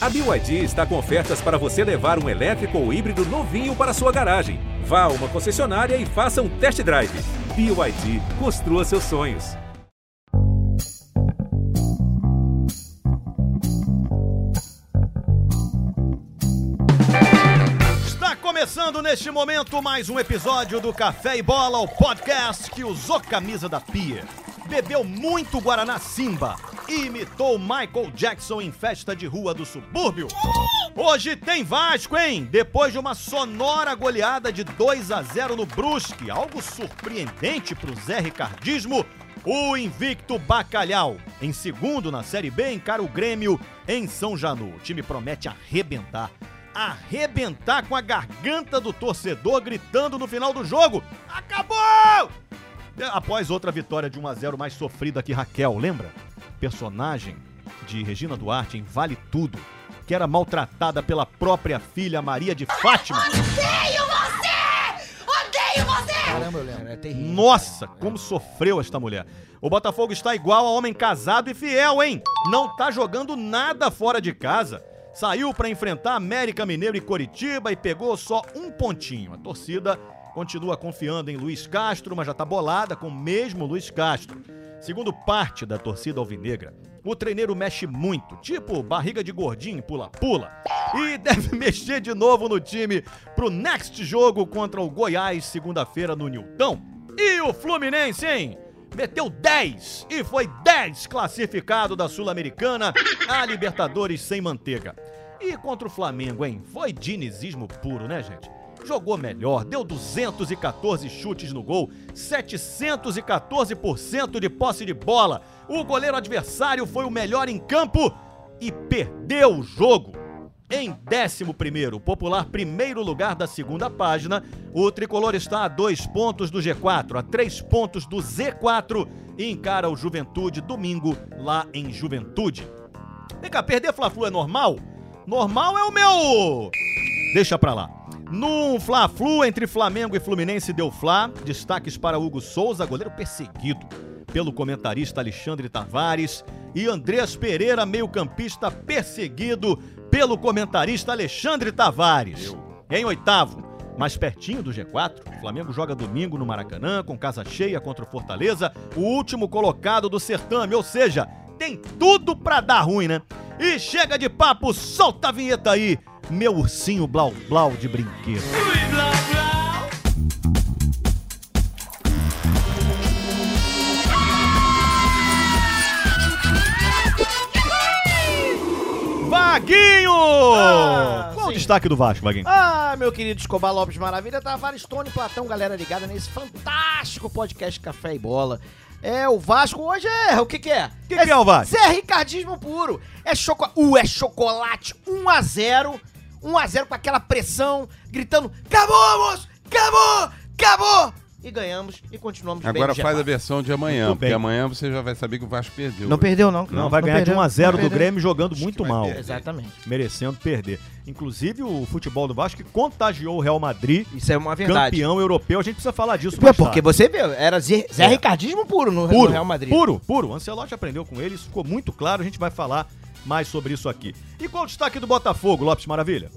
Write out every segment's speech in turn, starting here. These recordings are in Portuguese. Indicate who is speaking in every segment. Speaker 1: A BYD está com ofertas para você levar um elétrico ou híbrido novinho para sua garagem. Vá a uma concessionária e faça um test drive. BYD, construa seus sonhos.
Speaker 2: Está começando neste momento mais um episódio do Café e Bola, o podcast que usou camisa da pia, bebeu muito Guaraná Simba e imitou Michael Jackson em festa de rua do subúrbio. Hoje tem Vasco, hein? Depois de uma sonora goleada de 2 a 0 no Brusque, algo surpreendente pro Zé Ricardismo, o invicto Bacalhau, em segundo na Série B, encara o Grêmio em São Janu. O time promete arrebentar arrebentar com a garganta do torcedor gritando no final do jogo: Acabou! É, Após outra vitória de 1 a 0 mais sofrida que Raquel, lembra? Personagem de Regina Duarte em Vale Tudo, que era maltratada pela própria filha Maria de Fátima.
Speaker 3: Odeio você! Odeio você!
Speaker 4: Caramba, eu lembro. Era é terrível.
Speaker 2: Nossa, como sofreu esta mulher. O Botafogo está igual a homem casado e fiel, hein? Não tá jogando nada fora de casa. Saiu para enfrentar América Mineiro e Coritiba e pegou só um pontinho. A torcida continua confiando em Luiz Castro, mas já tá bolada com o mesmo Luiz Castro. Segundo parte da torcida alvinegra, o treineiro mexe muito, tipo barriga de gordinho, pula-pula. E deve mexer de novo no time pro next jogo contra o Goiás, segunda-feira no Nilton. E o Fluminense, hein? Meteu 10 e foi 10 classificado da Sul-Americana a Libertadores sem manteiga. E contra o Flamengo, hein? Foi dinizismo puro, né, gente? Jogou melhor, deu 214 chutes no gol, 714% de posse de bola. O goleiro adversário foi o melhor em campo e perdeu o jogo. Em 11, popular primeiro lugar da segunda página, o tricolor está a dois pontos do G4, a três pontos do Z4 e encara o Juventude domingo lá em Juventude. Vem cá, perder Fla-Flu é normal? Normal é o meu! Deixa pra lá. No Fla-Flu, entre Flamengo e Fluminense, deu Fla. Destaques para Hugo Souza, goleiro perseguido pelo comentarista Alexandre Tavares. E Andrés Pereira, meio-campista, perseguido pelo comentarista Alexandre Tavares. Em oitavo, mais pertinho do G4, o Flamengo joga domingo no Maracanã, com casa cheia contra o Fortaleza, o último colocado do certame, ou seja, tem tudo pra dar ruim, né? E chega de papo, solta a vinheta aí, meu ursinho Blau Blau de brinquedo. Vaguinho! Qual o
Speaker 4: sim.
Speaker 2: destaque do Vasco, Vaguinho?
Speaker 4: Ah, meu querido Escobar Lopes Maravilha, Tavares, Tony, Platão, galera ligada nesse fantástico podcast Café e Bola. É, o Vasco hoje é. O que que é? O
Speaker 2: que que é o Vasco?
Speaker 4: Zé Ricardismo puro. É choco... Uh, é chocolate 1x0. 1x0 com aquela pressão, gritando: acabou, moço! Acabou! Acabou! E ganhamos e continuamos bem
Speaker 5: Agora
Speaker 4: no
Speaker 5: faz a
Speaker 4: G4.
Speaker 5: versão de amanhã,
Speaker 2: Muito bem.
Speaker 5: porque amanhã você já vai saber que o Vasco perdeu.
Speaker 4: Não perdeu, não.
Speaker 2: Não, vai ganhar de
Speaker 4: perdeu,
Speaker 2: 1 a 0
Speaker 4: não
Speaker 2: do
Speaker 4: perdeu.
Speaker 2: Grêmio jogando muito
Speaker 5: vai
Speaker 2: mal,
Speaker 5: perder.
Speaker 4: Exatamente.
Speaker 2: merecendo perder. Inclusive o futebol do Vasco que contagiou o Real Madrid,
Speaker 4: Isso é uma verdade.
Speaker 2: campeão europeu. A gente precisa falar disso
Speaker 4: Pô,
Speaker 2: mais
Speaker 4: porque
Speaker 2: tarde.
Speaker 4: você viu, era Zé, Zé
Speaker 2: É.
Speaker 4: Ricardismo puro no, no
Speaker 2: puro,
Speaker 4: Real Madrid.
Speaker 2: puro, puro. Ancelotti aprendeu com ele, isso ficou muito claro. A gente vai falar mais sobre isso aqui. E qual o destaque do Botafogo, Lopes Maravilha?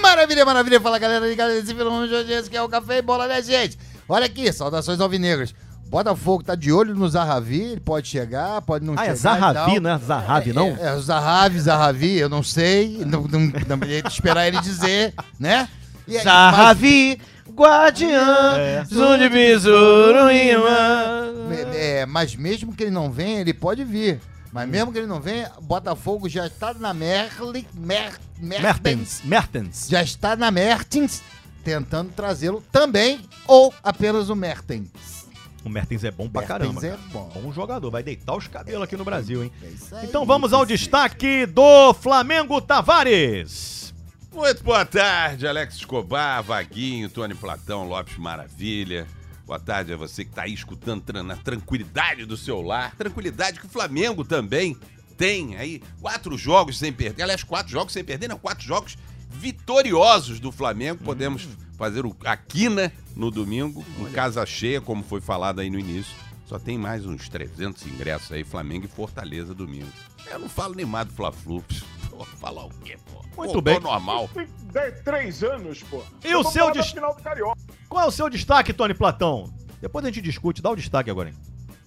Speaker 6: Maravilha, maravilha. Fala, galera ligada nesse fenômeno de audiência que é o Café e Bola, né, gente? Olha aqui, saudações alvinegras. Botafogo tá de olho no Zahavi, ele pode chegar, pode não
Speaker 2: Ah,
Speaker 6: chegar.
Speaker 2: é
Speaker 6: e
Speaker 2: Zahavi,
Speaker 6: tal.
Speaker 2: não é Zahavi, não?
Speaker 6: É, o Zahavi, Zahavi, eu não sei, não, não, não tem que esperar ele dizer, né? E aí,
Speaker 4: Sarravi, Guardiã,
Speaker 2: É.
Speaker 4: Zunde Bizuruíma.
Speaker 6: mas, é, mas mesmo que ele não venha, ele pode vir. Mas mesmo que ele não venha, Botafogo já está na Merli, Mer, Mertens.
Speaker 2: Mertens, Mertens.
Speaker 6: já está na Mertens, tentando trazê-lo também, ou apenas o Mertens.
Speaker 2: O Mertens é bom pra
Speaker 6: Mertens
Speaker 2: caramba. cara.
Speaker 6: é bom.
Speaker 2: Bom jogador, vai deitar os cabelos aqui no Brasil, hein?
Speaker 6: É isso aí.
Speaker 2: Então vamos ao destaque do Flamengo Tavares.
Speaker 5: Muito boa tarde, Alex Escobar, Vaguinho, Tony Platão, Lopes Maravilha. Boa tarde a você que tá aí escutando tran- na tranquilidade do seu lar. Tranquilidade que o Flamengo também tem aí. Quatro jogos sem perder. Aliás, quatro jogos sem perder, não. Quatro jogos vitoriosos do Flamengo. Podemos
Speaker 2: Hum.
Speaker 5: fazer o, a quina no domingo. Em casa cheia, como foi falado aí no início. Só tem mais uns 300 ingressos aí, Flamengo e Fortaleza domingo. Eu não falo nem mais do Fla-Flu. pô. Pô, falar o quê, pô?
Speaker 2: Muito bem.
Speaker 5: normal.
Speaker 7: Tem dez- três anos, pô.
Speaker 2: E o
Speaker 7: Vamos
Speaker 2: seu
Speaker 7: lá na
Speaker 2: dest-
Speaker 7: final do Carioca.
Speaker 2: Qual é o seu destaque, Tony Platão? Depois a gente discute, dá o destaque agora, hein?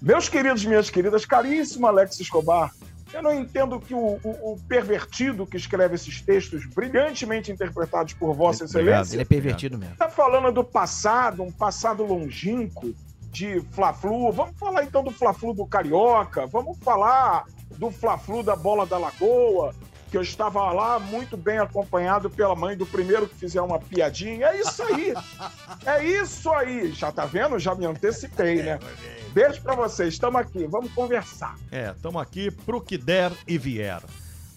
Speaker 7: Meus queridos, minhas queridas, caríssimo Alex Escobar, eu não entendo que o, o- o pervertido que escreve esses textos, brilhantemente interpretados por Vossa
Speaker 2: Obrigado.
Speaker 7: Excelência,
Speaker 4: Ele é pervertido mesmo.
Speaker 7: tá falando do passado, um passado longínquo de Fla-Flu. Vamos falar então do Fla-Flu do Carioca, vamos falar do Fla-Flu da Bola da Lagoa, que eu estava lá muito bem acompanhado pela mãe do primeiro que fizer uma piadinha. É isso aí. É isso aí. Já tá vendo? Já me antecipei, né? Beijo pra vocês. Estamos aqui. Vamos conversar.
Speaker 2: É, estamos aqui pro que der e vier.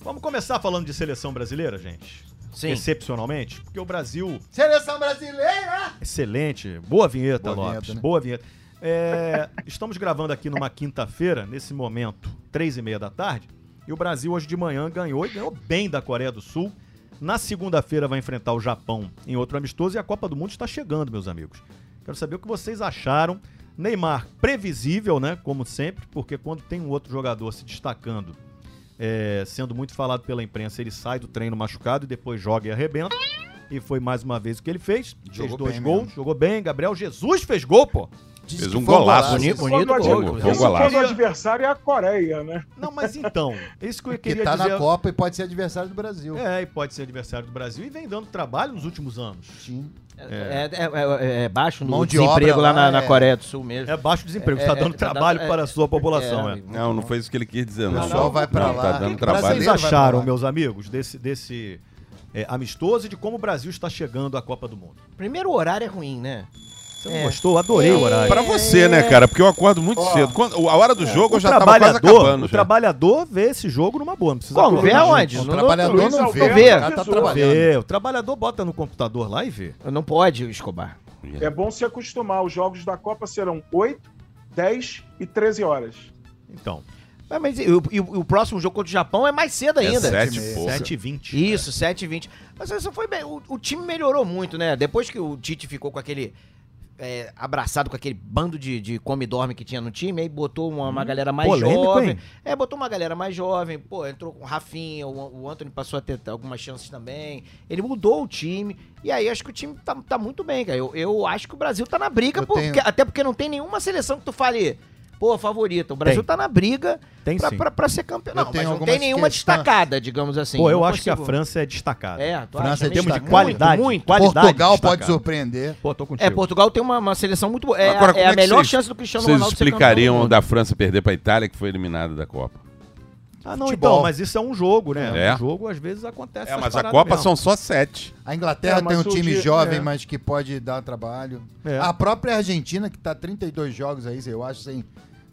Speaker 2: Vamos começar falando de seleção brasileira, gente?
Speaker 4: Sim.
Speaker 2: Excepcionalmente, porque o Brasil,
Speaker 6: Seleção brasileira!
Speaker 2: excelente. Boa vinheta,
Speaker 6: Boa
Speaker 2: Lopes.
Speaker 6: vinheta, né?
Speaker 2: Boa vinheta. É, estamos gravando aqui numa quinta-feira, nesse momento, três e meia da tarde. E o Brasil hoje de manhã ganhou e ganhou bem da Coreia do Sul. Na segunda-feira vai enfrentar o Japão em outro amistoso e a Copa do Mundo está chegando, meus amigos. Quero saber o que vocês acharam. Neymar, previsível, né? Como sempre, porque quando tem um outro jogador se destacando, é, sendo muito falado pela imprensa, ele sai do treino machucado e depois joga e arrebenta. E foi mais uma vez o que ele fez. fez
Speaker 6: Jogou
Speaker 2: dois
Speaker 6: bem
Speaker 2: gols,
Speaker 6: mesmo.
Speaker 2: jogou bem. Gabriel Jesus fez gol, pô.
Speaker 6: Diz
Speaker 5: Fez
Speaker 6: que
Speaker 5: um
Speaker 6: foi
Speaker 5: golaço.
Speaker 4: Bonito,
Speaker 6: isso.
Speaker 4: bonito
Speaker 7: Quando
Speaker 4: gol.
Speaker 5: adianta.
Speaker 4: inclusive.
Speaker 7: Isso
Speaker 5: golaço.
Speaker 7: quando o adversário é a Coreia, né?
Speaker 2: Não, mas então, isso que eu
Speaker 6: Que
Speaker 2: queria
Speaker 6: tá
Speaker 2: dizer.
Speaker 6: na Copa e pode ser adversário do Brasil.
Speaker 2: É, e pode ser adversário do Brasil e vem dando trabalho nos últimos anos.
Speaker 6: Sim.
Speaker 4: É, é- é- é baixo no
Speaker 6: Mão de
Speaker 4: desemprego
Speaker 6: obra
Speaker 4: lá na,
Speaker 6: lá,
Speaker 4: na
Speaker 6: é.
Speaker 4: Coreia do Sul mesmo.
Speaker 2: É baixo desemprego,
Speaker 4: É,
Speaker 2: está
Speaker 4: é,
Speaker 2: dando
Speaker 4: tá
Speaker 2: trabalho
Speaker 4: dando-
Speaker 2: para a sua população.
Speaker 4: É,
Speaker 2: é.
Speaker 4: muito
Speaker 5: Não, não
Speaker 4: bom.
Speaker 5: foi isso que ele quis dizer,
Speaker 6: O
Speaker 5: não.
Speaker 6: pessoal vai pra
Speaker 5: Não,
Speaker 6: lá.
Speaker 5: Tá dando
Speaker 6: O brasileiro
Speaker 5: trabalho.
Speaker 2: Vocês
Speaker 6: vai pra
Speaker 2: acharam,
Speaker 6: lá.
Speaker 2: meus amigos, desse, desse é, amistoso e de como o Brasil está chegando à Copa do Mundo?
Speaker 4: Primeiro o horário é ruim, né?
Speaker 2: Você não
Speaker 4: É.
Speaker 2: gostou? Adorei o horário.
Speaker 5: Pra você, né, cara? Porque eu acordo muito cedo. Quando- a hora
Speaker 6: é,
Speaker 5: do jogo eu já tava quase acabando.
Speaker 2: o
Speaker 5: já.
Speaker 2: trabalhador vê esse jogo numa boa, não precisa
Speaker 4: Como?
Speaker 2: acordar
Speaker 4: Vê
Speaker 2: junto.
Speaker 4: aonde?
Speaker 6: O
Speaker 4: Não-
Speaker 6: Um trabalhador
Speaker 7: Luiz
Speaker 6: não vê.
Speaker 7: Alberto
Speaker 6: O cara tá
Speaker 7: Jesus.
Speaker 6: trabalhando.
Speaker 2: Vê, o trabalhador bota no computador lá e vê.
Speaker 4: Não pode, Escobar.
Speaker 7: É bom se acostumar. Os jogos da Copa serão 8, 10 e 13 horas.
Speaker 2: Então,
Speaker 4: Ah, Mas e, o- e o- e o próximo jogo contra o Japão é mais cedo
Speaker 5: É
Speaker 4: ainda.
Speaker 5: sete,
Speaker 2: tipo,
Speaker 6: Sete e
Speaker 5: porra.
Speaker 2: 7h20.
Speaker 4: Isso, 7 e 20. Mas isso foi bem. O, o time melhorou muito, né? Depois que o Tite ficou com aquele. é, abraçado com aquele bando de, de come-dorme que tinha no time, aí botou uma, uma galera mais
Speaker 2: polêmico,
Speaker 4: jovem.
Speaker 2: hein?
Speaker 4: É, botou uma galera mais jovem, pô, entrou com o Rafinha, o, o Anthony passou a ter algumas chances também. Ele mudou o time, e aí acho que o time tá, tá muito bem, cara. Eu, eu acho que o Brasil tá na briga,
Speaker 6: Eu
Speaker 4: porque-
Speaker 6: tenho-
Speaker 4: até porque não tem nenhuma seleção que tu fale, pô, favorita. O Brasil
Speaker 2: Tem.
Speaker 4: tá na briga
Speaker 2: Tem
Speaker 4: pra,
Speaker 2: sim.
Speaker 4: pra- pra ser campeão.
Speaker 6: Eu
Speaker 4: Não,
Speaker 6: tenho
Speaker 4: mas não
Speaker 6: algumas
Speaker 4: tem nenhuma
Speaker 6: questões.
Speaker 4: destacada, digamos assim.
Speaker 2: Pô, eu
Speaker 4: Não
Speaker 2: acho que a
Speaker 4: consigo-
Speaker 2: França é destacada.
Speaker 4: é, tu
Speaker 6: França
Speaker 4: acha
Speaker 6: é
Speaker 4: mesmo?
Speaker 6: destacada.
Speaker 2: Temos de qualidade.
Speaker 4: Muito, muito.
Speaker 2: qualidade
Speaker 6: Portugal
Speaker 2: destacada.
Speaker 6: pode surpreender.
Speaker 2: Pô, tô contigo.
Speaker 4: É, Portugal tem uma, uma seleção muito boa. É,
Speaker 5: Agora,
Speaker 4: a- é
Speaker 5: como é
Speaker 4: a
Speaker 5: que
Speaker 4: melhor
Speaker 5: vocês-
Speaker 4: chance do Cristiano
Speaker 5: Vocês
Speaker 4: Ronaldo ser
Speaker 5: explicariam
Speaker 4: campeão do
Speaker 5: da França perder pra Itália, que foi eliminada da Copa.
Speaker 2: Ah, não,
Speaker 6: Futebol.
Speaker 2: então, mas isso é um jogo, né?
Speaker 5: É.
Speaker 2: Um jogo, às vezes, acontece
Speaker 5: É,
Speaker 2: essas
Speaker 5: mas a
Speaker 2: paradas
Speaker 5: Copa
Speaker 2: mesmo.
Speaker 5: são só sete.
Speaker 6: A Inglaterra
Speaker 7: É,
Speaker 6: tem
Speaker 7: mas
Speaker 6: um
Speaker 7: o
Speaker 6: time
Speaker 7: dia-
Speaker 6: jovem,
Speaker 7: é.
Speaker 6: mas que pode dar trabalho.
Speaker 2: É.
Speaker 6: A própria Argentina, que tá 32 jogos aí, eu acho, sem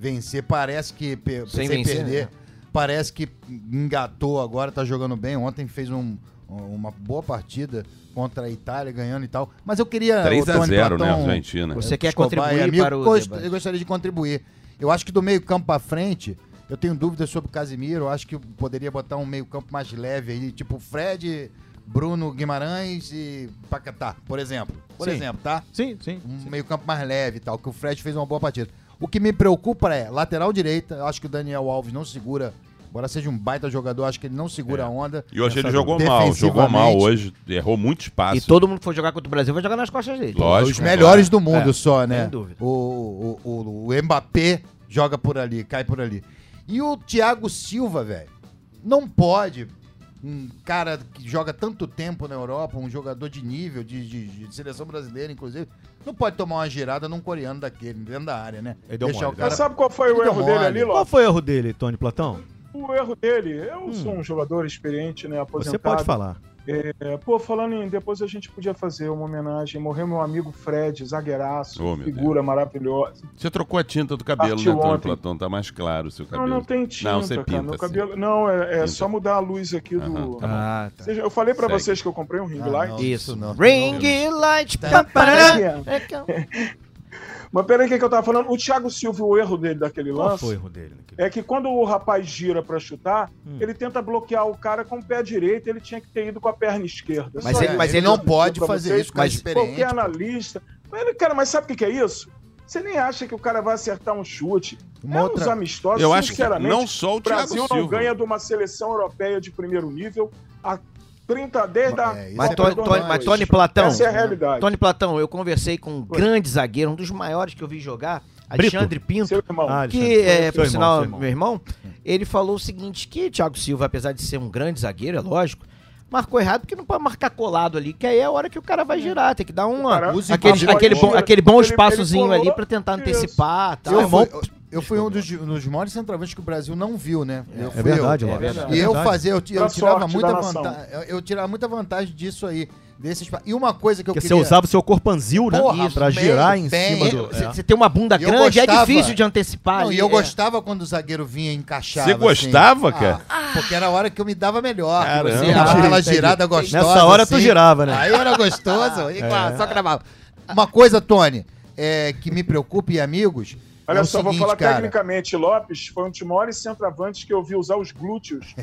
Speaker 6: vencer, parece que pe- sem,
Speaker 4: Sem vencer,
Speaker 6: perder.
Speaker 4: né?
Speaker 6: Parece que engatou agora, tá jogando bem. Ontem fez um- uma boa partida contra a Itália, ganhando e tal. Mas eu queria.
Speaker 5: 3
Speaker 6: É, o
Speaker 5: a
Speaker 6: Tony
Speaker 5: 0 né,
Speaker 6: Platão,
Speaker 5: Argentina.
Speaker 4: Você quer
Speaker 6: Escobar
Speaker 4: contribuir
Speaker 6: é amigo,
Speaker 4: para o
Speaker 6: gost-
Speaker 4: debate.
Speaker 6: Eu gostaria de contribuir. Eu acho que do meio campo pra frente, eu tenho dúvidas sobre o Casimiro. Eu acho que eu poderia botar um meio campo mais leve aí, tipo Fred, Bruno Guimarães e Pacatá, por exemplo. Por
Speaker 2: Sim.
Speaker 6: exemplo, tá?
Speaker 2: Sim, sim.
Speaker 6: Um
Speaker 2: sim.
Speaker 6: meio campo mais leve e tal, que o Fred fez uma boa partida. O que me preocupa é lateral direita. Eu acho que o Daniel Alves não segura. Embora seja um baita jogador, eu acho que ele não
Speaker 4: É.
Speaker 6: segura a onda.
Speaker 5: E hoje ele
Speaker 6: Essa-
Speaker 5: jogou mal, jogou mal
Speaker 6: defensivamente.
Speaker 5: hoje, errou muito espaço.
Speaker 4: E todo mundo que for jogar contra o Brasil vai jogar nas costas dele.
Speaker 5: Lógico.
Speaker 6: Os melhores do mundo
Speaker 2: É,
Speaker 6: só, né?
Speaker 4: sem dúvida.
Speaker 6: O, o, o, o Mbappé joga por ali, cai por ali. E o Thiago Silva, velho, não pode. Um cara que joga tanto tempo na Europa, um jogador de nível, de, de- de seleção brasileira, inclusive, não pode tomar uma girada num coreano daquele, dentro da área, né?
Speaker 2: Ele deu mole,
Speaker 6: cara-
Speaker 7: Mas sabe qual foi o
Speaker 6: Ele deu
Speaker 7: erro dele
Speaker 6: mole.
Speaker 7: ali,
Speaker 2: Qual
Speaker 7: Lopes?
Speaker 2: foi o erro dele, Tony Platão?
Speaker 7: O erro dele, eu sou um jogador experiente, né, aposentado.
Speaker 2: Você pode falar.
Speaker 7: É, pô, falando em, depois a gente podia fazer uma homenagem. Morreu meu amigo Fred, zagueiraço,
Speaker 5: Oh, meu
Speaker 7: figura maravilhosa.
Speaker 5: Você trocou a tinta do cabelo,
Speaker 7: Partiu
Speaker 5: né, Tony
Speaker 7: ontem.
Speaker 5: Platão? Tá mais claro o seu cabelo.
Speaker 7: Não, não tem tinta,
Speaker 5: Não, você pinta,
Speaker 7: cara. Meu
Speaker 5: assim.
Speaker 7: cabelo, não, é, é
Speaker 5: Pinta.
Speaker 7: só mudar a luz aqui do.
Speaker 5: Aham, tá bom.
Speaker 4: Ah, tá.
Speaker 7: Vocês- Eu falei pra
Speaker 5: Segue.
Speaker 7: vocês que eu comprei um ring
Speaker 6: Ah,
Speaker 7: light.
Speaker 6: não,
Speaker 4: Isso.
Speaker 6: não.
Speaker 4: Ring light.
Speaker 6: Tá.
Speaker 4: pá, pará.
Speaker 7: Peraí.
Speaker 4: É que é-
Speaker 7: Mas peraí, o que, que eu tava falando? O Thiago Silva, o erro dele daquele
Speaker 2: Qual
Speaker 7: lance.
Speaker 2: foi o erro dele? naquele-
Speaker 7: É que quando o rapaz gira pra chutar,
Speaker 2: Hum.
Speaker 7: ele tenta bloquear o cara com o pé direito, ele tinha que ter ido com a perna esquerda.
Speaker 6: Mas
Speaker 7: Só
Speaker 6: ele- mas ele
Speaker 7: Eu
Speaker 6: não
Speaker 7: digo
Speaker 6: pode
Speaker 7: pra
Speaker 6: fazer isso, cara
Speaker 7: mas
Speaker 6: experiente,
Speaker 7: Qualquer
Speaker 6: pô.
Speaker 7: analista. Mas, ele- cara, mas sabe o que que é isso? Você nem acha que o cara vai acertar um chute.
Speaker 6: Uma
Speaker 7: é uns
Speaker 6: outra-
Speaker 7: amistosos,
Speaker 5: Eu acho que
Speaker 7: sinceramente,
Speaker 5: não só o
Speaker 7: o Brasil
Speaker 5: Thiago
Speaker 7: não
Speaker 5: Silva.
Speaker 7: ganha de uma seleção europeia de primeiro nível há 30 desde a
Speaker 6: É, isso
Speaker 4: Mas,
Speaker 6: é
Speaker 4: Tony,
Speaker 6: pra
Speaker 4: Tony-
Speaker 6: nós.
Speaker 4: mas Tony Platão.
Speaker 7: Essa é a realidade.
Speaker 4: Tony Platão, eu conversei com um grande zagueiro, um dos maiores que eu vi jogar, Alexandre Pinto.
Speaker 7: seu irmão.
Speaker 2: Ah,
Speaker 4: que é,
Speaker 2: Seu
Speaker 4: por
Speaker 2: irmão,
Speaker 4: sinal,
Speaker 2: seu irmão.
Speaker 4: meu irmão, ele falou o seguinte: que Thiago Silva, apesar de ser um grande zagueiro, é lógico, marcou errado porque não pode marcar colado ali, que aí é a hora que o cara vai girar, tem que dar um
Speaker 7: cara-
Speaker 6: Use
Speaker 4: aquele,
Speaker 6: papo-
Speaker 4: aquele, bom,
Speaker 7: Ele-
Speaker 4: aquele bom
Speaker 7: ele
Speaker 4: espaçozinho
Speaker 7: colou,
Speaker 4: ali pra tentar
Speaker 7: isso.
Speaker 4: antecipar tá? tal.
Speaker 6: Eu
Speaker 4: Meu irmão,
Speaker 6: fui, eu- eu fui um dos, dos maiores centroavantes que o Brasil não viu, né? Eu fui
Speaker 2: É verdade,
Speaker 6: eu.
Speaker 2: Lopes.
Speaker 4: É verdade.
Speaker 6: E eu fazia, eu, eu
Speaker 7: Pra
Speaker 6: tirava
Speaker 7: sorte
Speaker 6: muita
Speaker 7: da nação.
Speaker 6: vantagem. Eu, eu tirava muita vantagem disso aí. Desses, pa- e uma coisa que eu
Speaker 2: Porque você
Speaker 6: queria.
Speaker 2: usava o seu corpanzil, né?
Speaker 6: Porra,
Speaker 2: pra
Speaker 6: bem,
Speaker 2: girar em
Speaker 6: bem.
Speaker 2: cima do.
Speaker 4: você
Speaker 2: é.
Speaker 4: você tem uma bunda
Speaker 6: E eu
Speaker 4: grande, é
Speaker 6: gostava-
Speaker 4: difícil de antecipar.
Speaker 6: Não,
Speaker 4: ali,
Speaker 6: e eu
Speaker 4: é.
Speaker 6: gostava quando o zagueiro vinha e encaixava.
Speaker 5: Você
Speaker 6: assim.
Speaker 5: gostava, cara?
Speaker 6: Ah, porque era a hora que eu me dava melhor. que
Speaker 5: Caramba.
Speaker 6: Você dava aquela
Speaker 2: Entendi.
Speaker 6: girada gostosa.
Speaker 2: Nessa hora tu
Speaker 6: assim.
Speaker 2: girava, né? É.
Speaker 6: Aí era gostoso. e, claro, Só gravava. Uma coisa, Tony, é, que me preocupa e amigos.
Speaker 7: Olha
Speaker 6: é o
Speaker 7: só,
Speaker 6: seguinte,
Speaker 7: vou falar
Speaker 6: cara.
Speaker 7: tecnicamente. Lopes foi um dos maiores centroavantes que eu vi usar os glúteos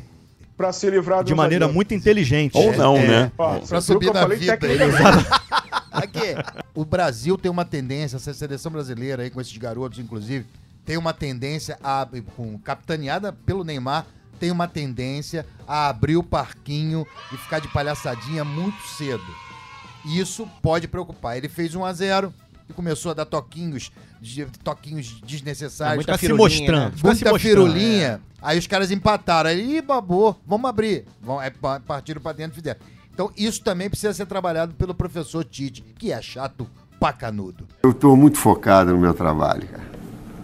Speaker 7: pra se livrar
Speaker 2: é, De maneira muito inteligente.
Speaker 5: Ou não,
Speaker 2: É.
Speaker 5: né?
Speaker 6: Pra
Speaker 7: Ó, você viu
Speaker 6: subir
Speaker 7: que eu
Speaker 6: na
Speaker 7: falei
Speaker 6: vida,
Speaker 7: tecnicamente.
Speaker 6: Aqui, o Brasil tem uma tendência, essa seleção brasileira aí, com esses garotos, inclusive, tem uma tendência a. Com, capitaneada pelo Neymar, tem uma tendência a abrir o parquinho e ficar de palhaçadinha muito cedo. E Isso pode preocupar. Ele fez 1 a 0 e começou a dar toquinhos, de- toquinhos
Speaker 4: É
Speaker 6: desnecessários.
Speaker 4: muita
Speaker 2: Ficar se
Speaker 4: firulinha,
Speaker 2: mostrando.
Speaker 4: né?
Speaker 2: Ficar se
Speaker 6: Muita
Speaker 2: mostrando.
Speaker 6: firulinha.
Speaker 4: é.
Speaker 6: Aí os caras empataram. Aí, ih, babou, vamos abrir. Vão, é, pa- partiram pra dentro e fizeram. Então, isso também precisa ser trabalhado pelo professor Tite, que é chato pra canudo.
Speaker 8: Eu estou muito focado no meu trabalho, cara.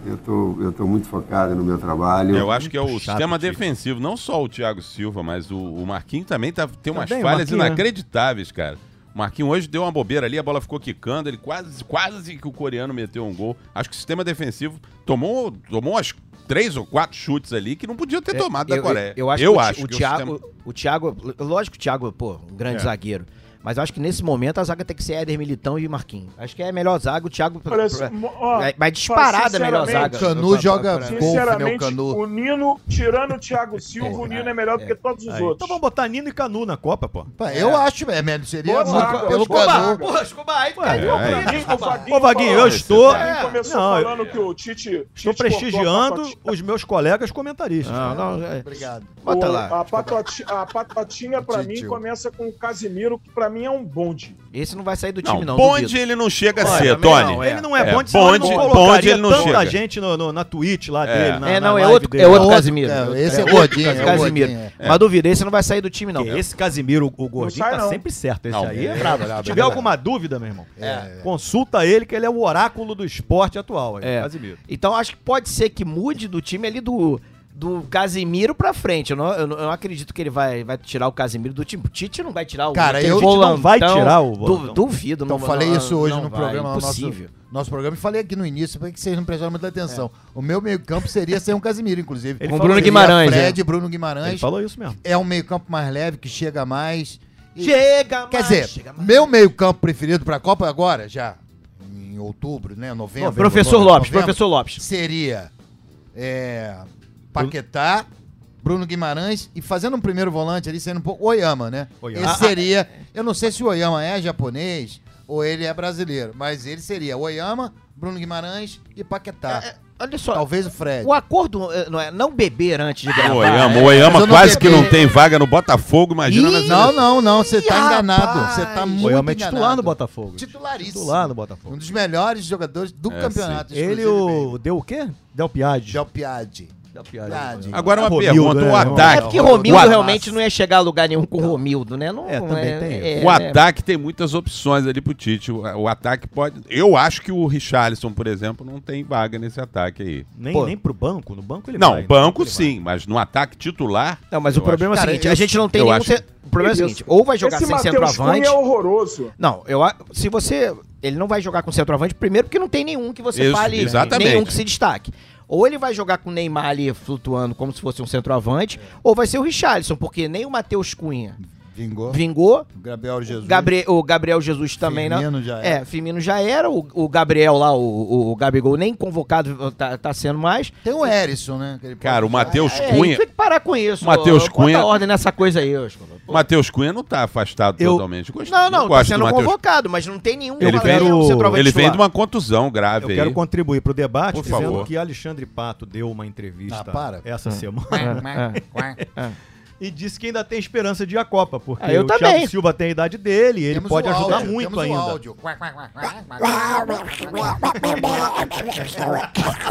Speaker 8: Eu tô, eu tô muito focado no meu trabalho.
Speaker 5: Eu acho que é o
Speaker 2: Muito chato,
Speaker 5: sistema
Speaker 2: Tite.
Speaker 5: defensivo. Não só o Thiago Silva, mas o, o Marquinhos também tá, tem umas
Speaker 2: Também, o
Speaker 5: falhas
Speaker 2: Marquinhos, né?
Speaker 5: inacreditáveis, cara. O Marquinhos hoje deu uma bobeira ali, a bola ficou quicando, ele quase, quase que o coreano meteu um gol. Acho que o sistema defensivo tomou, tomou as três ou quatro chutes ali que não podia ter
Speaker 4: É,
Speaker 5: tomado
Speaker 4: eu,
Speaker 5: da Coreia.
Speaker 4: Eu, eu acho que, o, Ti- o,
Speaker 5: sistema-
Speaker 4: Thiago, o Thiago. Lógico que o Thiago, pô, um grande
Speaker 5: É.
Speaker 4: zagueiro. Mas eu acho que nesse momento a zaga tem que ser Éder Militão e Marquinhos. Acho que é a melhor zaga, o Thiago.
Speaker 7: Olha só, ó,
Speaker 4: é- mas disparada a melhor
Speaker 7: sinceramente,
Speaker 4: zaga.
Speaker 6: Canu joga golfe, né? O
Speaker 7: Sinceramente,
Speaker 6: Canu.
Speaker 7: o Nino, tirando o Thiago Silva, o Nino é melhor do que todos os
Speaker 2: Aí. Então
Speaker 7: outros.
Speaker 2: vamos botar Nino e Canu na Copa, pô.
Speaker 6: Pá, Eu acho, é, mesmo, seria
Speaker 7: Boa
Speaker 6: muito
Speaker 7: zaga,
Speaker 6: pelo
Speaker 7: boa
Speaker 6: Canu.
Speaker 7: zaga.
Speaker 4: Porra, Escobar, aí
Speaker 2: Ué,
Speaker 4: caiu
Speaker 5: é.
Speaker 4: pra mim,
Speaker 7: Vaguinho,
Speaker 4: Escobar.
Speaker 7: Vaguinho
Speaker 2: Ô, Vaguinho, eu
Speaker 7: falou-
Speaker 2: estou.
Speaker 7: Vaguinho
Speaker 2: é,
Speaker 7: começou
Speaker 2: não, eu-
Speaker 7: falando que o Tite.
Speaker 2: Estou
Speaker 7: Tite cortou a
Speaker 2: prestigiando
Speaker 7: patati-
Speaker 2: os meus colegas comentaristas.
Speaker 4: Não, não, é.
Speaker 6: Obrigado.
Speaker 4: Bota
Speaker 7: o-
Speaker 4: lá.
Speaker 7: A, patati- a patatinha, pra
Speaker 6: Tite,
Speaker 7: mim,
Speaker 6: eu-
Speaker 7: começa com o Casimiro, que pra mim é um bonde.
Speaker 4: Esse não vai sair do
Speaker 5: Não,
Speaker 4: time, não.
Speaker 5: bonde
Speaker 4: duvido.
Speaker 5: ele não chega a
Speaker 4: Olha,
Speaker 5: ser,
Speaker 4: também
Speaker 5: Tony.
Speaker 4: não,
Speaker 2: Ele não é,
Speaker 5: É,
Speaker 2: bonde, senão
Speaker 5: bonde-
Speaker 2: ele não colocaria
Speaker 5: bonde ele não
Speaker 2: tanta
Speaker 5: chega.
Speaker 2: gente no, no- na Twitch lá
Speaker 5: É.
Speaker 2: dele. na-
Speaker 4: É,
Speaker 2: na
Speaker 4: não, é
Speaker 2: live
Speaker 4: outro,
Speaker 2: dele.
Speaker 4: é outro
Speaker 6: Outro,
Speaker 4: Casimiro.
Speaker 6: é, esse é
Speaker 4: outro
Speaker 6: gordinho, é
Speaker 4: Casimiro.
Speaker 6: gordinho,
Speaker 4: Mas duvido, esse não vai sair do time, não.
Speaker 2: Porque Esse Casimiro, o gordinho,
Speaker 7: sai,
Speaker 2: tá
Speaker 7: não.
Speaker 2: sempre certo. Esse
Speaker 5: Não,
Speaker 2: aí é
Speaker 5: é
Speaker 2: brabo.
Speaker 6: brabo,
Speaker 2: Se
Speaker 6: é
Speaker 2: tiver
Speaker 6: brabo.
Speaker 2: alguma dúvida, meu irmão, consulta ele, que ele é o oráculo do esporte atual. aí,
Speaker 4: É.
Speaker 2: Casimiro.
Speaker 4: Então acho que pode ser que mude do time ali do, do Casimiro pra frente. Eu não, eu não- eu não acredito que ele vai, vai tirar o Casimiro do time. O Tite não vai tirar o
Speaker 6: Cara,
Speaker 4: aquele
Speaker 6: eu-
Speaker 2: Tite não vai tirar o volantão.
Speaker 4: Du, duvido.
Speaker 6: Então,
Speaker 4: não-
Speaker 6: falei
Speaker 4: não-
Speaker 6: isso hoje
Speaker 4: não
Speaker 6: no
Speaker 4: vai,
Speaker 6: programa, no nosso,
Speaker 4: Impossível.
Speaker 6: nosso programa, e falei aqui no início, porque vocês não prestaram muita atenção. O meu meio-campo seria sem um Casimiro, inclusive.
Speaker 2: Com Bruno
Speaker 6: Seria
Speaker 4: É. Guimarães, é.
Speaker 6: Fred, Bruno
Speaker 2: Ele
Speaker 6: Guimarães.
Speaker 2: falou isso mesmo.
Speaker 6: É um meio-campo mais leve, que chega mais. E-
Speaker 4: é. Chega,
Speaker 6: Quer
Speaker 4: mais,
Speaker 6: dizer,
Speaker 4: chega mais.
Speaker 6: meu meio-campo preferido pra Copa agora, já em outubro, né? Novembro.
Speaker 4: Professor
Speaker 6: novembro,
Speaker 4: Lopes,
Speaker 6: novembro,
Speaker 4: professor Lopes.
Speaker 6: Seria é, Paquetá, Bruno Guimarães e fazendo um primeiro volante ali, sendo um pouco Oyama, né?
Speaker 2: Oyama.
Speaker 6: Esse seria. Eu não sei se o Oyama é japonês ou ele é brasileiro, mas ele seria Oyama, Bruno Guimarães e Paquetá.
Speaker 4: Olha só,
Speaker 6: Talvez o Fred.
Speaker 4: É, o acordo eh, não é não beber antes de gravar. né?
Speaker 5: O Oyama, o
Speaker 6: Mas
Speaker 5: Oyama
Speaker 6: eu não
Speaker 5: quase que
Speaker 6: peguei.
Speaker 5: não tem vaga no Botafogo, imagina.
Speaker 4: Ih,
Speaker 5: nessa-
Speaker 6: Não, não, não, você tá
Speaker 4: Ih,
Speaker 6: enganado.
Speaker 4: rapaz.
Speaker 6: Você tá muito
Speaker 2: O Yama é
Speaker 6: enganado.
Speaker 2: titular no Botafogo.
Speaker 6: Titularíssimo.
Speaker 2: Titular no Botafogo.
Speaker 6: Um dos melhores jogadores do
Speaker 5: É,
Speaker 6: campeonato.
Speaker 2: Ele o... deu o quê? Del Piage.
Speaker 6: Del Piatti.
Speaker 2: Del
Speaker 6: Piage.
Speaker 5: Agora uma
Speaker 2: Romildo,
Speaker 5: pergunta, o
Speaker 2: né?
Speaker 5: ataque.
Speaker 4: É porque Romildo
Speaker 5: Ah, o ataque-
Speaker 4: realmente não ia chegar a lugar nenhum com o Romildo, né? Não,
Speaker 2: É,
Speaker 4: não
Speaker 2: também tem isso.
Speaker 5: o
Speaker 4: né?
Speaker 5: ataque tem muitas opções ali pro Tite. O, o ataque pode. Eu acho que o Richarlison, por exemplo, não tem vaga nesse ataque aí.
Speaker 2: Nem,
Speaker 4: Pô.
Speaker 2: nem pro banco. No banco ele
Speaker 5: não,
Speaker 2: vai. né?
Speaker 5: banco
Speaker 2: Ele vai.
Speaker 5: sim, mas no ataque titular.
Speaker 4: Não, mas o
Speaker 5: eu
Speaker 4: problema é
Speaker 6: Cara,
Speaker 4: o seguinte,
Speaker 6: eu-
Speaker 4: a gente não tem
Speaker 5: eu
Speaker 4: nenhum...
Speaker 5: acho-
Speaker 4: ce- O problema é o
Speaker 7: Isso.
Speaker 4: seguinte, ou vai jogar
Speaker 7: Esse
Speaker 4: sem
Speaker 7: Matheus
Speaker 4: centroavante...
Speaker 7: Cunha é horroroso.
Speaker 4: Não, eu a- se você ele não vai jogar com centroavante primeiro porque não tem nenhum que você
Speaker 5: Isso,
Speaker 4: fale, né?
Speaker 5: exatamente.
Speaker 4: nenhum que se destaque. Ou ele vai jogar com o Neymar ali flutuando como se fosse um centroavante, ou vai ser o Richarlison, porque nem o Matheus Cunha
Speaker 6: Vingou.
Speaker 4: vingou.
Speaker 6: Gabriel Jesus.
Speaker 4: Gabriel, o Gabriel Jesus também não.
Speaker 6: Firmino já era.
Speaker 4: é, Firmino já era. O, o Gabriel lá, o, o, o Gabigol, nem convocado tá, tá sendo mais.
Speaker 6: Tem o Erisson, né? que ele pode
Speaker 5: Cara, o
Speaker 6: usar.
Speaker 5: Matheus
Speaker 4: É, a gente
Speaker 5: Cunha.
Speaker 4: tem que parar com isso.
Speaker 5: Matheus
Speaker 4: ó, bota
Speaker 5: Cunha-
Speaker 4: ordem nessa coisa aí, Oscar.
Speaker 5: Matheus Cunha não tá afastado
Speaker 2: Eu-
Speaker 5: totalmente. Eu gosto-
Speaker 4: Não,
Speaker 5: eu
Speaker 4: não, tá
Speaker 5: gosto do
Speaker 4: sendo
Speaker 5: Matheus
Speaker 4: convocado, mas não tem nenhum
Speaker 5: Ele
Speaker 4: jogador,
Speaker 5: vem-
Speaker 4: nenhum
Speaker 2: o-
Speaker 4: centroavante
Speaker 5: Ele vem
Speaker 4: titular.
Speaker 5: de uma contribuição grave
Speaker 2: Eu
Speaker 5: aí.
Speaker 2: quero contribuir para o debate
Speaker 5: Por
Speaker 2: dizendo
Speaker 5: favor.
Speaker 2: que Alexandre Pato deu uma entrevista
Speaker 6: Ah, para.
Speaker 2: essa
Speaker 4: Hum.
Speaker 2: semana
Speaker 6: É, Cunha.
Speaker 2: e disse que ainda tem esperança de ir à Copa, porque
Speaker 4: Ah, eu
Speaker 2: o
Speaker 4: também.
Speaker 2: Thiago Silva tem a idade dele e ele
Speaker 6: Temos
Speaker 2: pode
Speaker 6: o
Speaker 2: ajudar
Speaker 6: áudio,
Speaker 2: muito
Speaker 6: temos o
Speaker 2: ainda.
Speaker 6: áudio.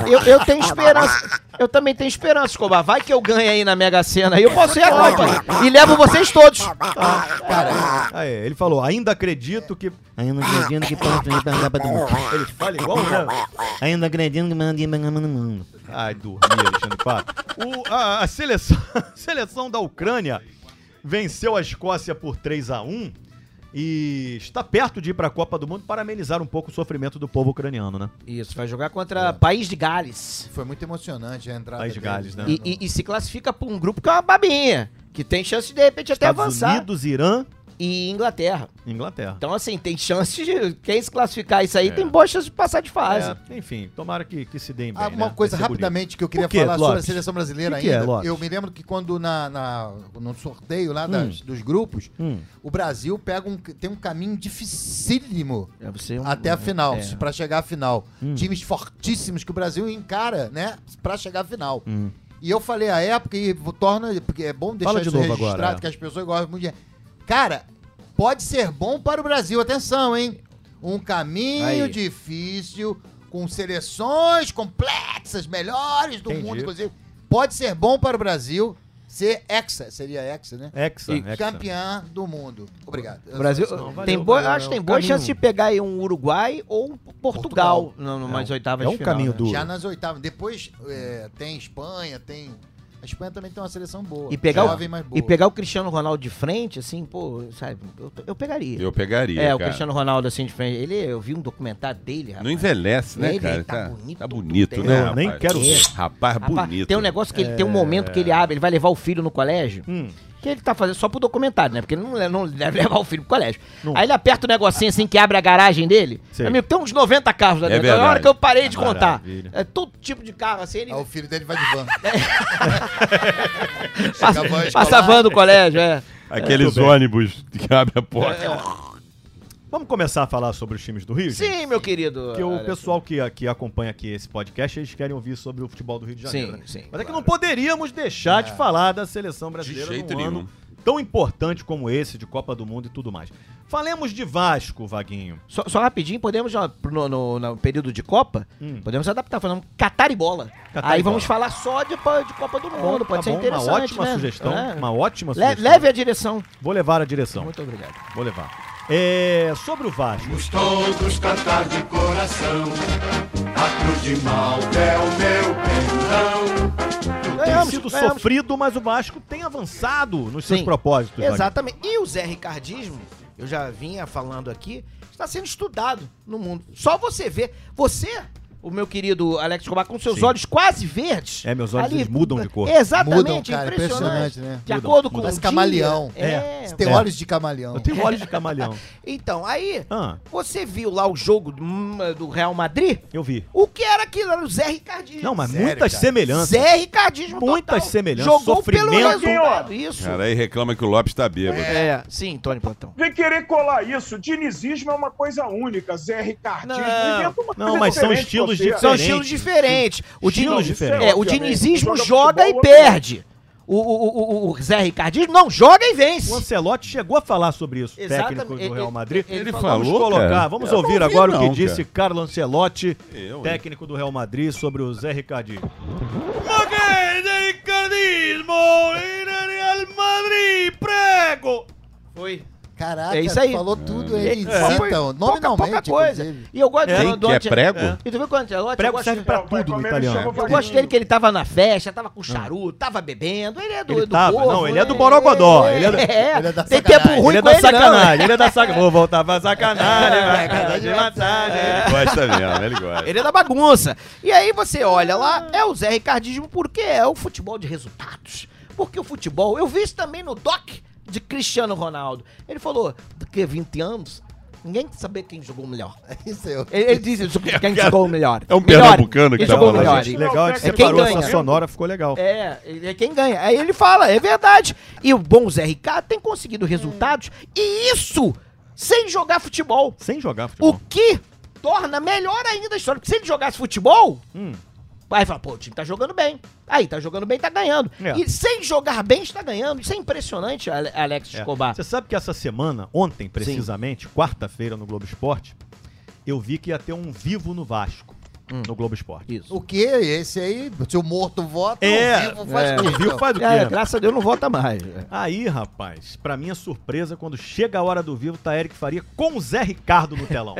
Speaker 4: Eu, eu tenho esperança. Eu também tenho esperança, Escobar. Vai que eu ganho aí na Mega Sena. aí, Eu posso ir à Copa. E levo vocês todos.
Speaker 2: Ah, é, ele falou, ainda acredito que...
Speaker 9: Ainda acredito que pode ir pra Copa do Mundo.
Speaker 2: Ele fala igual o Ram.
Speaker 9: Ainda acredito que manda ir pra Copa do Mundo.
Speaker 2: Ai, dormi, Alexandre Pato. O- a, a seleção, a seleção da Ucrânia venceu a Escócia por 3 a 1 e está perto de ir para a Copa do Mundo para amenizar um pouco o sofrimento do povo ucraniano, né?
Speaker 4: Isso, vai jogar contra
Speaker 5: É.
Speaker 4: País de Gales.
Speaker 6: Foi muito emocionante a entrada.
Speaker 2: País de
Speaker 6: deles,
Speaker 2: Gales, né?
Speaker 6: no-
Speaker 4: E, e- e se classifica pra um grupo que é uma babinha. Que tem chance de, de repente, até
Speaker 2: Estados
Speaker 4: avançar.
Speaker 2: Unidos, Irã
Speaker 4: E Inglaterra.
Speaker 2: e Inglaterra.
Speaker 4: Então, assim, tem chance de. Quem se classificar isso aí tem boa chance de passar de fase.
Speaker 2: É, enfim, tomara que, que se deem bem,
Speaker 6: Ah,
Speaker 2: né?
Speaker 6: uma coisa
Speaker 2: Vai ser bonito.
Speaker 6: rapidamente que eu queria
Speaker 2: Por quê,
Speaker 6: falar sobre a
Speaker 2: Lopes?
Speaker 6: seleção brasileira
Speaker 2: O que que é,
Speaker 6: ainda.
Speaker 2: Lopes?
Speaker 6: eu me lembro que quando na, na- no sorteio lá das- dos grupos, o Brasil pega um, tem um caminho dificílimo
Speaker 4: É, você é um-
Speaker 6: até a
Speaker 2: né?
Speaker 6: final,
Speaker 4: é.
Speaker 6: pra chegar à final.
Speaker 2: Hum.
Speaker 6: Times fortíssimos que o Brasil encara, né, pra chegar à final. E eu falei à época e vo- torna, porque é bom deixar
Speaker 2: Hum. Fala de
Speaker 6: isso
Speaker 2: novo agora,
Speaker 6: registrado,
Speaker 2: é.
Speaker 6: que as pessoas gostam muito de... Cara, pode ser bom para o Brasil, atenção, hein? Um caminho
Speaker 4: Aí.
Speaker 6: difícil, com seleções complexas, melhores do
Speaker 2: Entendi.
Speaker 6: mundo, inclusive. Pode ser bom para o Brasil ser hexa, seria hexa, né?
Speaker 2: Hexa,
Speaker 4: E
Speaker 2: É, hexa.
Speaker 6: campeão do mundo. Obrigado.
Speaker 4: O Brasil
Speaker 2: Não, valeu,
Speaker 4: tem boa,
Speaker 2: valeu,
Speaker 4: acho que
Speaker 2: é
Speaker 4: tem
Speaker 2: um
Speaker 4: boa
Speaker 2: caminho.
Speaker 4: chance de pegar aí um Uruguai ou um Portugal,
Speaker 6: Portugal.
Speaker 4: Não,
Speaker 2: É
Speaker 4: numas
Speaker 2: um-
Speaker 4: oitavas
Speaker 2: é
Speaker 4: de
Speaker 2: um
Speaker 4: final,
Speaker 2: caminho
Speaker 4: né?
Speaker 2: duro.
Speaker 6: Já nas oitavas. Depois é, tem Espanha, tem. A Espanha também tem uma seleção boa.
Speaker 4: E pegar,
Speaker 6: jovem, mas
Speaker 4: o,
Speaker 6: boa.
Speaker 4: e pegar o Cristiano Ronaldo de frente, assim, pô, sabe, eu, eu pegaria.
Speaker 5: Eu pegaria,
Speaker 4: é, o
Speaker 5: cara.
Speaker 4: Cristiano Ronaldo assim de frente. Ele, eu vi um documentário dele, rapaz.
Speaker 5: Não envelhece, né,
Speaker 4: Ele
Speaker 5: cara?
Speaker 4: tá bonito,
Speaker 5: tá bonito
Speaker 4: tudo
Speaker 5: né,
Speaker 2: bem.
Speaker 5: rapaz?
Speaker 2: Eu nem quero ver.
Speaker 5: Rapaz,
Speaker 2: Tá
Speaker 4: Rapaz,
Speaker 5: bonito.
Speaker 2: né?
Speaker 4: Tem um negócio que ele tem um momento que ele abre, ele vai levar o filho no colégio.
Speaker 2: Hum.
Speaker 4: Que ele tá fazendo só pro documentário, né? Porque ele não, le- não deve levar o filho pro colégio. Aí ele aperta o negocinho assim que abre a garagem dele.
Speaker 2: Sei.
Speaker 4: Amigo, tem uns 90 carros lá
Speaker 5: É
Speaker 4: dentro. É a
Speaker 5: verdade.
Speaker 4: hora que eu parei de contar.
Speaker 2: Maravilha.
Speaker 4: É todo tipo de carro assim, ele
Speaker 6: Ah, o filho dele vai de van.
Speaker 4: passa,
Speaker 6: Acabou a escola.
Speaker 4: passa a van do colégio, é.
Speaker 5: Aqueles ônibus que abrem a porta.
Speaker 2: Vamos começar a falar sobre os times do Rio? gente?
Speaker 4: Sim, meu querido.
Speaker 2: Porque o
Speaker 4: Alex.
Speaker 2: pessoal que, que acompanha aqui esse podcast, eles querem ouvir sobre o futebol do Rio de Janeiro.
Speaker 4: Sim,
Speaker 2: né?
Speaker 4: sim,
Speaker 2: Mas é que
Speaker 4: claro. É.
Speaker 2: não poderíamos deixar de falar da seleção brasileira
Speaker 5: De jeito
Speaker 2: num
Speaker 5: nenhum.
Speaker 2: ano tão importante como esse, de Copa do Mundo e tudo mais. Falemos de Vasco, Vaguinho.
Speaker 4: Só, só rapidinho, podemos, ó, pro- no, no- no período de Copa, podemos adaptar, fazer um Catar e bola.
Speaker 2: Hum. Catar
Speaker 4: Aí
Speaker 2: e
Speaker 4: vamos
Speaker 2: bola.
Speaker 4: falar só de, pa- de Copa do Mundo,
Speaker 2: Tá
Speaker 4: pode ser
Speaker 2: bom,
Speaker 4: interessante.
Speaker 2: Uma ótima
Speaker 4: né?
Speaker 2: sugestão,
Speaker 4: É.
Speaker 2: uma ótima
Speaker 4: Le-
Speaker 2: sugestão. Então.
Speaker 4: leve a direção.
Speaker 2: Vou levar a direção,
Speaker 4: Muito obrigado.
Speaker 2: vou levar. É, sobre o Vasco,
Speaker 10: todos cantar de coração. A cruz de Malta é o meu pendão.
Speaker 2: tem sido sofrido, mas o Vasco tem avançado nos seus
Speaker 4: Sim.
Speaker 2: propósitos. Vaguinho.
Speaker 4: Exatamente. E o Zé Ricardismo, eu já vinha falando aqui, está sendo estudado no mundo. Só você vê. Você, o meu querido Alex Cobar, com seus
Speaker 2: Sim.
Speaker 4: olhos quase verdes.
Speaker 2: É, meus olhos, eles mudam de cor.
Speaker 4: Exatamente,
Speaker 6: Mudam, cara,
Speaker 4: impressionante.
Speaker 6: impressionante, né?
Speaker 4: De
Speaker 2: Mudam,
Speaker 4: acordo com
Speaker 2: mudam.
Speaker 4: o
Speaker 6: Parece camaleão.
Speaker 4: dia. É.
Speaker 6: Tem
Speaker 2: É.
Speaker 6: olhos de camaleão.
Speaker 2: Eu tenho olhos de camaleão.
Speaker 4: Então, aí,
Speaker 2: Ah,
Speaker 4: você viu lá o jogo do- do Real Madrid?
Speaker 2: eu vi.
Speaker 4: O que era aquilo? Era o Zé Ricardismo.
Speaker 2: Não, mas
Speaker 6: Sério,
Speaker 2: muitas
Speaker 6: cara?
Speaker 2: semelhanças.
Speaker 4: Zé Ricardismo
Speaker 2: Muitas
Speaker 4: total.
Speaker 2: semelhanças,
Speaker 4: Jogou pelo
Speaker 2: sofrimento.
Speaker 4: resultado, isso.
Speaker 5: Cara, aí reclama que o Lopes tá bêbado.
Speaker 4: É, sim, Tony Platão.
Speaker 7: Vem querer colar isso. Dinizismo é uma coisa única. Zé Ricardismo
Speaker 4: Não,
Speaker 7: inventa uma
Speaker 2: não,
Speaker 7: coisa
Speaker 2: mas são
Speaker 7: diferente
Speaker 2: estilos
Speaker 7: você.
Speaker 2: diferentes.
Speaker 4: São estilos diferentes. O
Speaker 2: Estilos
Speaker 4: Diniz-
Speaker 2: diferentes.
Speaker 4: É, o
Speaker 7: Obviamente.
Speaker 4: dinizismo
Speaker 7: Joga
Speaker 4: joga e
Speaker 7: futebol, né?
Speaker 4: perde. O, o, o, o Zé Ricardismo não joga e
Speaker 2: O
Speaker 4: vence.
Speaker 2: Ancelotti chegou a falar sobre isso,
Speaker 4: Exatamente.
Speaker 2: técnico do
Speaker 4: Ele-
Speaker 2: Real Madrid.
Speaker 4: ele
Speaker 2: vamos
Speaker 5: falou,
Speaker 2: colocar,
Speaker 5: cara?
Speaker 2: vamos
Speaker 5: Eu
Speaker 2: ouvir
Speaker 5: não vi
Speaker 2: agora o que
Speaker 5: não,
Speaker 2: disse Carlo Ancelotti,
Speaker 5: Eu, hein?
Speaker 2: técnico do Real Madrid, sobre o Zé Ricardinho.
Speaker 4: Foi.
Speaker 6: Caraca,
Speaker 4: É isso aí.
Speaker 6: falou tudo, hein?
Speaker 4: Ele
Speaker 6: Eles
Speaker 4: é.
Speaker 6: citam, então? nominalmente,
Speaker 4: pouca coisa.
Speaker 6: inclusive.
Speaker 4: E eu gosto
Speaker 2: É.
Speaker 4: do-
Speaker 5: Quem
Speaker 4: do
Speaker 5: que é
Speaker 4: Ante-
Speaker 5: prego?
Speaker 4: E tu viu com o Ancelotti? eu
Speaker 2: Prego
Speaker 4: gosto
Speaker 2: serve
Speaker 4: dele.
Speaker 2: pra
Speaker 7: Não, vai
Speaker 2: tudo no
Speaker 7: comer, ele
Speaker 2: italiano.
Speaker 7: chama
Speaker 4: Eu gosto dele que ele tava na festa, tava com charuto, tava bebendo. Ele é do,
Speaker 2: Ah. Ele
Speaker 4: do
Speaker 2: tava,
Speaker 4: povo,
Speaker 2: não, ele é do
Speaker 4: né?
Speaker 2: Borogodó, ele é do-
Speaker 6: ele é da
Speaker 4: Tem
Speaker 6: sacanagem.
Speaker 4: tempo ruim
Speaker 2: ele é
Speaker 4: com
Speaker 2: da
Speaker 4: ele, não.
Speaker 2: sacanagem, ele é da sacanagem. Vou voltar pra
Speaker 6: É,
Speaker 2: sacanagem, vai casar de massagem.
Speaker 5: Ele gosta mesmo, ele gosta.
Speaker 4: Ele é da bagunça. E aí você olha lá, é o Zé Ricardismo porque é o futebol de resultados. Porque o futebol, eu vi isso também no doc de Cristiano Ronaldo. Ele falou, do que 20 anos? Ninguém quer saber quem jogou melhor.
Speaker 6: Isso eu.
Speaker 4: Ele, ele diz isso, quem jogou melhor.
Speaker 5: É um
Speaker 4: Melhor,
Speaker 5: pernambucano que
Speaker 4: quem
Speaker 5: tá
Speaker 4: jogou
Speaker 5: falando
Speaker 4: melhor.
Speaker 5: isso.
Speaker 2: Legal é que
Speaker 7: É
Speaker 2: você
Speaker 4: quem
Speaker 2: parou
Speaker 4: ganha.
Speaker 2: essa sonora, ficou legal.
Speaker 4: É, ele é quem ganha. Aí ele fala, é verdade. E o bom Zé Ricardo tem conseguido resultados, e isso sem jogar futebol.
Speaker 2: Sem jogar futebol.
Speaker 4: O que torna melhor ainda a história. Porque se ele jogasse futebol,
Speaker 2: Hum.
Speaker 4: aí fala, pô, o time tá jogando bem. Aí, tá jogando bem, tá ganhando.
Speaker 2: É.
Speaker 4: E sem jogar bem, está ganhando. Isso é impressionante, Ale- Alex
Speaker 2: É.
Speaker 4: Escobar.
Speaker 2: Você sabe que essa semana, ontem precisamente, quarta-feira no Globo Esporte, eu vi que ia ter um vivo no Vasco, no Globo Esporte.
Speaker 4: Isso.
Speaker 6: O que? Esse aí, se o morto vota,
Speaker 2: É,
Speaker 6: o vivo faz
Speaker 2: é. O vivo faz o quê?
Speaker 4: É, graças a Deus não vota mais. é.
Speaker 2: Aí, rapaz, pra minha surpresa, quando chega a hora do vivo, tá Eric Faria com o Zé Ricardo no telão.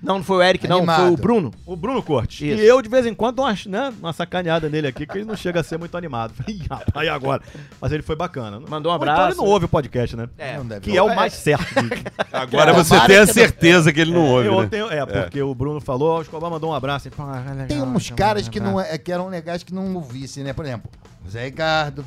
Speaker 4: Não, não foi o Eric, não,
Speaker 6: Animado.
Speaker 4: foi o Bruno.
Speaker 2: o Bruno Cortes.
Speaker 4: Isso.
Speaker 2: E eu, de vez em quando, dou uma, né, uma sacaneada nele aqui, que ele não chega a ser muito animado. Falei, "Ih, rapaz, e agora? Mas ele foi bacana.
Speaker 4: Mandou um
Speaker 2: Ou então
Speaker 4: abraço.
Speaker 2: ele não ouve o podcast, né?
Speaker 6: Não deve
Speaker 2: Que é o mais certo. de-
Speaker 5: Agora
Speaker 6: Tomara
Speaker 5: você tem a
Speaker 6: que-
Speaker 5: certeza que ele não ouve,
Speaker 2: Eu
Speaker 5: né?
Speaker 2: tenho- é, porque o Bruno falou, o Escobar mandou um abraço. Ele falou, "Ah,
Speaker 6: Tem um-
Speaker 2: legal,
Speaker 6: uns
Speaker 2: legal,
Speaker 6: caras que,
Speaker 2: legal."
Speaker 6: não, é- que eram legais que não ouvissem, né? Por exemplo, o Zé Ricardo,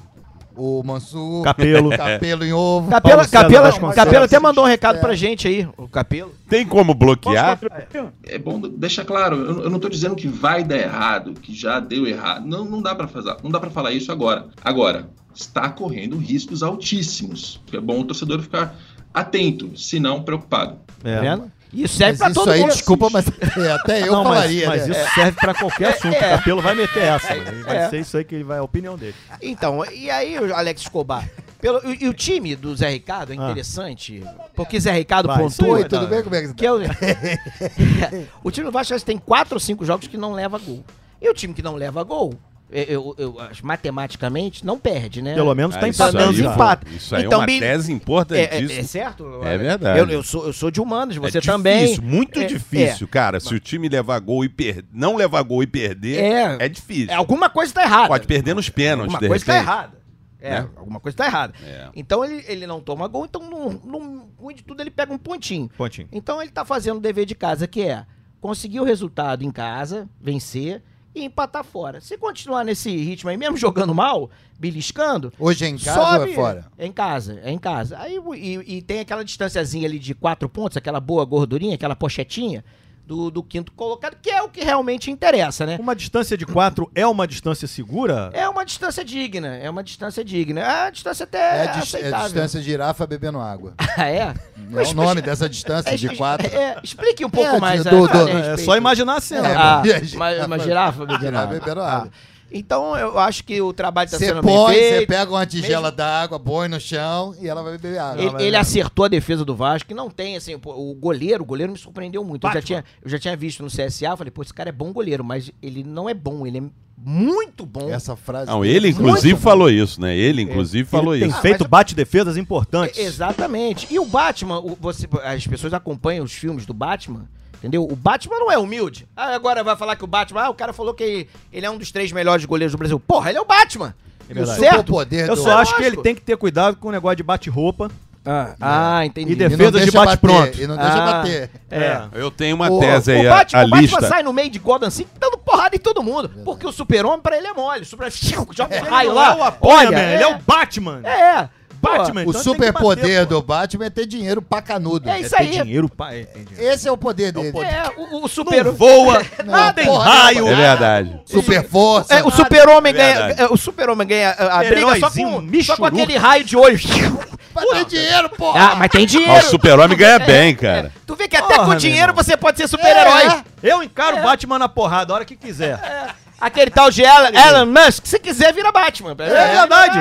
Speaker 6: o Mansur,
Speaker 2: Capelo.
Speaker 6: Capelo em ovo.
Speaker 2: Paulo
Speaker 4: Capela,
Speaker 2: César
Speaker 4: Capela,
Speaker 2: Vasconcelos.
Speaker 4: Capela até mandou um recado
Speaker 6: É.
Speaker 4: pra gente aí, o Capelo.
Speaker 5: Tem como
Speaker 7: Posso
Speaker 5: bloquear?
Speaker 7: contribuir?
Speaker 10: É bom deixar claro, eu, eu não tô dizendo que vai dar errado, que já deu errado. Não, não dá para fazer, não dá para falar isso agora. Agora, está correndo riscos altíssimos. É bom o torcedor ficar atento, se não preocupado.
Speaker 2: É.
Speaker 4: Tá vendo? Isso serve
Speaker 6: Mas
Speaker 4: pra
Speaker 6: isso
Speaker 4: todo
Speaker 6: aí,
Speaker 4: mundo.
Speaker 6: desculpa, mas é, até eu
Speaker 2: Não, mas-
Speaker 6: falaria.
Speaker 2: mas,
Speaker 6: né?
Speaker 2: isso serve pra qualquer assunto. O Capelo vai meter essa. mas ele vai
Speaker 4: É.
Speaker 2: ser isso aí que ele vai, a opinião dele.
Speaker 4: Então, e aí, o Alex Escobar? Pelo, e, e o time do Zé Ricardo é interessante, porque Zé Ricardo
Speaker 2: Vai, isso
Speaker 4: pontua.
Speaker 2: aí.
Speaker 6: Oi, tudo bem? Como é que você tá?
Speaker 4: Que é o... o time do Vasco acho que tem quatro ou cinco jogos que não leva gol. E o time que não leva gol, eu, eu- eu acho, matematicamente, não perde, né?
Speaker 2: Pelo menos tá
Speaker 5: Ah, isso
Speaker 2: empatando.
Speaker 5: aí,
Speaker 2: já.
Speaker 4: empata.
Speaker 5: Isso aí
Speaker 4: Então,
Speaker 5: é uma
Speaker 4: bem-
Speaker 5: tese
Speaker 4: é,
Speaker 5: importantíssima.
Speaker 4: é, é certo?
Speaker 5: É verdade.
Speaker 4: Eu, eu sou, eu sou de humanos, você
Speaker 5: É difícil,
Speaker 4: também.
Speaker 5: muito
Speaker 4: É,
Speaker 5: difícil, cara. Se o time levar gol e per... não levar gol e perder, é,
Speaker 4: É.
Speaker 5: difícil.
Speaker 4: É, alguma coisa tá errada.
Speaker 5: Pode perder nos pênaltis,
Speaker 4: Alguma
Speaker 5: de
Speaker 4: coisa tá
Speaker 5: repente.
Speaker 4: errada. É,
Speaker 5: Né?
Speaker 4: alguma coisa tá errada.
Speaker 5: É.
Speaker 4: Então ele, ele não toma gol, então no, no ruim de tudo ele pega um pontinho.
Speaker 2: Pontinho.
Speaker 4: Então ele tá fazendo o dever de casa, que é conseguir o resultado em casa, vencer e empatar fora. Se continuar nesse ritmo aí, mesmo jogando mal, beliscando,
Speaker 6: Hoje é em casa ou
Speaker 4: sobe.
Speaker 6: é fora?
Speaker 4: É em casa, é em casa. Aí, o- e, e tem aquela distânciazinha ali de quatro pontos, aquela boa gordurinha, aquela pochetinha do, do quinto colocado, que é o que realmente interessa, né?
Speaker 2: Uma distância de 4 é uma distância segura?
Speaker 4: É uma distância digna, é uma distância digna. É uma distância até
Speaker 6: É, a dis- é
Speaker 4: aceitável.
Speaker 6: a distância girafa bebendo água.
Speaker 4: Ah, é?
Speaker 6: Não é o nome dessa distância de quatro.
Speaker 4: É, explique um pouco
Speaker 6: É,
Speaker 4: mais.
Speaker 6: do- do-
Speaker 4: a
Speaker 6: é,
Speaker 2: É
Speaker 4: respeito.
Speaker 2: só imaginar a cena.
Speaker 6: É.
Speaker 4: Ah,
Speaker 6: E a gi-
Speaker 4: uma, uma girafa bebendo
Speaker 6: Girafa é
Speaker 4: água.
Speaker 6: bebendo água.
Speaker 4: Ah, Então eu acho que o trabalho está
Speaker 6: Você
Speaker 4: sendo bem
Speaker 6: põe, você
Speaker 4: feito.
Speaker 6: pega uma tigela d'água, põe no chão e ela vai beber água.
Speaker 4: Ele, ele acertou a defesa do Vasco, que não tem, assim, pô, o goleiro, o goleiro me surpreendeu muito. Eu já,
Speaker 2: Batman.
Speaker 4: tinha, eu já tinha visto no CSA, falei, pô, esse cara é bom goleiro, mas ele não é bom, ele é muito bom.
Speaker 6: Essa frase. é
Speaker 5: Não, ele inclusive falou isso, né? Ele inclusive falou
Speaker 2: Ele tem
Speaker 5: isso.
Speaker 2: feito
Speaker 4: mas-
Speaker 2: bate-defesas importantes.
Speaker 4: É, Exatamente. E o Batman, o- você, as pessoas acompanham os filmes do Batman, entendeu? O Batman não é humilde. Ah, agora vai falar que o Batman, ah, o cara falou que ele é um dos três melhores goleiros do Brasil. Porra, ele é o Batman.
Speaker 2: É verdade.
Speaker 6: Certo? O
Speaker 4: Certo?
Speaker 6: superpoder
Speaker 2: Eu
Speaker 6: do-
Speaker 2: só acho
Speaker 4: Lógico.
Speaker 2: que ele tem que ter cuidado com o negócio de bate-roupa.
Speaker 4: Ah, ah, entendi.
Speaker 2: E def-
Speaker 6: E não
Speaker 2: defesa de
Speaker 6: deixa
Speaker 2: bate
Speaker 6: bater,
Speaker 2: pronto.
Speaker 6: E não deixa
Speaker 4: Ah.
Speaker 6: bater.
Speaker 2: É.
Speaker 5: Eu tenho uma
Speaker 6: O-
Speaker 5: tese aí,
Speaker 4: o
Speaker 5: a-
Speaker 4: Batman,
Speaker 5: a,
Speaker 4: o Batman
Speaker 5: lista.
Speaker 4: sai no meio de Gordon assim, dando porrada em todo mundo. Porque o super-homem pra ele é mole. O super joga um raio
Speaker 2: Ele não é o
Speaker 4: lá.
Speaker 2: Apoia,
Speaker 4: Olha,
Speaker 2: Man, ele é o Batman.
Speaker 4: né? É, Batman.
Speaker 2: Batman.
Speaker 6: O
Speaker 2: então tem que
Speaker 6: superpoder
Speaker 2: bater, pô.
Speaker 6: do Batman é ter dinheiro pra canudo.
Speaker 4: É
Speaker 2: É
Speaker 4: isso
Speaker 2: ter
Speaker 4: aí.
Speaker 2: dinheiro, pai. É, tem dinheiro.
Speaker 6: Esse é o poder dele.
Speaker 4: É, o, o super...
Speaker 2: Não voa,
Speaker 6: Não,
Speaker 2: nada em
Speaker 6: porra,
Speaker 2: raio.
Speaker 6: não,
Speaker 5: É verdade.
Speaker 6: Super força.
Speaker 4: É, o super-homem ganha,
Speaker 5: Verdade.
Speaker 4: é, o super-homem ganha a, a briga só
Speaker 2: Heróizinho
Speaker 4: com, só
Speaker 2: michuruca.
Speaker 4: com aquele raio de olho.
Speaker 6: Mas tem dinheiro, pô.
Speaker 4: Ah, mas tem
Speaker 5: Mas
Speaker 4: dinheiro.
Speaker 5: o super-homem ganha
Speaker 4: é
Speaker 5: bem, cara.
Speaker 4: Tu vê que até
Speaker 2: Porra,
Speaker 4: com
Speaker 2: meu
Speaker 4: dinheiro
Speaker 2: irmão.
Speaker 4: você pode ser super-herói.
Speaker 6: É.
Speaker 2: Eu encaro o Batman na porrada, a hora que quiser.
Speaker 4: Aquele tal de Alan, Elon Musk, se quiser vira Batman.
Speaker 2: É, verdade,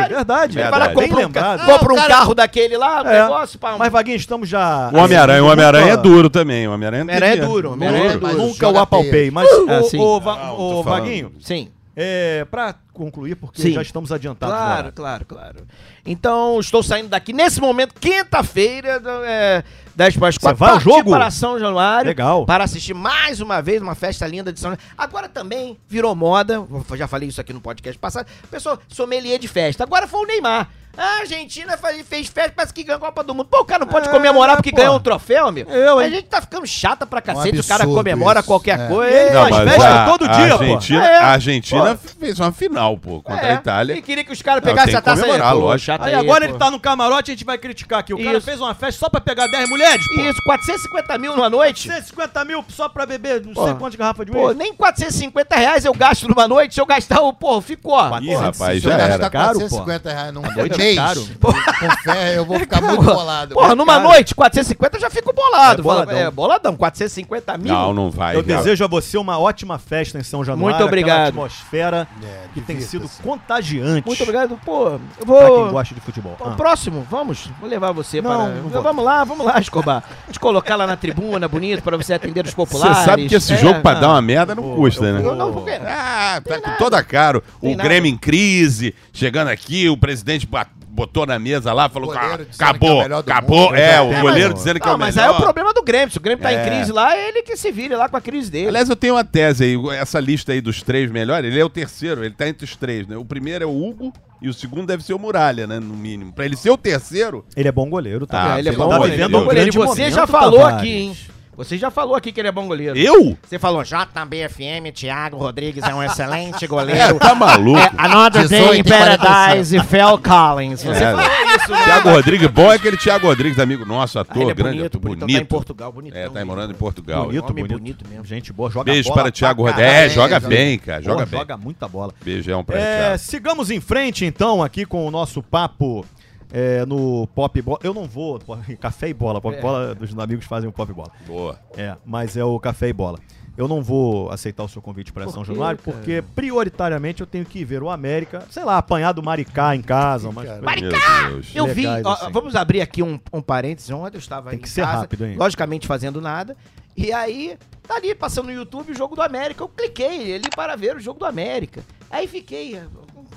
Speaker 2: verdade.
Speaker 5: Verdade.
Speaker 2: Fala,
Speaker 4: compra
Speaker 2: Bem
Speaker 4: um,
Speaker 2: lembrado.
Speaker 4: ca- compra um
Speaker 6: Ah, o cara-
Speaker 4: carro daquele lá, um
Speaker 2: É.
Speaker 4: negócio pra...
Speaker 2: Mas, Vaguinho, estamos já...
Speaker 5: O Homem-Aranha, o
Speaker 2: Nunca-
Speaker 5: Homem-Aranha é duro também. O Homem-Aranha tem
Speaker 4: Homem-Aranha é
Speaker 5: dinheiro.
Speaker 4: duro, Homem-Aranha é
Speaker 5: Duro.
Speaker 6: duro.
Speaker 2: Nunca o
Speaker 6: Joga
Speaker 2: apalpei,
Speaker 6: teia.
Speaker 2: mas é assim.
Speaker 4: Ah,
Speaker 2: o-
Speaker 4: sim.
Speaker 2: o, Va-
Speaker 5: Não,
Speaker 2: o
Speaker 5: tô falando.
Speaker 2: Vaguinho,
Speaker 4: Sim.
Speaker 2: é, pra concluir, porque
Speaker 4: Sim.
Speaker 2: já estamos adiantados.
Speaker 4: Claro,
Speaker 2: né?
Speaker 4: claro, claro. Então, estou saindo daqui nesse momento, quinta-feira, do- é, 10 para as 4.
Speaker 2: vai ao jogo?
Speaker 4: Para São Januário.
Speaker 2: Legal.
Speaker 4: Para assistir mais uma vez uma festa linda de São Januário. Agora também virou moda, eu já falei isso aqui no podcast passado, pessoal sommelier de festa. Agora foi o Neymar. A Argentina fa- fez festa, parece que ganhou a Copa do Mundo. Pô, o cara não pode
Speaker 2: É,
Speaker 4: comemorar porque
Speaker 2: pô.
Speaker 4: ganhou um troféu, amigo.
Speaker 2: Eu, hein?
Speaker 4: a gente tá ficando chata pra cacete, o cara
Speaker 6: absurdo
Speaker 4: comemora
Speaker 6: isso,
Speaker 4: qualquer
Speaker 6: é.
Speaker 4: coisa.
Speaker 5: Não,
Speaker 2: Faz
Speaker 5: mas
Speaker 2: festa
Speaker 5: a,
Speaker 2: todo
Speaker 5: a
Speaker 2: dia, pô.
Speaker 5: Argentina,
Speaker 4: É.
Speaker 5: a Argentina
Speaker 4: Pô.
Speaker 5: fez uma final final, pô, contra a Itália.
Speaker 4: E queria que os caras
Speaker 5: Não,
Speaker 4: pegassem
Speaker 5: tem
Speaker 4: a
Speaker 5: que
Speaker 4: taça aí.
Speaker 5: comemorar,
Speaker 4: Pô,
Speaker 5: lógico.
Speaker 4: chata
Speaker 2: Aí agora
Speaker 4: pô.
Speaker 2: ele tá no camarote, a gente vai criticar aqui. O cara
Speaker 4: Isso.
Speaker 2: fez uma festa só pra pegar 10 mulheres, pô.
Speaker 4: Isso, 450 mil numa noite?
Speaker 2: 150 mil só pra beber não
Speaker 4: Pô.
Speaker 2: sei quantas garrafas de
Speaker 4: Pô,
Speaker 2: uísque.
Speaker 4: nem 450 reais eu gasto numa noite. Se eu gastar, o porra, fico, ó.
Speaker 5: Ih, rapaz,
Speaker 6: Se eu
Speaker 5: já era.
Speaker 6: gastar
Speaker 2: Caro,
Speaker 6: 450 reais num
Speaker 2: noite é
Speaker 6: mês,
Speaker 2: caro.
Speaker 6: com fé, eu vou ficar tá muito bolado.
Speaker 4: Porra, numa
Speaker 6: Cara,
Speaker 4: noite, 450 eu já fico bolado.
Speaker 2: É
Speaker 4: Fala,
Speaker 2: boladão.
Speaker 4: é, boladão, 450 mil.
Speaker 5: Não, não vai.
Speaker 2: Eu
Speaker 5: cara.
Speaker 2: desejo a você uma ótima festa em São Januário.
Speaker 4: Muito
Speaker 2: aquela
Speaker 4: obrigado.
Speaker 2: atmosfera
Speaker 6: É,
Speaker 2: que tem sido
Speaker 6: divirta-se.
Speaker 2: contagiante
Speaker 4: Muito obrigado. Pô, eu
Speaker 2: pra quem
Speaker 4: vou.
Speaker 2: gosta de futebol.
Speaker 4: O
Speaker 2: Ah.
Speaker 4: próximo, vamos, vou levar você
Speaker 2: Não,
Speaker 4: para.
Speaker 2: não vou.
Speaker 4: Vamos lá, vamos lá, Escobar. Te colocar lá na tribuna, bonito, pra você atender os
Speaker 5: Você
Speaker 4: populares.
Speaker 5: sabe que esse
Speaker 4: É,
Speaker 5: jogo, pra
Speaker 4: não.
Speaker 5: dar uma merda, não
Speaker 2: Pô,
Speaker 5: custa,
Speaker 2: eu
Speaker 5: né?
Speaker 4: Eu não vou querer.
Speaker 5: Ah, tá com toda caro.
Speaker 4: Tem
Speaker 5: O
Speaker 4: nada.
Speaker 5: Grêmio em crise, chegando aqui, o presidente ba- botou na mesa lá, falou: "Ah,
Speaker 6: goleiro dizendo que é o
Speaker 5: acabou,
Speaker 6: melhor do
Speaker 5: acabou.
Speaker 6: mundo.
Speaker 5: É,
Speaker 6: Já
Speaker 5: o
Speaker 6: tem,
Speaker 5: goleiro
Speaker 6: mano.
Speaker 5: dizendo que é
Speaker 4: Não,
Speaker 5: o melhor.
Speaker 4: mas aí é o problema do Grêmio. Se o Grêmio tá
Speaker 5: É.
Speaker 4: em crise lá, ele que se vire lá com a crise dele.
Speaker 5: Aliás, eu tenho uma tese aí. Essa lista aí dos três melhores, ele é o terceiro, ele tá entre os três, né? O primeiro é o Hugo e o segundo deve ser o Muralha, né? No mínimo. Pra ele ser o terceiro.
Speaker 2: Ele é bom goleiro,
Speaker 5: Ah,
Speaker 2: tá?
Speaker 4: ele é
Speaker 5: pelo
Speaker 4: bom
Speaker 5: amor
Speaker 4: goleiro.
Speaker 5: de
Speaker 4: Ele é
Speaker 5: Deus.
Speaker 4: bom goleiro. E
Speaker 2: Grande
Speaker 4: você
Speaker 2: momento, tá,
Speaker 4: já falou
Speaker 2: Tavares.
Speaker 4: aqui, hein? Você já falou aqui que ele é bom goleiro.
Speaker 5: Eu?
Speaker 4: Você falou, JBFM, Thiago Rodrigues é um excelente
Speaker 5: É,
Speaker 4: goleiro.
Speaker 5: tá maluco.
Speaker 4: Another Day in
Speaker 6: 18 e 45.
Speaker 4: Paradise, Phil Collins. Você
Speaker 5: É.
Speaker 4: falou isso, né?
Speaker 5: Thiago Rodrigues, bom é aquele Thiago Rodrigues, amigo nosso,
Speaker 4: Ah, ele
Speaker 5: ator,
Speaker 4: é
Speaker 5: grande,
Speaker 4: bonito,
Speaker 5: ator,
Speaker 4: bonito.
Speaker 5: bonito.
Speaker 4: Tá em Portugal, bonito.
Speaker 5: É, um tá em- morando em Portugal.
Speaker 2: Bonito,
Speaker 4: Homem
Speaker 2: bonito.
Speaker 4: bonito mesmo.
Speaker 2: Gente boa, joga
Speaker 5: Beijo
Speaker 2: bola
Speaker 5: para
Speaker 2: pra
Speaker 5: Thiago Rodrigues.
Speaker 6: caralho,
Speaker 5: É, joga
Speaker 6: joga-
Speaker 5: bem, cara,
Speaker 2: Porra,
Speaker 5: joga bem.
Speaker 2: Joga muita bola.
Speaker 5: Beijão pra ele,
Speaker 2: É,
Speaker 5: Thiago.
Speaker 2: sigamos em frente, então, aqui com o nosso papo é, no Pop Bola. Eu não vou, pô, café e bola. Pop
Speaker 4: É.
Speaker 2: Bola, os amigos fazem o Pop Bola.
Speaker 5: Boa.
Speaker 2: É, mas é o café e bola. Eu não vou aceitar o seu convite para
Speaker 4: Por
Speaker 2: São
Speaker 4: quê,
Speaker 2: Januário,
Speaker 4: cara?
Speaker 2: porque prioritariamente eu tenho que ir ver o América, sei lá, apanhar do Maricá em casa, mas
Speaker 5: Maricá! Deus.
Speaker 4: Eu vi,
Speaker 2: Legais,
Speaker 4: ó,
Speaker 2: assim.
Speaker 4: vamos abrir aqui um, um parênteses. Ontem eu estava
Speaker 2: Tem
Speaker 4: em
Speaker 2: que ser
Speaker 4: casa,
Speaker 2: rápido, hein?
Speaker 4: logicamente fazendo nada. E aí, tá ali passando no YouTube o jogo do América. Eu cliquei ali para ver o jogo do América. Aí fiquei, eh,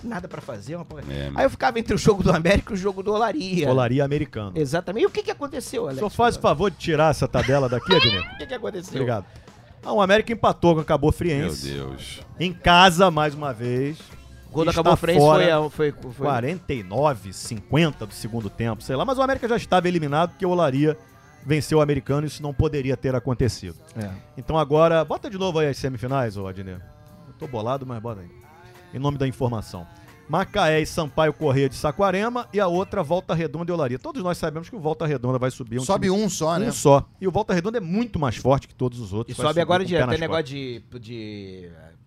Speaker 4: nada pra fazer. Uma... porra.
Speaker 5: É,
Speaker 4: Aí eu ficava entre o jogo do América e o jogo do Olaria.
Speaker 2: Olaria americano.
Speaker 4: Exatamente. E o que, que aconteceu,
Speaker 2: O
Speaker 4: Alex?
Speaker 2: senhor faz o favor de tirar essa tabela daqui, Adnet?
Speaker 4: O que, que aconteceu?
Speaker 2: Obrigado. Ah, o América empatou, acabou
Speaker 5: meu
Speaker 2: Friense.
Speaker 5: Deus.
Speaker 2: Em casa, mais uma vez.
Speaker 4: O gol da
Speaker 2: Está
Speaker 4: Cabo Frente
Speaker 2: fora.
Speaker 4: foi, a- foi, foi,
Speaker 2: 49, 50 do segundo tempo, sei lá. Mas o América já estava eliminado porque o Olaria venceu o americano e isso não poderia ter acontecido.
Speaker 4: É.
Speaker 2: Então agora, bota de novo aí as semifinais, ô Adnet. Eu tô bolado, mas bota aí. Em nome da informação. Macaé e Sampaio Correia de Saquarema e a outra Volta Redonda e Olaria. Todos nós sabemos que o Volta Redonda vai subir um
Speaker 6: Sobe
Speaker 2: time-
Speaker 6: um só, né?
Speaker 2: um só. E o Volta Redonda é muito mais forte que todos os
Speaker 4: E
Speaker 2: outros. Vai
Speaker 4: sobe
Speaker 2: subir
Speaker 4: agora
Speaker 2: assim, com o
Speaker 4: de,
Speaker 2: pé nas
Speaker 4: tem negócio de, de. eh,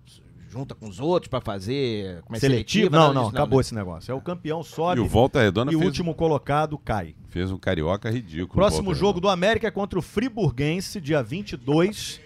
Speaker 4: Junta com os outros pra fazer. Como é, seletiva,
Speaker 2: Não,
Speaker 4: nada
Speaker 2: não,
Speaker 4: disso,
Speaker 2: acabou
Speaker 4: né?
Speaker 2: esse negócio. É o campeão
Speaker 5: E
Speaker 2: sobe
Speaker 5: o Volta Redonda
Speaker 2: e o
Speaker 5: fez,
Speaker 2: último colocado cai.
Speaker 5: fez um carioca ridículo.
Speaker 2: Próximo
Speaker 5: Volta
Speaker 2: jogo do América é contra o Friburguense, dia 22.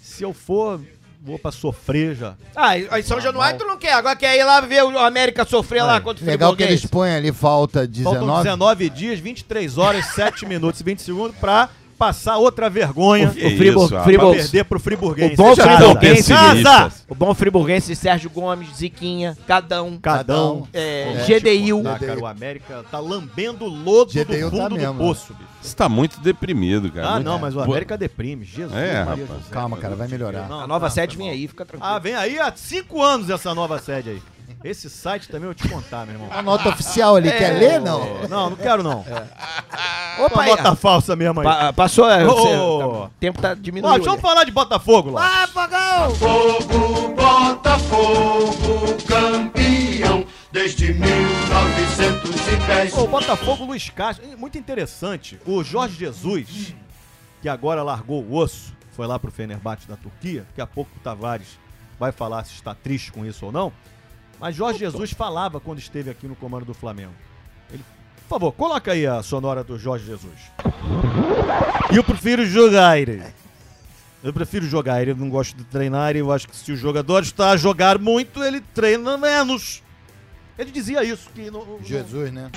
Speaker 2: Se eu for, vou pra sofrer já.
Speaker 4: Ah, e- aí São Januário tu não quer. Agora quer ir lá ver o América sofrer lá contra o
Speaker 6: Legal que
Speaker 4: Friburguense.
Speaker 6: eles põem ali, falta
Speaker 2: Faltam
Speaker 6: 19.
Speaker 2: 19 dias, 23 horas, 7 minutos e 20 segundos pra passar outra vergonha.
Speaker 5: O Que Friburg- isso, rapaz.
Speaker 2: pra
Speaker 5: Friburg-
Speaker 2: perder pro Friburguense.
Speaker 4: O bom
Speaker 5: Vocês já são
Speaker 4: Friburguense.
Speaker 5: pessimistas.
Speaker 4: O bom Friburguense de Sérgio Gomes, Ziquinha, Cadão,
Speaker 2: Cadão.
Speaker 6: Cadão.
Speaker 4: é,
Speaker 6: Gomes,
Speaker 4: GDU.
Speaker 2: Tá, cara, o América tá lambendo o lodo
Speaker 6: GDU
Speaker 2: do
Speaker 6: tá
Speaker 2: fundo do
Speaker 4: né?
Speaker 6: mesmo,
Speaker 2: poço, bicho.
Speaker 5: Você tá muito deprimido, cara.
Speaker 2: Ah,
Speaker 5: É, Muito-
Speaker 2: não, mas o
Speaker 5: Pô,
Speaker 2: América deprime. Jesus
Speaker 5: É,
Speaker 2: Maria
Speaker 5: rapaz.
Speaker 2: José.
Speaker 6: Calma, cara, vai melhorar.
Speaker 2: Não,
Speaker 4: A nova
Speaker 2: tá,
Speaker 4: sede
Speaker 2: tá
Speaker 4: vem
Speaker 2: bom.
Speaker 4: aí, fica tranquilo.
Speaker 2: Ah, vem aí há 5 anos essa nova sede aí. Esse site também eu te contar, meu irmão.
Speaker 6: A nota oficial ali, quer ler? Não.
Speaker 2: É, Não, não quero não.
Speaker 4: Opa,
Speaker 2: Uma
Speaker 4: aí,
Speaker 2: bota falsa mesmo aí.
Speaker 4: pa- passou. é,
Speaker 2: Ô,
Speaker 4: você-
Speaker 2: ô, ô.
Speaker 4: tá- o tempo tá
Speaker 2: Ó,
Speaker 4: diminuindo.
Speaker 2: deixa eu falar de Botafogo lá.
Speaker 4: Vai, Fogão!
Speaker 11: Botafogo, Botafogo, campeão desde 1910.
Speaker 2: O Botafogo Luiz Castro, hein, muito interessante. O Jorge Jesus, que agora largou o osso, foi lá pro Fenerbahçe da Turquia. Daqui a pouco o Tavares vai falar se está triste com isso ou não. Mas Jorge Jesus falava quando esteve aqui no comando do Flamengo. Ele- por favor, coloca aí a sonora do Jorge Jesus. Eu prefiro jogar. Eu prefiro jogar, eu não gosto de treinar, eu acho que se o jogador está a jogar muito, ele treina menos. Ele dizia isso, que não, não-
Speaker 6: Jesus, né?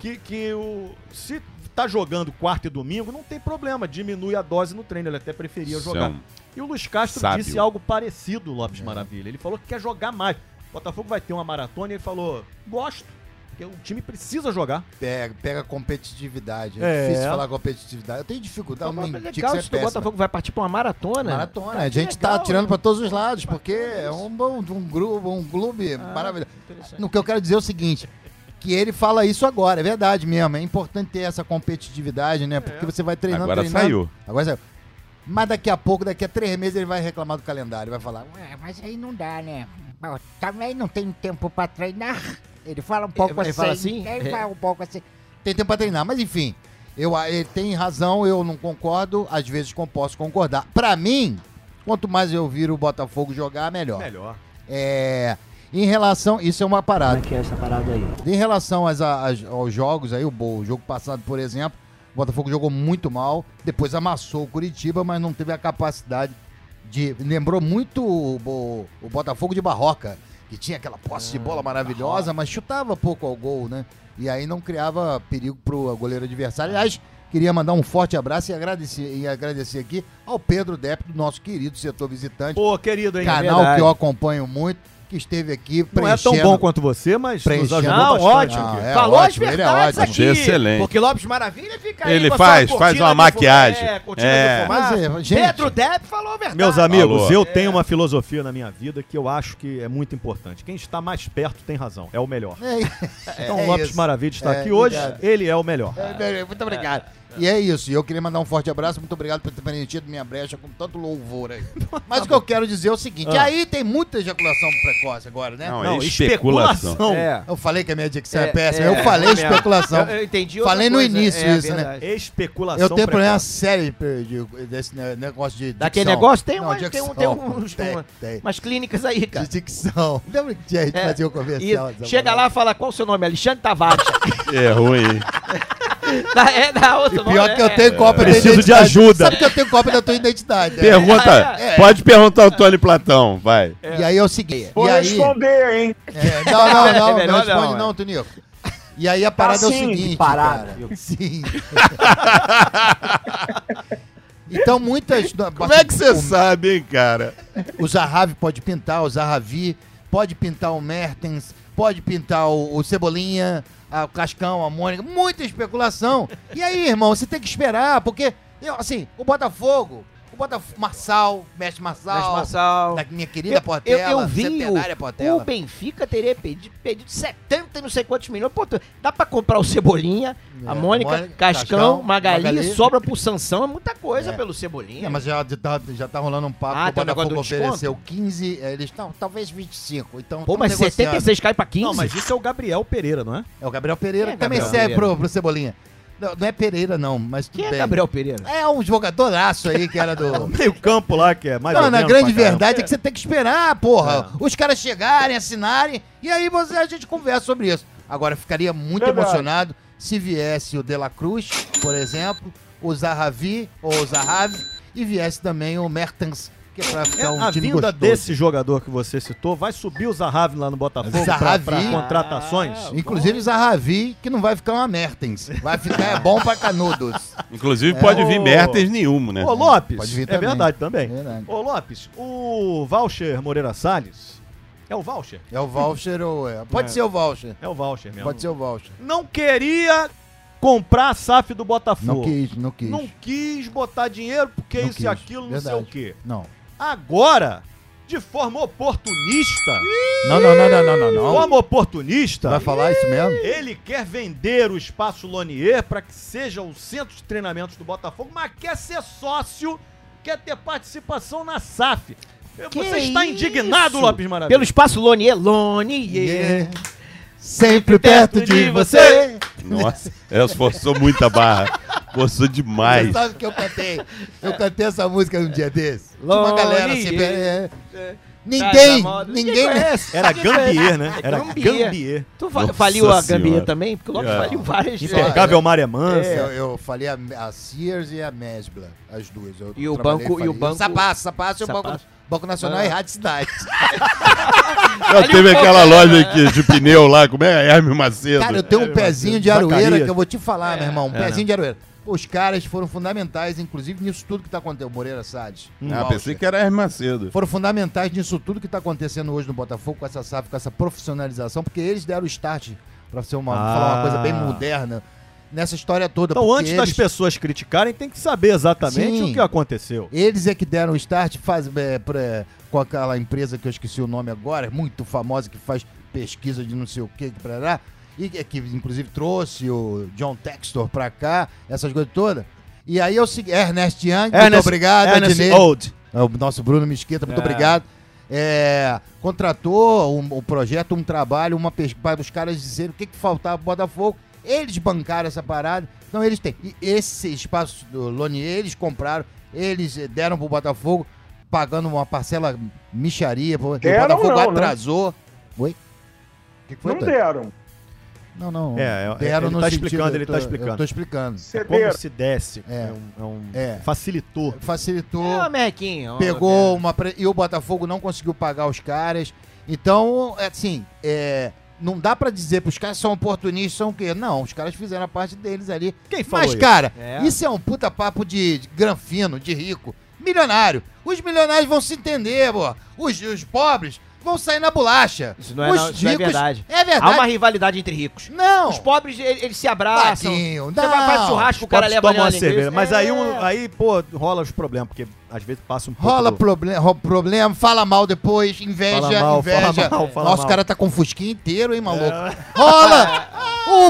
Speaker 2: que, que o, se tá jogando quarta e domingo, não tem problema, diminui a dose no treino, ele até preferia
Speaker 5: São-
Speaker 2: jogar. E o Luiz Castro
Speaker 5: é um Sábio.
Speaker 2: disse algo parecido,
Speaker 6: É.
Speaker 2: Lopes Maravilha. Ele falou que quer jogar mais. O Botafogo vai ter uma maratona e ele falou: gosto, porque o time precisa jogar.
Speaker 6: Pega, pega competitividade.
Speaker 2: É.
Speaker 6: É, difícil falar competitividade. Eu tenho dificuldade.
Speaker 4: Pô,
Speaker 6: Não,
Speaker 4: mas
Speaker 6: tinha Então, que é
Speaker 4: legal
Speaker 6: ser
Speaker 4: isso que o
Speaker 6: péssima.
Speaker 4: Botafogo vai partir pra uma maratona.
Speaker 6: Maratona. a gente tá
Speaker 4: legal,
Speaker 6: atirando
Speaker 4: né?
Speaker 6: pra todos os lados, porque é um, bom- um grupo, um clube maravilhoso.
Speaker 4: Ah, interessante.
Speaker 6: No que eu quero dizer é o seguinte. Que ele fala isso agora, é verdade mesmo. É importante ter essa competitividade, né? Porque você vai treinando,
Speaker 5: Agora
Speaker 6: treinando.
Speaker 5: saiu.
Speaker 6: Agora saiu. Mas daqui a pouco, daqui a três meses, ele vai reclamar do calendário. Vai falar,
Speaker 12: Ué, mas aí não dá, né? Bom, também não tem tempo pra treinar. Ele fala um pouco
Speaker 6: Ele
Speaker 12: assim.
Speaker 6: fala assim?
Speaker 12: Ele fala um pouco assim.
Speaker 6: tem tempo pra treinar. Mas enfim, eu, a- ele tem razão, eu não concordo, às vezes com- posso concordar. Pra mim, quanto mais eu viro o Botafogo jogar, melhor.
Speaker 2: Melhor.
Speaker 6: É. Em relação. Isso é uma parada.
Speaker 13: Como é que é essa parada aí?
Speaker 6: Em relação às- às- aos jogos aí, o, bo- o jogo passado, por exemplo, o Botafogo jogou muito mal, depois amassou o Curitiba, mas não teve a capacidade de. Lembrou muito o, bo- o Botafogo de Barroca, que tinha aquela posse de bola maravilhosa, mas chutava pouco ao gol, né? E aí não criava perigo pro goleiro adversário. Aliás, queria mandar um forte abraço e agradecer, e agradecer aqui ao Pedro Depp, do nosso querido setor visitante.
Speaker 2: Pô, querido,
Speaker 4: É
Speaker 2: hein? É
Speaker 6: Canal
Speaker 2: Verdade.
Speaker 6: que eu acompanho muito, que esteve aqui
Speaker 2: Não é tão
Speaker 6: preenchendo-
Speaker 2: bom quanto você, mas nos
Speaker 6: Preenchendo
Speaker 2: ajudou
Speaker 6: Não,
Speaker 2: bastante.
Speaker 6: ótimo.
Speaker 2: aqui.
Speaker 6: É
Speaker 2: Falou as
Speaker 6: ótimo, ele é
Speaker 2: verdades
Speaker 6: ótimo.
Speaker 2: aqui.
Speaker 5: Achei excelente.
Speaker 2: Porque Lopes
Speaker 4: Maravilha fica aí.
Speaker 5: Ele
Speaker 4: com a
Speaker 5: faz,
Speaker 4: sua
Speaker 5: faz
Speaker 4: cortina
Speaker 5: uma
Speaker 4: de
Speaker 5: maquiagem.
Speaker 4: fumar, É, cortina
Speaker 5: É.
Speaker 4: de fumar.
Speaker 5: Mas é, gente.
Speaker 4: Pedro Depp falou a verdade.
Speaker 2: Meus amigos,
Speaker 5: Alô.
Speaker 6: É.
Speaker 2: eu tenho uma filosofia na minha vida que eu acho que é muito importante. Quem está mais perto tem razão, é o melhor.
Speaker 6: É,
Speaker 2: então,
Speaker 6: é
Speaker 2: Lopes
Speaker 6: isso.
Speaker 2: Maravilha está
Speaker 6: É,
Speaker 2: aqui hoje,
Speaker 6: obrigado.
Speaker 2: ele é o melhor.
Speaker 6: É, bem, Muito obrigado. E é isso. E eu queria mandar um forte abraço. Muito obrigado por ter preenchido minha brecha com tanto louvor aí.
Speaker 4: tá
Speaker 6: Mas o que eu quero dizer é o seguinte:
Speaker 2: Ah.
Speaker 6: aí tem muita ejaculação precoce agora, né?
Speaker 5: Não, é Não, especulação. especulação.
Speaker 2: É.
Speaker 6: Eu falei que a minha dicção é,
Speaker 4: É,
Speaker 6: péssima.
Speaker 4: é,
Speaker 6: eu falei
Speaker 4: é mesmo.
Speaker 6: especulação.
Speaker 4: Eu- eu entendi outra
Speaker 6: Falei no
Speaker 4: coisa.
Speaker 6: início
Speaker 4: É,
Speaker 6: isso, né?
Speaker 4: verdade.
Speaker 2: Especulação
Speaker 6: Eu tenho problema
Speaker 2: precoce.
Speaker 6: sério de- de- desse ne- negócio de.
Speaker 4: Daquele
Speaker 6: dicção.
Speaker 4: negócio tem,
Speaker 6: Não,
Speaker 4: uma, tem,
Speaker 6: dicção.
Speaker 4: um, tem, uns-
Speaker 6: Tem,
Speaker 4: uma-
Speaker 6: tem.
Speaker 4: umas clínicas aí, cara.
Speaker 6: De dicção. Lembra que a gente
Speaker 4: É.
Speaker 6: fazia o comercial?
Speaker 4: E chega lá e fala, qual o seu nome? Alexandre Tavares.
Speaker 5: É ruim.
Speaker 4: Na- é, na
Speaker 6: E
Speaker 4: outra,
Speaker 6: pior
Speaker 4: não,
Speaker 6: que
Speaker 4: é-
Speaker 6: eu tenho cópia da
Speaker 5: Preciso de
Speaker 6: identidade.
Speaker 5: ajuda.
Speaker 6: Sabe que eu tenho cópia da tua identidade? né?
Speaker 4: Ah,
Speaker 5: Pergunta.
Speaker 6: É.
Speaker 5: Pode perguntar ao Tá Tony Platão, vai.
Speaker 6: E aí é o seguinte.
Speaker 7: Vou
Speaker 6: e aí-
Speaker 7: responder, hein?
Speaker 6: É, não, não, não,
Speaker 7: É
Speaker 6: não
Speaker 7: melhor
Speaker 6: responde
Speaker 7: não,
Speaker 6: não,
Speaker 7: é.
Speaker 6: Tunico. E aí a parada é o
Speaker 7: sim,
Speaker 6: seguinte,
Speaker 7: parado,
Speaker 6: cara. Sim. então muitas...
Speaker 5: Como é que você sabe, hein, cara?
Speaker 6: O Zahavi pode pintar, o Zahavi pode pintar o Mertens, pode pintar o, o Cebolinha, a- o Cascão, a Mônica. Muita especulação. E aí, irmão, você tem que esperar, porque, eu, assim, o Botafogo... O Botafogo, Marçal, mestre Marçal,
Speaker 4: Mestre Marçal.
Speaker 6: da minha
Speaker 4: Eu,
Speaker 6: querida
Speaker 4: eu,
Speaker 6: Portela,
Speaker 4: eu vi
Speaker 6: centenária
Speaker 4: o,
Speaker 6: Portela.
Speaker 4: o Benfica teria pedido, pedido 70 e não sei quantos milhões. Pô, tu- dá pra comprar o Cebolinha, a
Speaker 6: É,
Speaker 4: Mônica,
Speaker 6: Mônica,
Speaker 4: Cascão,
Speaker 6: Cascão,
Speaker 4: Magali,
Speaker 6: Magali.
Speaker 4: sobra pro Sansão, é muita coisa
Speaker 6: É.
Speaker 4: pelo Cebolinha.
Speaker 6: É, mas já, tá, já tá rolando um papo.
Speaker 4: Ah,
Speaker 6: que o
Speaker 4: tem um negócio
Speaker 6: Botafogo
Speaker 4: do desconto?
Speaker 6: ofereceu 15, eh, eles estão talvez 25. Então,
Speaker 4: Pô,
Speaker 6: tão
Speaker 4: mas
Speaker 6: negociando.
Speaker 4: 76 cai pra 15?
Speaker 2: Não, mas isso é o Gabriel Pereira, não é?
Speaker 6: É o Gabriel Pereira,
Speaker 4: Quem é
Speaker 6: que também
Speaker 4: Gabriel
Speaker 6: serve
Speaker 4: Pereira?
Speaker 6: pro, pro Cebolinha. Não, não é Pereira, não, mas tudo
Speaker 4: Quem é
Speaker 6: bem.
Speaker 4: Gabriel Pereira?
Speaker 6: É um jogadoraço aí que era do.
Speaker 2: Meio campo lá que é mais
Speaker 6: Não,
Speaker 2: ou
Speaker 6: na
Speaker 2: menos
Speaker 6: grande
Speaker 2: pra caramba. É.
Speaker 6: verdade é que você tem que esperar, porra. Os caras chegarem, assinarem, e aí você, a gente conversa sobre isso. Agora, ficaria muito
Speaker 7: Verdade.
Speaker 6: emocionado se viesse o De La Cruz, por exemplo, o Zahavi ou o Zahavi, e viesse também o Mertens, que é pra
Speaker 2: É,
Speaker 6: ficar um
Speaker 2: a
Speaker 6: time
Speaker 2: vinda
Speaker 6: gostoso.
Speaker 2: desse jogador que você citou vai subir o Zahavi lá no Botafogo para
Speaker 6: Zahavi. Ah,
Speaker 2: contratações?
Speaker 6: Inclusive o Zahavi, que não vai ficar uma Mertens. Vai ficar é bom pra canudos.
Speaker 5: Inclusive, pode vir
Speaker 2: É. Ô.
Speaker 5: Mertens nenhum, né?
Speaker 2: Ô Lopes,
Speaker 6: Pode vir
Speaker 2: é
Speaker 6: também.
Speaker 2: verdade também.
Speaker 6: Verdade.
Speaker 2: Ô Lopes, o Voucher Moreira Salles, é o Voucher?
Speaker 6: É o voucher ou é? Pode
Speaker 2: É.
Speaker 6: ser o voucher.
Speaker 2: É o Voucher mesmo.
Speaker 6: Pode ser o voucher.
Speaker 2: Não queria comprar a SAF do Botafogo.
Speaker 6: Não quis, não quis.
Speaker 2: Não quis botar dinheiro porque
Speaker 6: Não
Speaker 2: isso
Speaker 6: quis,
Speaker 2: e aquilo, não sei
Speaker 6: verdade.
Speaker 2: o quê.
Speaker 6: Não.
Speaker 2: Agora, de forma oportunista,
Speaker 6: Não, não, não, não, não, não,
Speaker 2: de
Speaker 6: não.
Speaker 2: forma oportunista,
Speaker 6: Vai falar isso mesmo?
Speaker 2: Ele quer vender o espaço Lonier para que seja o centro de treinamentos do Botafogo, mas quer ser sócio, quer ter participação na SAF.
Speaker 4: Que
Speaker 2: Você está
Speaker 4: isso?
Speaker 2: indignado, Lopes Maravilha?
Speaker 4: Pelo espaço Lonier, Lonier.
Speaker 6: Yeah. É. Sempre perto de você.
Speaker 5: Nossa, ela forçou muita barra. Forçou
Speaker 6: Você
Speaker 5: demais.
Speaker 6: sabe que eu cantei. Eu cantei essa música um dia desse. Tinha uma galera assim.
Speaker 4: Lonely.
Speaker 6: é, é.
Speaker 4: Casa
Speaker 6: Ninguém,
Speaker 4: moda.
Speaker 6: ninguém.
Speaker 4: conhece.
Speaker 2: Era
Speaker 4: Ninguém conhece.
Speaker 2: Gambier, né? Era
Speaker 4: Gambier.
Speaker 2: Gambier.
Speaker 4: Tu fa-
Speaker 5: Nossa
Speaker 4: faliu a
Speaker 5: Senhora.
Speaker 4: Gambier também? Porque o Lopes
Speaker 5: É.
Speaker 4: faliu várias vezes.
Speaker 2: Impecável Maré Mansa.
Speaker 6: Eu, eu falei a, a Sears e a Mesbla, as duas. Eu
Speaker 4: E o
Speaker 6: trabalhei,
Speaker 4: banco- e
Speaker 6: falei.
Speaker 4: o banco- Ah.
Speaker 6: Sapasso, Sapasso e o Banco,
Speaker 4: Sapasso.
Speaker 6: banco Nacional e Rádio Cidade.
Speaker 2: é
Speaker 5: Ela teve aquela loja
Speaker 2: né?
Speaker 5: aqui de pneu lá, como é? Hermes Macedo.
Speaker 6: Cara, eu tenho um pezinho de
Speaker 2: Zacarias.
Speaker 6: aroeira que eu vou te falar, meu irmão. Um
Speaker 2: é,
Speaker 6: pezinho de aroeira. Os caras foram fundamentais, inclusive, nisso tudo que tá acontecendo. O Moreira Salles. o
Speaker 5: Ah,
Speaker 2: um
Speaker 6: Walter.
Speaker 5: pensei que era Hermes Macedo.
Speaker 6: Foram fundamentais nisso tudo que tá acontecendo hoje no Botafogo, com essa SAF, com essa profissionalização, porque eles deram o start pra ser uma,
Speaker 2: Ah.
Speaker 6: falar uma coisa bem moderna nessa história toda.
Speaker 2: Então,
Speaker 6: porque
Speaker 2: antes das
Speaker 6: eles-
Speaker 2: pessoas criticarem, tem que saber exatamente
Speaker 6: Sim.
Speaker 2: o que aconteceu.
Speaker 6: Eles é que deram o start faz, é, pra- com aquela empresa que eu esqueci o nome agora, muito famosa, que faz pesquisa de não sei o que, pra lá, e que, que inclusive trouxe o John Textor pra cá, essas coisas todas. E aí eu segui. Ernest Young, muito
Speaker 2: Ernest-
Speaker 6: obrigado.
Speaker 2: Ernest
Speaker 6: Adnet.
Speaker 2: Old.
Speaker 6: É, O nosso Bruno Mesquita, muito
Speaker 2: É.
Speaker 6: obrigado. É, contratou um, um projeto, um trabalho, uma pesquisa para os caras dizerem o que, que faltava pro Botafogo. Eles bancaram essa parada. Então eles têm. E esse espaço do Lonier, eles compraram, eles eh, deram pro Botafogo, pagando uma parcela micharia. pô, que o
Speaker 7: Deram
Speaker 6: Botafogo
Speaker 7: não, né?
Speaker 6: atrasou. Oi? O que que foi,
Speaker 7: Não
Speaker 6: Tony?
Speaker 7: deram.
Speaker 6: Não, não.
Speaker 2: É, é,
Speaker 6: Deram
Speaker 2: ele
Speaker 6: no
Speaker 2: tá
Speaker 6: sentido-
Speaker 2: explicando, ele
Speaker 6: eu tô-
Speaker 2: tá explicando.
Speaker 6: Eu tô explicando.
Speaker 2: É
Speaker 6: Cederam.
Speaker 2: como se desse. É, um, é um- Facilitou.
Speaker 6: Facilitou.
Speaker 4: É, Mequinho.
Speaker 6: Pegou uma. pre- E o Botafogo não conseguiu pagar os caras. Então, é assim, é, não dá pra dizer pros caras são oportunistas, são o quê? Não, os caras fizeram a parte deles ali.
Speaker 2: Quem falou
Speaker 6: Mas,
Speaker 2: isso?
Speaker 6: cara,
Speaker 2: É.
Speaker 6: isso é um puta papo de, de granfino, de rico. Milionário. Os milionários vão se entender, pô. Os, os pobres vão sair na bolacha.
Speaker 4: Isso não é,
Speaker 6: os
Speaker 4: não, isso não é verdade.
Speaker 6: É
Speaker 4: Há uma
Speaker 6: verdade.
Speaker 4: rivalidade entre ricos.
Speaker 6: Não.
Speaker 4: Os pobres, ele- eles, se abraçam.
Speaker 6: Paquinho,
Speaker 4: Você vai
Speaker 6: não.
Speaker 4: fazer churrasco, o cara
Speaker 2: Pops
Speaker 4: leva ali
Speaker 2: tomam
Speaker 4: uma
Speaker 2: uma cerveja.
Speaker 4: linguiça.
Speaker 2: Mas aí, um-
Speaker 4: É.
Speaker 2: aí, pô, rola os problemas, porque às vezes passa um pouco
Speaker 6: Rola
Speaker 2: do-
Speaker 6: proble- ro- problema, fala mal depois, inveja,
Speaker 2: Fala mal, fala
Speaker 6: inveja.
Speaker 2: mal, fala
Speaker 6: Nossa, o
Speaker 2: mal. É.
Speaker 6: cara tá com um fusquinho inteiro, hein, maluco? Rola!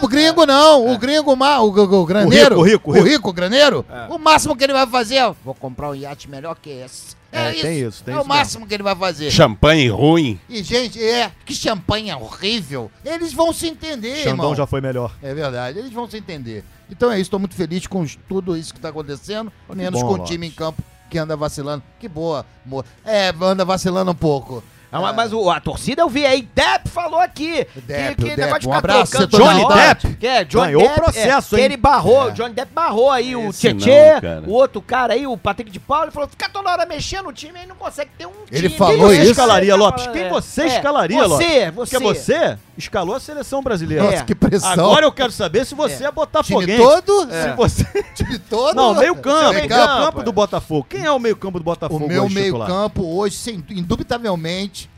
Speaker 6: O gringo não, o gringo mal, o, o, o graneiro.
Speaker 2: O rico, É. o rico, o rico.
Speaker 6: o graneiro. O máximo que ele vai fazer é, vou comprar um iate melhor que esse. É,
Speaker 2: É,
Speaker 6: isso.
Speaker 2: tem isso, tem
Speaker 6: é
Speaker 2: isso mesmo.
Speaker 6: o máximo que ele vai fazer.
Speaker 5: Champanhe ruim.
Speaker 6: E, gente, é, que champanhe horrível. Eles vão se entender,
Speaker 2: Xandão
Speaker 6: irmão.
Speaker 2: já foi melhor.
Speaker 6: É verdade, eles vão se entender. Então é isso, tô muito feliz com os- tudo isso que tá acontecendo,
Speaker 2: Ó, que
Speaker 6: menos
Speaker 2: bom,
Speaker 6: com o
Speaker 2: Lopes.
Speaker 6: time em campo que anda vacilando. Que boa, mo- É, anda vacilando um pouco.
Speaker 4: Ah, mas- Mas o- a torcida eu vi aí, Depp falou aqui.
Speaker 6: Depp,
Speaker 4: que,
Speaker 6: o
Speaker 4: que
Speaker 6: Depp,
Speaker 4: negócio de
Speaker 6: um
Speaker 4: ficar
Speaker 6: abraço,
Speaker 4: trocando
Speaker 6: setor
Speaker 4: Johnny
Speaker 6: da
Speaker 4: Depp.
Speaker 6: Depp.
Speaker 4: Que é, Johnny
Speaker 2: Ganhou o
Speaker 4: Depp,
Speaker 2: processo,
Speaker 4: é, que
Speaker 2: hein?
Speaker 4: Ele barrou,
Speaker 6: É.
Speaker 4: Johnny Depp barrou aí o
Speaker 5: Esse não,
Speaker 4: Tietê,
Speaker 5: cara.
Speaker 4: o outro cara aí, o Patrick de Paulo, ele falou, fica toda hora mexendo no time, aí não consegue ter um
Speaker 6: Ele
Speaker 4: time.
Speaker 6: falou
Speaker 2: Quem você
Speaker 6: isso?
Speaker 2: escalaria, Lopes?
Speaker 4: É.
Speaker 2: Quem você
Speaker 4: É,
Speaker 2: escalaria, Lopes?
Speaker 4: Você, você.
Speaker 2: Porque você escalou a seleção brasileira.
Speaker 6: Nossa,
Speaker 4: É.
Speaker 6: que pressão.
Speaker 2: Agora eu quero saber se você é,
Speaker 6: time
Speaker 2: botafoguense.
Speaker 6: todo? É.
Speaker 2: Se você...
Speaker 6: Time todo?
Speaker 2: é. Não, meio
Speaker 6: é
Speaker 2: campo. Meio
Speaker 6: Meio-campo,
Speaker 2: campo, do Botafogo. Quem é o meio campo do
Speaker 6: O
Speaker 2: Botafogo
Speaker 6: meu
Speaker 2: hoje, titular?
Speaker 6: meio-campo hoje, sem- indubitavelmente,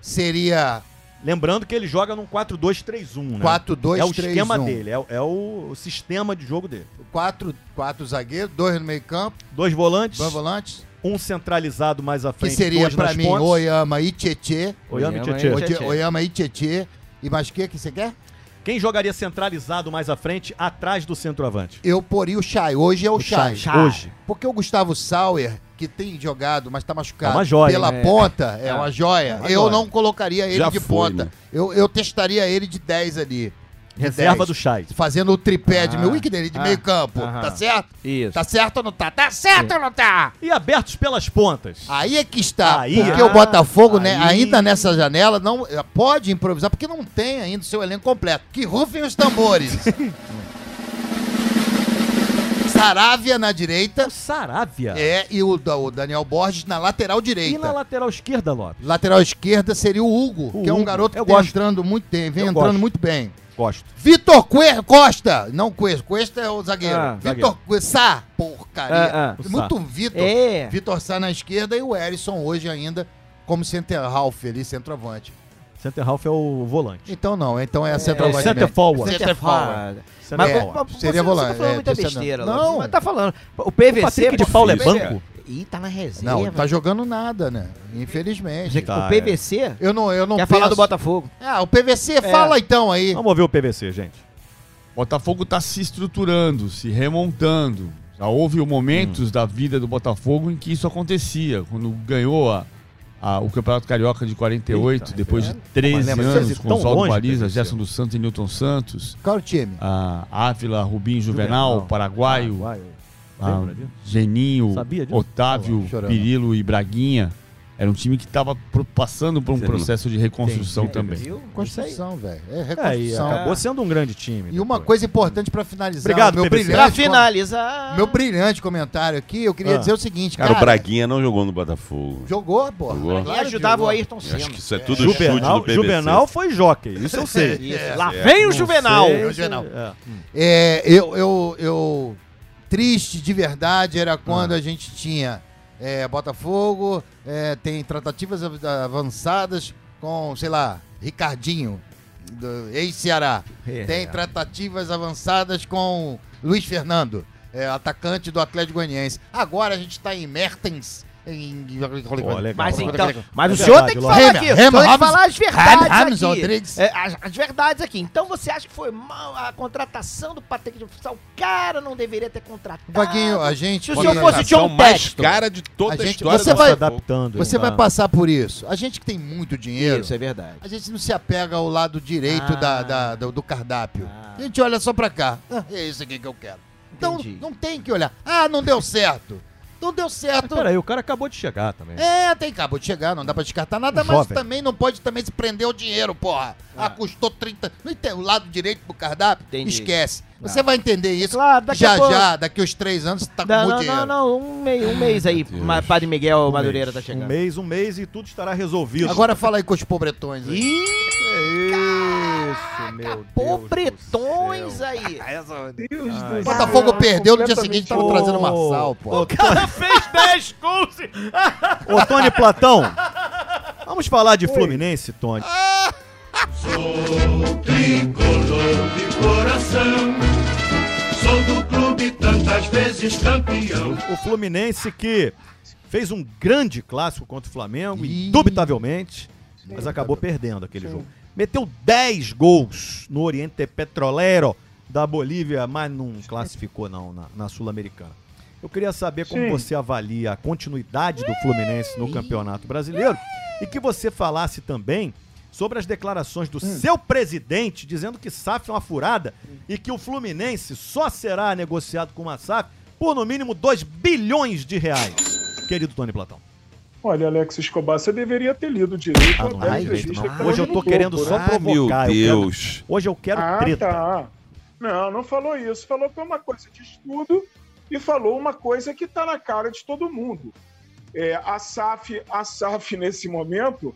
Speaker 6: seria
Speaker 2: Lembrando que ele joga num 4-2-3-1, né?
Speaker 6: 4-2-3-1.
Speaker 2: É o esquema dele, é, o- é o, o sistema de jogo dele.
Speaker 6: quatro, quatro zagueiros, dois no meio-campo,
Speaker 2: Dois volantes,
Speaker 6: dois volantes,
Speaker 2: um centralizado mais à
Speaker 6: que
Speaker 2: frente,
Speaker 6: seria
Speaker 2: dois
Speaker 6: pra
Speaker 2: nas
Speaker 6: mim
Speaker 2: pontas.
Speaker 6: Oyama e Tietê.
Speaker 2: Oyama e
Speaker 4: Oyama e
Speaker 2: Tietê.
Speaker 4: Tietê.
Speaker 6: Oye- Oyama e Tietê. E mais o que que você quer?
Speaker 2: Quem jogaria centralizado mais à frente, atrás do centroavante?
Speaker 6: Eu poria o Chay. Hoje é o, Chay.
Speaker 4: Chay.
Speaker 2: Hoje.
Speaker 6: Porque o Gustavo Sauer, que tem jogado, mas tá machucado
Speaker 2: É uma joia,
Speaker 6: pela
Speaker 2: né?
Speaker 6: ponta, é, uma joia.
Speaker 2: Uma
Speaker 6: eu
Speaker 2: joia.
Speaker 6: não colocaria ele
Speaker 5: Já
Speaker 6: de
Speaker 5: foi,
Speaker 6: ponta.
Speaker 5: né?
Speaker 6: Eu, eu testaria ele de 10 ali. De
Speaker 2: Reserva
Speaker 6: 10.
Speaker 2: do Chay.
Speaker 6: Fazendo o tripé de
Speaker 4: Ah,
Speaker 6: meu wiki dele, de
Speaker 4: ah,
Speaker 6: meio campo.
Speaker 4: aham.
Speaker 6: Tá certo?
Speaker 4: Isso.
Speaker 6: Tá certo ou não tá? Tá certo ou não tá?
Speaker 2: E abertos pelas pontas.
Speaker 6: Aí é que está.
Speaker 2: Aí,
Speaker 6: porque
Speaker 2: ah,
Speaker 6: o Botafogo, né,
Speaker 2: aí.
Speaker 6: ainda nessa janela, não eh, pode improvisar, porque não tem ainda o seu elenco completo. Que rufem os tambores. Saravia na direita.
Speaker 2: O Saravia.
Speaker 6: É, e o, da- o Daniel Borges na lateral direita.
Speaker 2: E na lateral esquerda, Lopes?
Speaker 6: Lateral esquerda seria o Hugo,
Speaker 2: O
Speaker 6: que é um
Speaker 2: Hugo.
Speaker 6: garoto que
Speaker 2: Eu
Speaker 6: tá
Speaker 2: gosto.
Speaker 6: entrando muito bem, vem
Speaker 2: Eu
Speaker 6: entrando
Speaker 2: gosto.
Speaker 6: muito bem.
Speaker 2: Gosto.
Speaker 6: Vitor Cue- Costa, não Cuesta, Cuesta é o zagueiro.
Speaker 4: Ah,
Speaker 6: Vitor Cuesta, porcaria.
Speaker 4: Ah, ah,
Speaker 2: o
Speaker 6: muito Vitor.
Speaker 4: É.
Speaker 6: Vitor Sá na esquerda e o Erisson hoje ainda como center half ali, centroavante.
Speaker 2: Center Ralph é o volante.
Speaker 6: Então não, então é, centroavante.
Speaker 2: center
Speaker 6: mesmo.
Speaker 2: forward.
Speaker 6: Center forward.
Speaker 2: Center
Speaker 4: tá Mas,
Speaker 6: É,
Speaker 2: forward.
Speaker 6: seria
Speaker 4: mas você, você tá
Speaker 6: volante,
Speaker 4: falando
Speaker 6: é,
Speaker 4: muita
Speaker 6: terceiro-
Speaker 4: besteira.
Speaker 6: Não.
Speaker 4: Lógico, Mas tá falando. O PVC...
Speaker 2: O Patrick de
Speaker 4: pô,
Speaker 2: Paula é
Speaker 4: PVC.
Speaker 2: banco?
Speaker 4: Ih, tá na resenha.
Speaker 6: Não, não tá
Speaker 4: mano.
Speaker 6: jogando nada, né? Infelizmente.
Speaker 2: Tá,
Speaker 4: O PVC
Speaker 6: Eu não, eu não
Speaker 4: quer falar
Speaker 6: penso-
Speaker 4: do É. Botafogo.
Speaker 6: Ah, o PVC, fala então aí.
Speaker 2: Vamos ouvir o PVC, gente.
Speaker 11: Botafogo está se estruturando, se remontando. Já houve
Speaker 2: Hum.
Speaker 11: momentos da vida do Botafogo em que isso acontecia. Quando ganhou a- a- o Campeonato Carioca de 48,
Speaker 2: Eita, é,
Speaker 11: depois de
Speaker 2: Mas
Speaker 11: 13
Speaker 2: lembra,
Speaker 11: anos,
Speaker 2: vocês
Speaker 11: com
Speaker 2: tão
Speaker 11: Oswaldo
Speaker 2: longe,
Speaker 11: Baliza,
Speaker 2: PVC.
Speaker 11: Gerson dos Santos e Newton Santos,
Speaker 6: Qual o
Speaker 4: Ah,
Speaker 6: time?
Speaker 11: a Ávila, Rubim Juvenal,
Speaker 2: Juvenal,
Speaker 11: Paraguaio, ah,
Speaker 2: Lembra disso?
Speaker 11: Geninho,
Speaker 2: Sabia disso?
Speaker 11: Otávio,
Speaker 6: Olha lá, chorando.
Speaker 11: Pirilo e Braguinha. Era um time que estava passando por um
Speaker 5: Você não-
Speaker 11: processo de reconstrução também.
Speaker 4: É, Viu? Isso
Speaker 6: Construção, velho. É
Speaker 2: É, e
Speaker 6: reconstrução.
Speaker 2: acabou sendo um grande time.
Speaker 6: E uma
Speaker 2: depois.
Speaker 6: coisa importante pra finalizar.
Speaker 2: Obrigado,
Speaker 6: meu
Speaker 2: PVC.
Speaker 4: aí. Pra
Speaker 6: brilhante
Speaker 4: finalizar...
Speaker 6: Meu brilhante comentário aqui, eu queria
Speaker 2: Ah.
Speaker 6: dizer o seguinte, cara.
Speaker 5: Cara, o Braguinha não jogou no Botafogo.
Speaker 6: Jogou, pô.
Speaker 5: Jogou.
Speaker 4: E ajudava o Ayrton
Speaker 5: Eu acho
Speaker 4: Senna.
Speaker 5: que isso é tudo chute do
Speaker 2: Juvenal,
Speaker 5: PVC.
Speaker 2: Juvenal foi jockey, isso eu sei.
Speaker 4: Isso. Lá vem o Juvenal.
Speaker 2: sei.
Speaker 6: o Juvenal.
Speaker 2: É.
Speaker 6: É, eu, eu, eu. Triste de verdade era quando a gente tinha é, Botafogo, é, tem tratativas av- avançadas com, sei lá, Ricardinho, do ex-Ceará.
Speaker 4: É.
Speaker 6: Tem tratativas avançadas com Luiz Fernando, é, atacante do Atlético Goianiense. Agora a gente está tá em Mertens
Speaker 4: Mas então, mas o senhor tem que falar aqui, o senhor tem que falar as verdades
Speaker 6: um
Speaker 4: aqui. É, as, as verdades aqui. Então você acha que foi mal a contratação do Patrick de Oficial? O cara não deveria ter contratado.
Speaker 6: Vaguinho, a gente.
Speaker 4: Ah, Se o senhor fosse
Speaker 5: Contratação
Speaker 4: John
Speaker 5: mais
Speaker 4: Texton.
Speaker 5: cara de toda a,
Speaker 6: gente-
Speaker 5: história
Speaker 6: você
Speaker 5: do
Speaker 6: vai,
Speaker 5: Botafogo.
Speaker 6: Você vai passar por isso. A gente que tem muito dinheiro.
Speaker 4: Isso, Ah. é verdade.
Speaker 6: A gente não se apega ao lado direito da, da- do, do cardápio.
Speaker 4: Ah.
Speaker 6: A gente olha só pra cá. Ah, é isso aqui que eu quero. Então, não tem que olhar. Ah, não deu certo. Não deu certo.
Speaker 2: Peraí, o cara acabou de chegar também.
Speaker 6: É, tem acabou de chegar, não dá pra descartar nada, mas
Speaker 2: Jovem.
Speaker 6: também não pode também se prender ao dinheiro, porra. Ah, custou 30. Não tem o lado direito pro cardápio?
Speaker 4: Entendi.
Speaker 6: Esquece.
Speaker 4: Não.
Speaker 6: Você vai entender isso.
Speaker 4: Claro, daqui a
Speaker 6: já
Speaker 4: pouco-
Speaker 6: já, daqui uns três anos, você tá com
Speaker 4: Não,
Speaker 6: muito
Speaker 4: não,
Speaker 6: dinheiro.
Speaker 4: não, não, um mês, um mês aí, Ma- Padre Miguel Madureira tá
Speaker 2: Um
Speaker 4: chegando.
Speaker 2: mês, um mês e tudo estará resolvido.
Speaker 6: Agora fala aí com os pobretões aí.
Speaker 4: Ih,
Speaker 2: Isso, meu
Speaker 4: pobretões aí.
Speaker 7: Deus do
Speaker 6: O Botafogo perdeu no dia seguinte, tava trazendo
Speaker 7: completamente
Speaker 6: o Marçal, pô.
Speaker 2: Ô,
Speaker 4: O cara fez 10 gols.
Speaker 2: Ô, Tony Platão, vamos falar de Fluminense, Tony. O Fluminense que fez um grande clássico contra o Flamengo,
Speaker 6: Ih.
Speaker 2: indubitavelmente, mas acabou perdendo aquele jogo. Meteu 10 gols no Oriente Petrolero da Bolívia, mas não classificou não na, na Sul-Americana. Eu queria saber como
Speaker 7: Sim.
Speaker 2: você avalia a continuidade do Fluminense no Campeonato Brasileiro e que você falasse também sobre as declarações do
Speaker 7: Hum.
Speaker 2: seu presidente dizendo que SAF é uma furada e que o Fluminense só será negociado com a SAF por no mínimo 2 bilhões de reais. Querido Tony Platão.
Speaker 7: Olha, Alex Escobar, você deveria ter lido direito.
Speaker 2: Ah, não
Speaker 7: até a
Speaker 2: é direito,
Speaker 7: entrevista
Speaker 2: não.
Speaker 7: que tá
Speaker 2: Hoje eu
Speaker 7: no
Speaker 2: tô
Speaker 7: Globo,
Speaker 2: querendo só
Speaker 7: né?
Speaker 5: Ah, meu
Speaker 2: provocar. eu quero-
Speaker 5: Deus.
Speaker 2: hoje eu quero treta.
Speaker 7: Tá. Não, não falou isso. Falou que é uma coisa de estudo e falou uma coisa que está na cara de todo mundo. É, a, SAF, a SAF, nesse momento,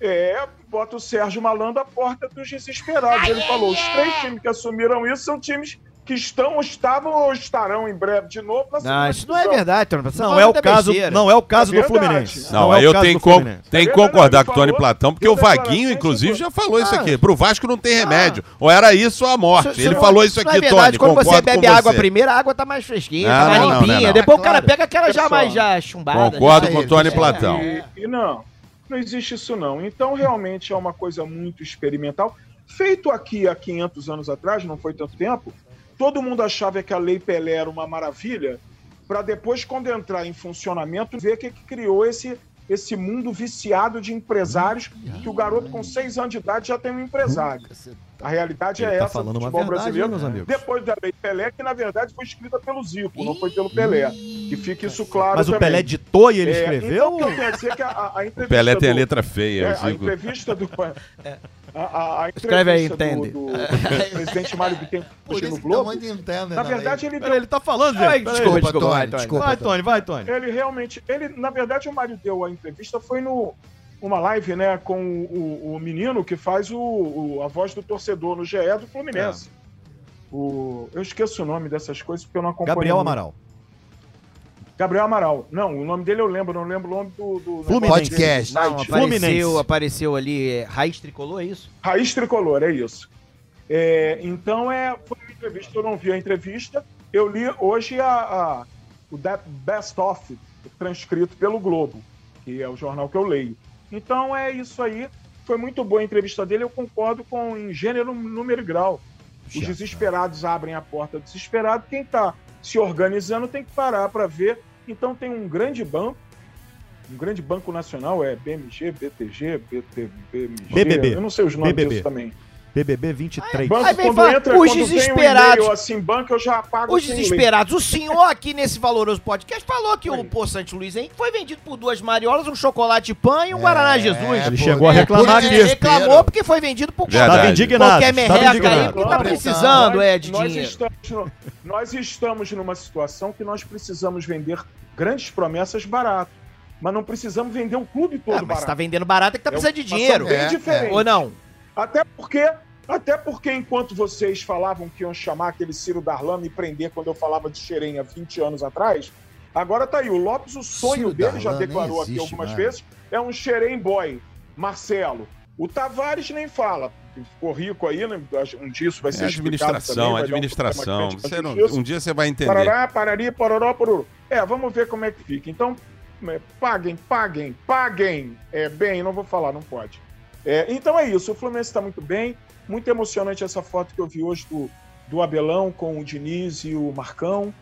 Speaker 7: é, bota o Sérgio Malandro à porta dos desesperados. Ele falou: os três times que assumiram isso são times que estão, ou estavam ou estarão em breve de novo na
Speaker 4: Não,
Speaker 7: segunda
Speaker 4: isso não é
Speaker 7: divisão.
Speaker 4: verdade, Tony. Você tá
Speaker 2: Não
Speaker 4: falando
Speaker 2: é o
Speaker 4: muita
Speaker 2: caso,
Speaker 4: besteira.
Speaker 2: não é o caso
Speaker 7: É
Speaker 2: do
Speaker 7: verdade.
Speaker 2: Fluminense.
Speaker 5: Não,
Speaker 2: é
Speaker 5: aí
Speaker 2: o
Speaker 5: eu
Speaker 2: caso
Speaker 5: tenho,
Speaker 2: do
Speaker 5: com-
Speaker 2: Fluminense.
Speaker 5: tenho que
Speaker 7: Tá vendo?
Speaker 5: concordar
Speaker 7: Ele
Speaker 5: com o Tony
Speaker 7: falou.
Speaker 5: Platão, porque
Speaker 7: Ele
Speaker 5: o Vaguinho,
Speaker 7: falou.
Speaker 5: inclusive, já falou isso
Speaker 4: Ah.
Speaker 5: aqui. Pro Vasco não tem remédio. Ou era isso ou a morte.
Speaker 4: Isso
Speaker 5: Ele
Speaker 4: não-
Speaker 5: falou isso
Speaker 4: não é
Speaker 5: aqui,
Speaker 4: verdade.
Speaker 5: Tony.
Speaker 4: Quando você
Speaker 5: Concordo
Speaker 4: bebe
Speaker 5: com
Speaker 4: água
Speaker 5: você.
Speaker 4: primeiro, a água tá mais fresquinha, tá
Speaker 5: Não,
Speaker 4: mais
Speaker 5: não, não,
Speaker 4: limpinha.
Speaker 5: não, não.
Speaker 4: Depois
Speaker 6: Ah,
Speaker 4: o cara
Speaker 6: claro.
Speaker 4: pega aquela já
Speaker 7: Pessoal.
Speaker 4: mais já chumbada.
Speaker 5: Concordo
Speaker 4: já-
Speaker 5: com o Tony
Speaker 2: Então.
Speaker 5: Platão.
Speaker 7: E, e não, não existe isso não. Então, realmente é uma coisa muito experimental. Feito aqui há 500 anos atrás, não foi tanto tempo, todo mundo achava que a Lei Pelé era uma maravilha, para depois, quando entrar em funcionamento, ver que, que criou esse, esse mundo viciado de empresários, que o garoto com seis anos de idade já tem um empresário. A realidade
Speaker 2: Ele
Speaker 7: é
Speaker 2: tá
Speaker 7: essa
Speaker 2: falando
Speaker 7: do
Speaker 2: uma
Speaker 7: futebol
Speaker 2: verdade,
Speaker 7: brasileiro.
Speaker 2: né, meus amigos?
Speaker 7: Depois da Lei Pelé, que na verdade foi escrita pelo Zico, não foi pelo Pelé. E fica isso claro
Speaker 2: Mas o
Speaker 7: também.
Speaker 2: Pelé ditou e ele
Speaker 7: É,
Speaker 2: escreveu?
Speaker 7: Então, o que eu quero dizer é que a, a, a entrevista
Speaker 5: O Pelé tem a
Speaker 7: do-
Speaker 5: letra
Speaker 7: é,
Speaker 5: feia. o
Speaker 7: a
Speaker 5: Zico.
Speaker 7: entrevista do.
Speaker 6: É.
Speaker 7: A, a, a entrevista
Speaker 4: Escreve aí,
Speaker 7: do-
Speaker 4: entende.
Speaker 7: Do, do presidente Mário Bittencourt
Speaker 6: Por
Speaker 7: no
Speaker 6: isso que tá
Speaker 7: Globo.
Speaker 6: muito entendendo,
Speaker 7: Na verdade, ele,
Speaker 2: Peraí, ele tá falando, gente.
Speaker 4: Ai,
Speaker 2: Peraí.
Speaker 4: desculpa, desculpa,
Speaker 6: Tony,
Speaker 4: vai, Tony.
Speaker 6: desculpa.
Speaker 2: Vai, Tony, vai, Tony.
Speaker 7: ele realmente. Ele, na verdade, o Mário deu a entrevista, foi no uma live, né, com o, o menino que faz o, o- a voz do torcedor no GE do Fluminense.
Speaker 5: É.
Speaker 7: O, eu esqueço o nome dessas coisas porque eu não acompanho.
Speaker 2: Gabriel
Speaker 7: muito.
Speaker 2: Amaral.
Speaker 7: Gabriel Amaral. Não, o nome dele eu lembro, não lembro o nome do. do
Speaker 2: Fluminense.
Speaker 7: negócio dele.
Speaker 6: Podcast.
Speaker 4: Não,
Speaker 7: Site.
Speaker 2: Fluminense.
Speaker 4: apareceu, apareceu ali, é, raiz tricolor, é isso?
Speaker 7: Raiz tricolor, é isso. É, então é, foi uma entrevista, eu não vi a entrevista. Eu li hoje a, a- o That Best Off, transcrito pelo Globo, que é o jornal que eu leio. Então é isso aí. Foi muito boa a entrevista dele, eu concordo com em gênero, número e grau. Os desesperados abrem a porta do desesperado. Quem está se organizando tem que parar para ver. Então tem um grande banco, um grande banco nacional é BMG, BTG, BT, BMG.
Speaker 2: BBB.
Speaker 7: Eu não sei os nomes
Speaker 2: BBB.
Speaker 7: disso também.
Speaker 2: BBB 23.
Speaker 7: Banco,
Speaker 4: Aí vem
Speaker 7: quando
Speaker 4: falar,
Speaker 7: entra,
Speaker 4: os
Speaker 7: quando
Speaker 4: desesperados.
Speaker 7: vem um e-mail assim, banco, eu já apago
Speaker 4: Os
Speaker 7: sem ler.
Speaker 4: desesperados. O senhor aqui nesse valoroso podcast falou que o Poçante Luiz Henrique foi vendido por duas mariolas, um chocolate pan e um Guaraná Jesus.
Speaker 2: Ele chegou a
Speaker 6: é,
Speaker 2: reclamar
Speaker 6: por
Speaker 4: Ele
Speaker 2: disso.
Speaker 4: reclamou porque foi vendido por
Speaker 5: Verdade.
Speaker 2: Tava Tá indignado.
Speaker 4: qualquer
Speaker 2: Tava
Speaker 4: merreca aí,
Speaker 2: indignado.
Speaker 4: porque tá
Speaker 6: Nós-
Speaker 4: precisando, é, de
Speaker 7: nós
Speaker 4: dinheiro.
Speaker 7: estamos, no- nós estamos numa situação que nós precisamos vender grandes promessas barato. Mas não precisamos vender um clube todo
Speaker 4: Ah, mas
Speaker 7: barato.
Speaker 4: tá vendendo barato é que tá
Speaker 7: É uma
Speaker 4: precisando de
Speaker 7: situação
Speaker 4: dinheiro.
Speaker 7: Bem
Speaker 6: É,
Speaker 7: diferente.
Speaker 4: Ou não?
Speaker 7: Até porque, até porque enquanto vocês falavam que iam chamar aquele Ciro Darlan e prender quando eu falava de Xerém há 20 anos atrás, agora tá aí. O Lopes, o sonho
Speaker 6: Ciro
Speaker 7: dele,
Speaker 6: Darlan
Speaker 7: já declarou
Speaker 6: nem
Speaker 7: aqui
Speaker 6: existe
Speaker 7: algumas
Speaker 6: mais.
Speaker 7: vezes, é um Xerém boy, Marcelo. O Tavares nem fala. Ficou rico aí, né? um dia isso vai ser
Speaker 5: É
Speaker 7: explicado
Speaker 5: administração,
Speaker 7: também, vai dar um
Speaker 5: administração.
Speaker 7: problema grande, mas
Speaker 5: Você não-
Speaker 7: isso-
Speaker 5: um dia você vai entender.
Speaker 7: Parará, parari, pororó, pororó. É, vamos ver como é que fica. Então, é, paguem, paguem, paguem. É, bem, não vou falar, não pode. É, então é isso, o Fluminense está muito bem. Muito emocionante essa foto que eu vi hoje do, do Abelão com o Diniz e o Marcão.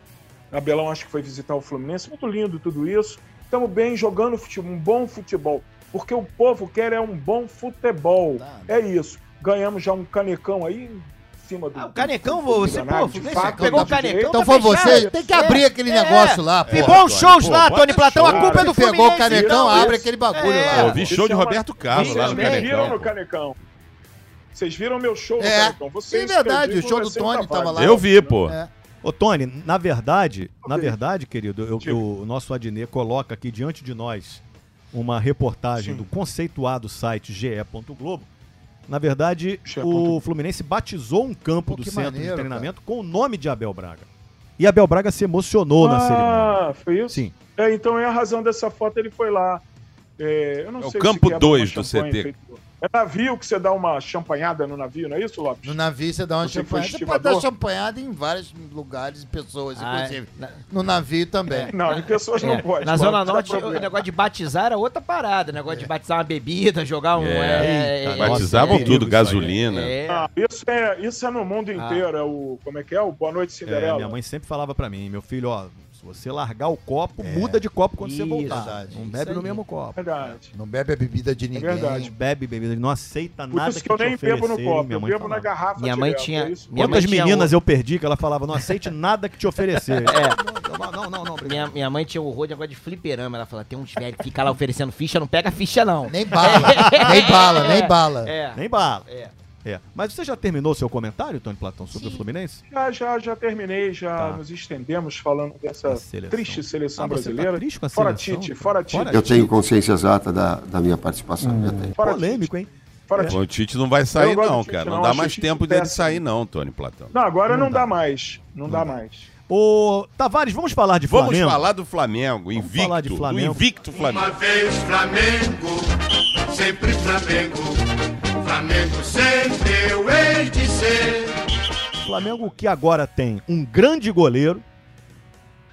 Speaker 7: Abelão acho que foi visitar o Fluminense. Muito lindo tudo isso. Estamos bem jogando futebol, um bom futebol. Porque o povo quer é um bom futebol. É isso. Ganhamos já um canecão aí em cima do. Ah, o
Speaker 4: canecão, vô, você, pô, Fluminense pegou o canecão, tá
Speaker 6: Então foi você,
Speaker 4: É.
Speaker 6: tem que abrir aquele negócio lá, pô.
Speaker 4: E bons shows lá, Tony Platão, a culpa é do Fluminense.
Speaker 6: Pegou o canecão,
Speaker 7: Não,
Speaker 6: abre
Speaker 7: isso-
Speaker 6: aquele bagulho
Speaker 7: é.
Speaker 6: lá.
Speaker 7: Eu vi show de Isso é uma- Roberto
Speaker 5: Carlos lá no
Speaker 7: Vocês viram
Speaker 5: Canecão,
Speaker 7: no
Speaker 5: pô.
Speaker 7: Canecão. Vocês viram meu show no
Speaker 6: É.
Speaker 7: Canecão. Vocês,
Speaker 6: É verdade,
Speaker 7: que eu
Speaker 6: o
Speaker 7: digo,
Speaker 6: show do
Speaker 7: você
Speaker 6: Tony tava lá.
Speaker 7: vai.
Speaker 2: Eu vi, pô.
Speaker 6: É.
Speaker 2: Ô, Tony, na verdade,
Speaker 6: Tá
Speaker 2: na verdade, querido, eu-
Speaker 6: Tipo.
Speaker 2: eu- o nosso Adnet coloca aqui diante de nós uma reportagem do conceituado site ge.globo. Na verdade, o Fluminense batizou um campo do
Speaker 6: que
Speaker 2: centro
Speaker 6: maneiro,
Speaker 2: de treinamento com o nome de Abel Braga. E Abel Braga se emocionou na cerimônia.
Speaker 7: Ah, foi isso?
Speaker 2: Sim.
Speaker 7: É, então é a razão dessa foto, ele foi lá. É, eu não
Speaker 5: É o
Speaker 7: sei
Speaker 5: campo
Speaker 7: se quebra
Speaker 5: dois
Speaker 7: uma
Speaker 5: do
Speaker 7: champanhe
Speaker 5: CT.
Speaker 7: feito- É navio que você dá uma champanhada no navio, não é isso, Lopes?
Speaker 6: No navio você dá uma
Speaker 7: Você foi
Speaker 6: champanhada. Você pode dar
Speaker 7: estivador?
Speaker 6: champanhada em vários lugares e pessoas,
Speaker 4: Ah,
Speaker 6: inclusive. No navio também.
Speaker 7: Não, em pessoas não
Speaker 4: É,
Speaker 7: pode.
Speaker 4: Na
Speaker 7: pode
Speaker 4: Zona
Speaker 7: dar
Speaker 4: Norte, o
Speaker 7: problema.
Speaker 4: negócio de batizar era outra parada. O negócio de batizar uma bebida, jogar um.
Speaker 5: É,
Speaker 4: é, é,
Speaker 5: batizavam
Speaker 4: é,
Speaker 5: tudo,
Speaker 2: isso aí.
Speaker 5: gasolina.
Speaker 4: é.
Speaker 7: Ah, isso, é, isso é no
Speaker 6: Ah.
Speaker 7: mundo inteiro. É o, como é que é? O Boa Noite
Speaker 2: É,
Speaker 7: Cinderela.
Speaker 2: minha mãe sempre falava pra mim, meu filho, ó, se você largar o copo,
Speaker 5: É.
Speaker 2: muda de copo quando você
Speaker 4: Isso,
Speaker 2: voltar.
Speaker 6: verdade.
Speaker 2: Não
Speaker 6: Isso
Speaker 2: bebe no
Speaker 4: aí.
Speaker 2: mesmo copo.
Speaker 7: Verdade.
Speaker 6: Não bebe a bebida de ninguém.
Speaker 7: verdade.
Speaker 2: Bebe bebida, não aceita
Speaker 7: Por
Speaker 2: nada
Speaker 7: isso
Speaker 2: que,
Speaker 7: que eu
Speaker 2: te
Speaker 7: nem bebo no
Speaker 2: oferecerem,
Speaker 7: copo,
Speaker 2: minha
Speaker 7: eu
Speaker 2: mãe
Speaker 7: bebo na
Speaker 2: falava.
Speaker 7: garrafa
Speaker 4: Minha mãe
Speaker 7: direto,
Speaker 4: tinha-
Speaker 7: é isso?
Speaker 4: minha-
Speaker 2: Quantas
Speaker 4: mãe tinha
Speaker 2: meninas
Speaker 4: um-
Speaker 2: eu perdi que ela falava, não aceite nada que te oferecer.
Speaker 4: É. Minha, minha mãe tinha um horror de negócio de fliperama. Ela fala: tem uns velhos que ficam lá oferecendo ficha, não pega ficha, não.
Speaker 6: Nem bala, nem bala, nem bala.
Speaker 4: É.
Speaker 2: Nem bala.
Speaker 4: É.
Speaker 2: É. Mas você já terminou seu comentário, Tony Platão, sobre o Fluminense?
Speaker 7: Já, já, já terminei, já
Speaker 2: Tá.
Speaker 7: nos estendemos falando dessa
Speaker 2: A seleção.
Speaker 7: triste seleção
Speaker 2: Ah, você tá
Speaker 7: brasileira.
Speaker 2: triste com a
Speaker 7: fora
Speaker 2: seleção?
Speaker 7: Tite, fora Tite.
Speaker 2: Fora
Speaker 8: Eu tenho consciência exata da, da minha participação. eu tenho.
Speaker 7: Fora
Speaker 2: Polêmico, hein? É.
Speaker 7: Fora
Speaker 5: Pô, O Tite não vai
Speaker 7: Eu
Speaker 5: sair,
Speaker 7: gosto do
Speaker 5: não,
Speaker 7: Tite,
Speaker 5: cara. Não,
Speaker 7: não.
Speaker 5: dá
Speaker 7: Acho
Speaker 5: mais
Speaker 7: o Tite
Speaker 5: tempo dele
Speaker 7: péssimo.
Speaker 5: sair, não, Tony Platão.
Speaker 7: Não, agora não, dá. mais. Não, dá, mais.
Speaker 2: Ô, Tavares, vamos falar de
Speaker 5: Vamos
Speaker 2: Flamengo?
Speaker 5: falar do Flamengo, invicto.
Speaker 2: falar de Flamengo.
Speaker 5: Do invicto Flamengo.
Speaker 13: vez Flamengo, sempre Flamengo. Flamengo sempre eu hei de ser.
Speaker 2: O Flamengo que agora tem um grande goleiro,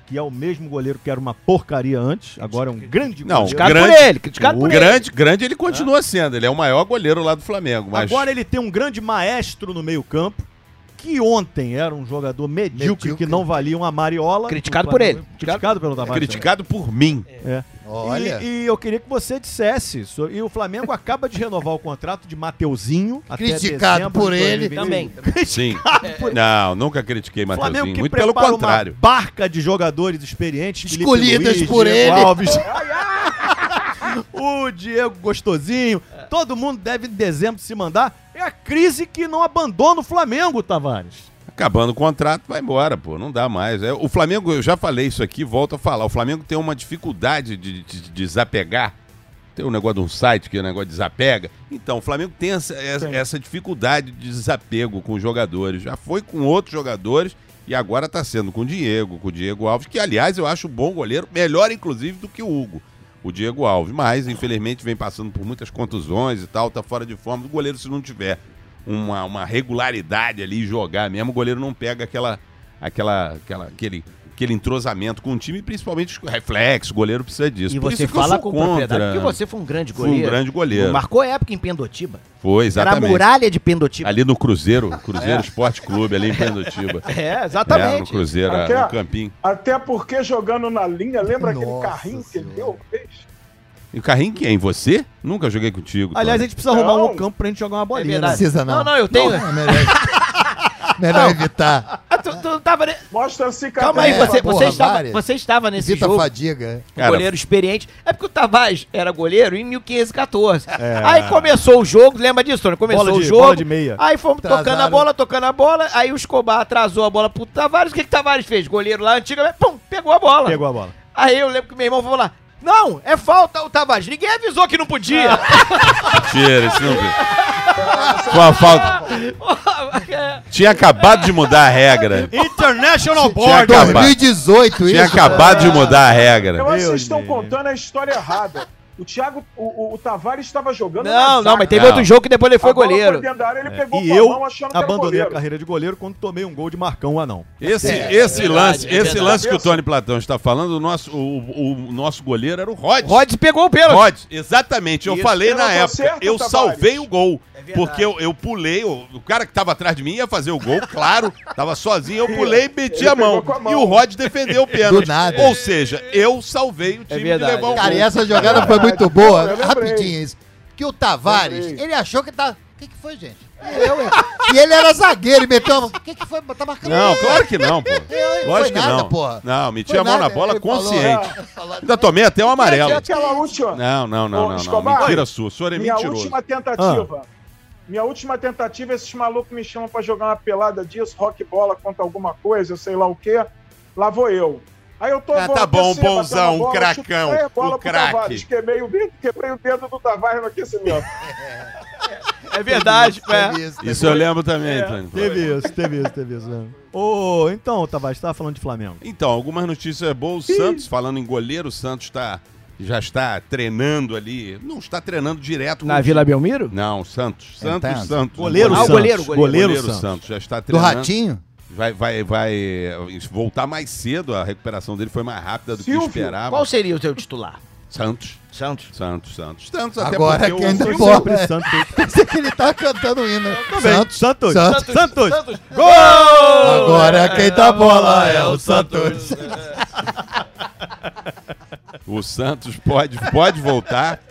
Speaker 2: que é o mesmo goleiro que era uma porcaria antes, agora é um grande
Speaker 5: Não,
Speaker 2: goleiro.
Speaker 5: grande-
Speaker 4: Criticado por ele, criticado
Speaker 5: O
Speaker 4: por
Speaker 5: grande, grande ele continua sendo. Ele é o maior goleiro lá do Flamengo. Mas
Speaker 2: Agora ele tem um grande maestro no meio-campo, que ontem era um jogador medíocre,
Speaker 6: Medíocre.
Speaker 2: que não valia uma mariola.
Speaker 4: Criticado
Speaker 2: O
Speaker 4: por
Speaker 2: Flamengo-
Speaker 4: ele.
Speaker 2: Criticado pelo Tavares.
Speaker 5: criticado por mim.
Speaker 2: É.
Speaker 6: Olha.
Speaker 2: E, e eu queria que você dissesse. so- E o Flamengo acaba de renovar o contrato de Mateuzinho. até
Speaker 6: Criticado
Speaker 2: dezembro
Speaker 6: por
Speaker 2: de
Speaker 6: ele.
Speaker 2: 2021.
Speaker 4: Também.
Speaker 5: Sim. Não, nunca critiquei
Speaker 2: O Flamengo
Speaker 5: Mateuzinho.
Speaker 2: que
Speaker 5: Muito pelo
Speaker 2: prepara
Speaker 5: contrário.
Speaker 2: uma barca de jogadores experientes. Felipe
Speaker 6: Escolhidas
Speaker 2: Luiz,
Speaker 6: por
Speaker 2: Diego
Speaker 6: ele.
Speaker 2: Alves. o Diego Gostosinho. Todo mundo deve em dezembro se mandar. É a crise que não abandona o Flamengo, Tavares.
Speaker 5: Acabando o contrato, vai embora, pô. Não dá mais. É, o Flamengo, eu já falei isso aqui, volto a falar. O Flamengo tem uma dificuldade de, de- de desapegar. Tem um negócio de um site que é um negócio de desapega. Então, o Flamengo tem essa, essa- essa dificuldade de desapego com os jogadores. Já foi com outros jogadores e agora tá sendo com o Diego, com o Diego Alves, que, aliás, eu acho um bom goleiro, melhor, inclusive, do que o Hugo, o Diego Alves. Mas, infelizmente, vem passando por muitas contusões e tal, tá fora de forma. O goleiro, se não tiver uma, uma regularidade ali e jogar mesmo, o goleiro não pega aquela, aquela, aquela, aquele, aquele entrosamento com o time, principalmente os reflexos. O goleiro precisa disso.
Speaker 4: E
Speaker 5: Por
Speaker 4: você
Speaker 5: isso que eu
Speaker 4: fala com
Speaker 5: sou
Speaker 4: propriedade,
Speaker 5: contra.
Speaker 4: porque você foi um grande
Speaker 5: Foi um
Speaker 4: goleiro.
Speaker 5: grande goleiro.
Speaker 4: Marcou época em Pendotiba. Era
Speaker 5: Foi,
Speaker 4: a
Speaker 5: exatamente.
Speaker 4: muralha de Pendotiba.
Speaker 5: Ali no Cruzeiro, Cruzeiro Esporte Clube, ali em Pendotiba.
Speaker 4: É,
Speaker 5: É, no
Speaker 4: exatamente.
Speaker 5: Cruzeiro,
Speaker 7: Até
Speaker 5: no
Speaker 7: a-
Speaker 5: campinho.
Speaker 7: Até porque jogando na linha, lembra aquele
Speaker 6: Nossa
Speaker 7: carrinho que deu? Fez?
Speaker 5: E o carrinho quem? Você? Nunca joguei contigo. Tony.
Speaker 2: Aliás, a gente precisa arrumar
Speaker 7: Não.
Speaker 2: um campo pra gente jogar uma
Speaker 4: É
Speaker 2: bolinha.
Speaker 4: verdade.
Speaker 2: né?
Speaker 6: Precisa não.
Speaker 4: Não, não, eu tenho.
Speaker 6: É melhor, melhor evitar.
Speaker 4: Ah, tu, tu não tava. ne-
Speaker 7: Mostra a cicatriz.
Speaker 4: Calma aí,
Speaker 6: É,
Speaker 4: você,
Speaker 6: porra,
Speaker 4: você, estava,
Speaker 6: várias.
Speaker 4: você estava nesse
Speaker 6: Evita a
Speaker 4: jogo.
Speaker 6: fadiga.
Speaker 4: um
Speaker 5: Cara,
Speaker 4: goleiro experiente. É porque o Tavares era goleiro em 1514.
Speaker 5: É.
Speaker 4: Aí começou o jogo, lembra disso, Tony? Começou
Speaker 2: Bola de-
Speaker 4: o jogo.
Speaker 2: bola de meia.
Speaker 4: Aí fomos tocando a
Speaker 6: Atrasaram.
Speaker 4: bola, tocando a bola. Aí o Escobar atrasou a bola pro Tavares. O que, que o Tavares fez? Goleiro lá antiga, pum, pegou a bola.
Speaker 2: né? Pegou a bola.
Speaker 4: Aí eu lembro que meu irmão falou lá. Não, é falta o Tavares. Ninguém avisou que não podia.
Speaker 5: Mentira, isso não... Com a falta... Tinha acabado de mudar a regra.
Speaker 2: International
Speaker 5: Tinha
Speaker 2: Board.
Speaker 5: acabado,
Speaker 6: 2018
Speaker 5: tinha
Speaker 6: isso.
Speaker 5: acabado de mudar a regra.
Speaker 7: Eu acho que Então, vocês
Speaker 2: Meu
Speaker 7: estão
Speaker 2: Deus.
Speaker 7: contando a história errada. O Thiago, o, o, o Tavares estava jogando.
Speaker 4: Não, não, mas teve outro jogo que depois ele foi goleiro.
Speaker 2: É,
Speaker 7: ele pegou
Speaker 2: e
Speaker 7: com a
Speaker 2: eu
Speaker 7: mão achando que era
Speaker 2: abandonei a
Speaker 7: goleiro.
Speaker 2: carreira de goleiro quando tomei um gol de Marcão Anão.
Speaker 5: Esse, esse lance, esse lance que o Tony Platão está falando, o nosso, o, o nosso goleiro era o Rod.
Speaker 4: Rod pegou o pênalti.
Speaker 5: Rod, exatamente. Eu
Speaker 2: Isso.
Speaker 5: falei na
Speaker 2: Pênalti
Speaker 5: época,
Speaker 2: certo,
Speaker 5: eu
Speaker 2: Tavares.
Speaker 5: salvei o gol. porque eu, eu pulei, o, o cara que estava atrás de mim ia fazer o gol, claro, estava sozinho, eu pulei e meti
Speaker 6: Ele
Speaker 5: a mão,
Speaker 6: pegou com a mão.
Speaker 5: E o Rod defendeu o pênalti.
Speaker 6: Do nada. É
Speaker 5: Ou seja, eu salvei o time de levar o
Speaker 6: Cara,
Speaker 5: gol.
Speaker 6: e essa jogada foi muito boa. Rapidinho isso. Que o Tavares,
Speaker 5: Lembrei.
Speaker 6: ele achou que tá. O que, que foi, gente? Eu, eu. E ele era zagueiro, ele meteu a mão. O que, que foi? Tá marcando
Speaker 5: Não, claro que não, pô.
Speaker 6: Foi
Speaker 5: Lógico que
Speaker 6: nada,
Speaker 5: não.
Speaker 6: porra.
Speaker 5: Não, meti
Speaker 6: Foi
Speaker 5: a mão
Speaker 6: nada,
Speaker 5: na bola
Speaker 6: ele falou.
Speaker 5: consciente.
Speaker 6: É,
Speaker 5: Ainda tomei até o amarelo.
Speaker 7: E aquela última.
Speaker 5: Não, não, não,
Speaker 7: Ô,
Speaker 5: não, não.
Speaker 7: Escobar,
Speaker 5: Mentira sua. O senhor é
Speaker 7: minha
Speaker 5: mentiroso.
Speaker 7: última tentativa.
Speaker 6: Ah.
Speaker 7: Minha última tentativa, esses malucos me chamam pra jogar uma pelada disso, rock bola contra alguma coisa, sei lá o quê. Lá vou eu. Aí eu tô
Speaker 5: Ah,
Speaker 7: vou
Speaker 5: tá bom,
Speaker 7: aquecer, bater
Speaker 5: bonzão,
Speaker 7: na
Speaker 5: o
Speaker 7: bola,
Speaker 5: cracão,
Speaker 7: chutei a bola
Speaker 5: o
Speaker 7: pro
Speaker 5: craque.
Speaker 7: Tavares, Quebrei o dedo, quebrei o dedo do Tavares no aquecimento.
Speaker 2: É verdade,
Speaker 7: Teve
Speaker 2: é.
Speaker 7: isso,
Speaker 5: Isso eu lembro
Speaker 6: É.
Speaker 5: também, Tony.
Speaker 2: Teve isso, teve isso, teve isso. né? Ô, então, Tavares, você tava falando de Flamengo.
Speaker 5: Então, algumas notícias boas. O Santos, falando em goleiro, o Santos tá, já está treinando ali. Não está treinando direto.
Speaker 4: Na Vila Belmiro?
Speaker 5: Não, Santos.
Speaker 4: Então.
Speaker 5: Santos, Santos.
Speaker 4: Goleiro Ah, o Santos. goleiro, goleiro. Goleiro
Speaker 5: Santos.
Speaker 4: Santos.
Speaker 5: Já está
Speaker 4: Do
Speaker 5: treinando.
Speaker 4: Ratinho?
Speaker 5: Vai, vai, vai eh, voltar mais cedo. A recuperação dele foi mais rápida do que esperava.
Speaker 4: qual seria o teu titular?
Speaker 5: Santos.
Speaker 4: Santos. tá
Speaker 5: Santos, Santos. Santos, até
Speaker 6: Agora
Speaker 5: porque
Speaker 6: que ainda
Speaker 5: o...
Speaker 6: bola. Pensei que ele tá cantando o hino.
Speaker 5: Santos, Santos,
Speaker 6: Santos.
Speaker 2: Santos.
Speaker 6: Gol! Agora quem dá bola é o Santos.
Speaker 5: O Santos pode, pode voltar.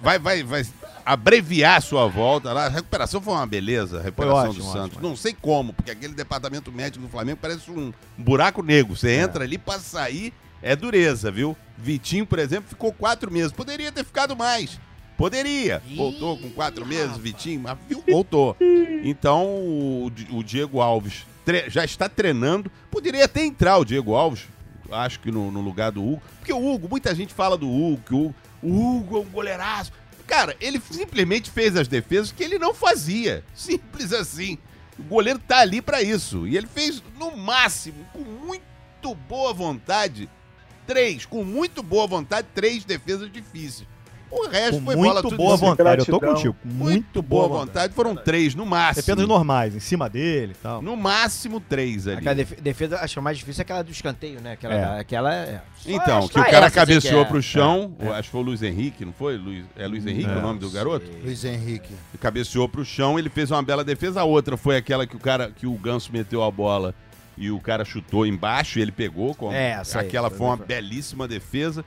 Speaker 5: Vai, vai, vai abreviar sua volta lá. A recuperação foi uma beleza, a recuperação
Speaker 2: ótimo,
Speaker 5: do
Speaker 2: ótimo,
Speaker 5: Santos. Não sei como, porque aquele departamento médico do Flamengo parece um buraco negro. Você
Speaker 2: É.
Speaker 5: entra ali pra sair, é dureza, viu? Vitinho, por exemplo, ficou quatro meses. Poderia ter ficado mais. Poderia. Voltou com quatro meses, Vitinho, mas viu, voltou. Então, o, Di- o Diego Alves tre- já está treinando. Poderia até entrar o Diego Alves, acho que no, no lugar do Hugo. Porque o Hugo, muita gente fala do Hugo, que o Hugo, o Hugo é um goleiraço. Cara, ele simplesmente fez as defesas que ele não fazia. Simples assim. O goleiro tá ali pra isso. E ele fez, no máximo, com muito boa vontade, três, com muito boa vontade, três defesas difíceis. O resto
Speaker 2: Com
Speaker 5: foi
Speaker 2: muito
Speaker 5: bola tudo
Speaker 2: boa
Speaker 5: isso.
Speaker 2: vontade, eu tô contigo.
Speaker 5: Muito,
Speaker 2: Muito
Speaker 5: boa,
Speaker 2: boa
Speaker 5: vontade. Foram três, no máximo.
Speaker 2: Depende normais, em cima dele e tal.
Speaker 5: No máximo três ali.
Speaker 4: Aquela def- defesa, acho que a mais difícil é aquela do escanteio, né? Aquela.
Speaker 5: É.
Speaker 4: aquela é. Só
Speaker 5: Então,
Speaker 4: essa-
Speaker 5: que o
Speaker 4: só
Speaker 5: cara
Speaker 4: essa, assim,
Speaker 5: cabeceou
Speaker 4: que é-
Speaker 5: pro chão,
Speaker 4: é.
Speaker 5: eu acho que foi o Luiz Henrique, não foi? Luiz, é Luiz
Speaker 2: Hum,
Speaker 5: Henrique
Speaker 6: É.
Speaker 5: o nome do garoto?
Speaker 6: Luiz Henrique.
Speaker 5: Ele cabeceou pro chão, ele fez uma bela defesa. A outra foi aquela que o cara que o Ganso meteu a bola e o cara chutou embaixo e ele pegou. Com...
Speaker 2: É, essa aí,
Speaker 5: aquela
Speaker 2: foi
Speaker 5: foi uma
Speaker 2: bem-
Speaker 5: belíssima defesa.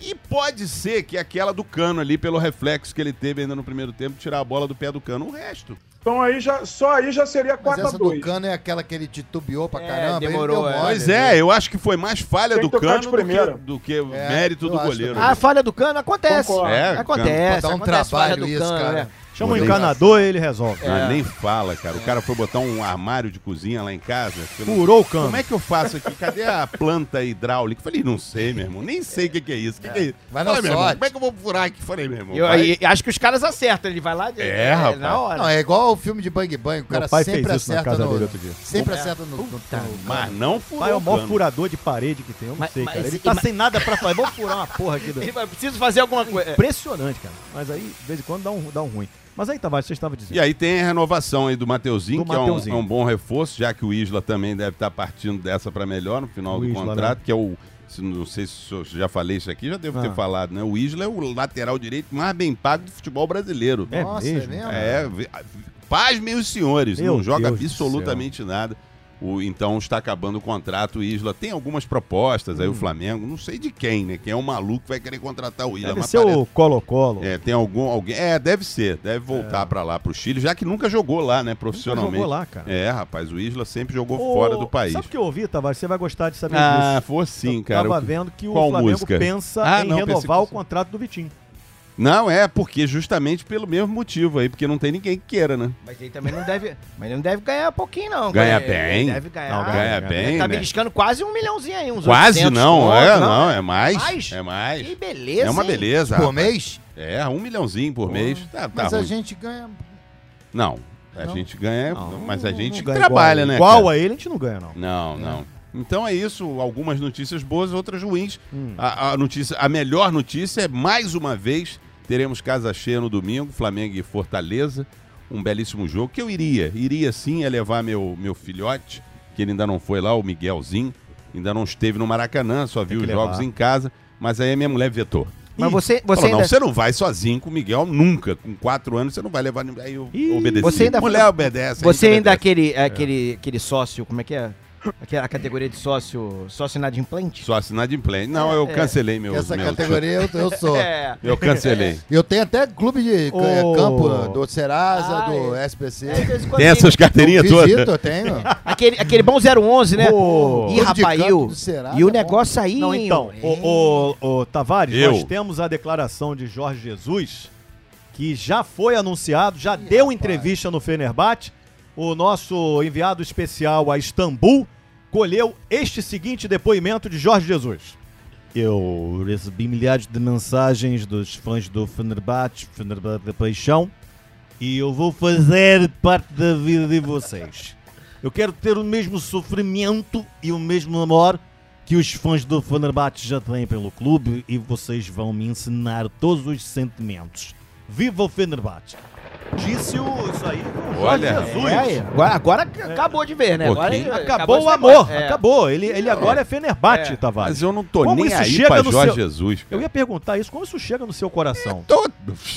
Speaker 5: E pode ser que aquela do cano ali, pelo reflexo que ele teve ainda no primeiro tempo, tirar a bola do pé do cano. O resto.
Speaker 7: Então aí já, só aí já seria
Speaker 6: Mas
Speaker 7: 4 a
Speaker 6: essa do
Speaker 7: 2
Speaker 6: Cano é aquela que ele titubeou pra caramba. ele deu mole,
Speaker 5: Pois
Speaker 6: né?
Speaker 5: é, eu acho que foi mais falha
Speaker 6: Tem
Speaker 5: do
Speaker 6: que tocar
Speaker 5: cano
Speaker 6: de
Speaker 5: do que,
Speaker 6: primeira.
Speaker 5: do que o
Speaker 6: É,
Speaker 5: mérito
Speaker 6: eu
Speaker 5: do
Speaker 6: acho
Speaker 5: goleiro.
Speaker 4: A falha do cano acontece.
Speaker 5: Concordo. É,
Speaker 4: acontece.
Speaker 6: Cano- Dá um
Speaker 4: acontece
Speaker 6: trabalho
Speaker 4: falha do
Speaker 6: isso, cara.
Speaker 4: né?
Speaker 2: Chama o encanador e ele resolve.
Speaker 5: Ah, nem fala, cara. O cara foi botar um armário de cozinha lá em casa. falou,
Speaker 2: Furou o cano.
Speaker 5: Como é que eu faço aqui? Cadê a planta hidráulica? Falei, não sei, meu irmão. Nem sei o que, que é isso. O que, que é isso?
Speaker 6: Vai na
Speaker 5: Falei, meu irmão,
Speaker 6: sorte.
Speaker 5: como é que eu vou furar aqui? Falei, meu irmão.
Speaker 4: Eu,
Speaker 5: vai.
Speaker 4: e- e acho que os caras acertam. Ele vai lá de-
Speaker 5: É, rapaz.
Speaker 4: na hora.
Speaker 6: Não, é igual o filme de Bang Bang, o
Speaker 2: Meu
Speaker 6: cara
Speaker 2: pai
Speaker 6: sempre
Speaker 2: fez isso na
Speaker 6: acerta
Speaker 2: casa
Speaker 6: no.
Speaker 2: dele outro dia.
Speaker 6: Sempre
Speaker 2: É.
Speaker 6: acerta no. no- no-
Speaker 5: Mas não furou.
Speaker 2: Pai é o maior
Speaker 5: cano.
Speaker 2: furador de parede que tem, eu não sei,
Speaker 4: mas-
Speaker 2: cara. Ele
Speaker 4: e-
Speaker 2: tá
Speaker 4: mas-
Speaker 2: sem nada pra fazer. Vamos furar uma porra aqui. Do...
Speaker 4: Ele vai, preciso fazer alguma coisa.
Speaker 2: Impressionante, cara. Mas aí, de vez em quando, dá um, dá um ruim. Mas aí, Tavares, você estava dizendo.
Speaker 5: E aí tem a renovação aí do
Speaker 2: Do
Speaker 5: Mateuzinho, que é um-
Speaker 2: Mateuzinho.
Speaker 5: É, um, bom reforço, já que o Isla também deve estar partindo dessa para melhor no final
Speaker 2: O
Speaker 5: do
Speaker 2: Isla,
Speaker 5: contrato,
Speaker 2: né?
Speaker 5: que é o. se- Não sei se eu já falei isso aqui, já devo
Speaker 2: Ah.
Speaker 5: ter falado, né? O Isla é o lateral direito mais bem pago do futebol brasileiro.
Speaker 2: É Nossa, é mesmo?
Speaker 4: Um
Speaker 2: mesmo?
Speaker 5: É, vi- pasmem os senhores,
Speaker 2: Meu
Speaker 5: não joga
Speaker 2: Deus do
Speaker 5: absolutamente nada. O, então está acabando o contrato, o Isla tem algumas propostas aí,
Speaker 2: Hum.
Speaker 5: o Flamengo, não sei de quem, né? Quem é o maluco que vai querer contratar o Isla,
Speaker 2: Deve
Speaker 5: mas
Speaker 2: ser
Speaker 5: parece-
Speaker 2: o é Colo-Colo.
Speaker 5: é, tem algum alguém. É, deve ser. Deve voltar pra lá pro Chile, já que nunca jogou lá, né, profissionalmente.
Speaker 2: É. jogou lá, cara.
Speaker 5: É, rapaz, o Isla sempre jogou
Speaker 2: Ô,
Speaker 5: fora do país.
Speaker 2: Sabe o que eu ouvi, Tavares? Você vai gostar de saber disso.
Speaker 5: Ah, foi sim, cara.
Speaker 2: Tava
Speaker 5: Eu-
Speaker 2: vendo que o
Speaker 5: Qual
Speaker 2: Flamengo
Speaker 5: música?
Speaker 2: pensa
Speaker 5: Ah,
Speaker 2: em
Speaker 5: não, pensei
Speaker 2: renovar
Speaker 5: que
Speaker 2: o contrato do Vitinho.
Speaker 5: Não, é, porque justamente pelo mesmo motivo aí, porque não tem ninguém que queira, né?
Speaker 4: Mas ele também não deve. Mas ele não deve ganhar pouquinho, não.
Speaker 5: Ganha
Speaker 2: é,
Speaker 4: cara. Ele
Speaker 5: bem.
Speaker 4: deve ganhar.
Speaker 5: Não, ganha bem,
Speaker 4: Ele tá
Speaker 5: né?
Speaker 4: beliscando quase um milhãozinho aí, uns
Speaker 5: Quase
Speaker 4: 800
Speaker 5: não,
Speaker 4: conto,
Speaker 5: é, não, é mais. É mais.
Speaker 4: Que beleza.
Speaker 5: é uma
Speaker 4: hein?
Speaker 5: beleza.
Speaker 6: Por
Speaker 5: rapaz.
Speaker 6: mês?
Speaker 5: É, um milhãozinho por mês. Tá, tá
Speaker 6: Mas a
Speaker 5: ruim.
Speaker 6: gente ganha.
Speaker 5: Não, a gente ganha, mas a gente
Speaker 2: Não ganha igual a
Speaker 5: trabalha,
Speaker 2: ele.
Speaker 5: né?
Speaker 2: Igual
Speaker 5: cara?
Speaker 2: a ele, a gente não ganha, não.
Speaker 5: Não, não. Então é isso, algumas notícias boas, outras ruins.
Speaker 4: Hum.
Speaker 5: A, a notícia, a melhor notícia é, mais uma vez, teremos casa cheia no domingo, Flamengo e Fortaleza. Um belíssimo jogo que eu iria, iria sim é levar meu, meu filhote, que ele ainda não foi lá, o Miguelzinho, ainda não esteve no Maracanã, só viu
Speaker 4: que
Speaker 5: os
Speaker 4: levar.
Speaker 5: jogos em casa, mas aí a minha mulher vetou.
Speaker 4: Mas
Speaker 5: Ih,
Speaker 4: você- você
Speaker 5: falou, não,
Speaker 4: ainda-
Speaker 5: você não vai sozinho com o Miguel nunca. Com quatro anos, você não vai levar ninguém. Aí eu obedeci.
Speaker 4: Você ainda
Speaker 5: Mulher obedece. a
Speaker 4: Você
Speaker 5: gente
Speaker 4: ainda é
Speaker 5: obedece.
Speaker 4: aquele, aquele, aquele sócio, como é que é? Aquela categoria de sócio, sócio inadimplente?
Speaker 5: Só assinar de implante. Não, eu
Speaker 4: É.
Speaker 5: cancelei meu.
Speaker 6: Essa
Speaker 5: meu
Speaker 6: categoria eu,
Speaker 5: chute.
Speaker 6: eu sou.
Speaker 4: É.
Speaker 5: Eu cancelei.
Speaker 6: Eu tenho até clube de eh,
Speaker 4: Ô.
Speaker 6: campo do Serasa, do
Speaker 4: É,
Speaker 6: SPC.
Speaker 2: É.
Speaker 5: Tem essas carteirinhas
Speaker 6: Eu
Speaker 5: todas?
Speaker 6: visito, eu tenho.
Speaker 4: Aquele, aquele bom 011, né?
Speaker 2: Ô.
Speaker 4: Ih, rapaz, e o-
Speaker 5: é
Speaker 4: e o negócio aí...
Speaker 2: é Não, então, o, o- o Tavares,
Speaker 5: Eu.
Speaker 2: nós temos a declaração de Jorge Jesus, que já foi anunciado, já deu entrevista no Fenerbahçe. O nosso enviado especial a Istambul colheu este seguinte depoimento de Jorge Jesus. Eu recebi milhares de mensagens dos fãs do Fenerbahçe, Fenerbahçe da Paixão, e eu vou fazer parte da vida de vocês. Eu quero ter o mesmo sofrimento e o mesmo amor que os fãs do Fenerbahçe já têm pelo clube e vocês vão me ensinar todos os sentimentos. Viva o Fenerbahçe! Disse o, isso aí o Jorge
Speaker 5: Olha.
Speaker 2: Jesus.
Speaker 4: É, aí, agora, agora ac- acabou de ver, né?
Speaker 5: Um
Speaker 4: Agora
Speaker 5: pouquinho.
Speaker 2: Acabou o
Speaker 4: esse
Speaker 2: amor,
Speaker 4: negócio. É.
Speaker 2: acabou. Ele, ele agora é Fenerbahçe, Tavares.
Speaker 5: Mas eu não tô
Speaker 2: Como
Speaker 5: nem
Speaker 2: isso
Speaker 5: aí
Speaker 2: chega
Speaker 5: pra
Speaker 2: no
Speaker 5: Jorge
Speaker 2: seu-
Speaker 5: Jesus.
Speaker 2: Eu ia perguntar isso, como isso chega no seu coração?
Speaker 5: Tô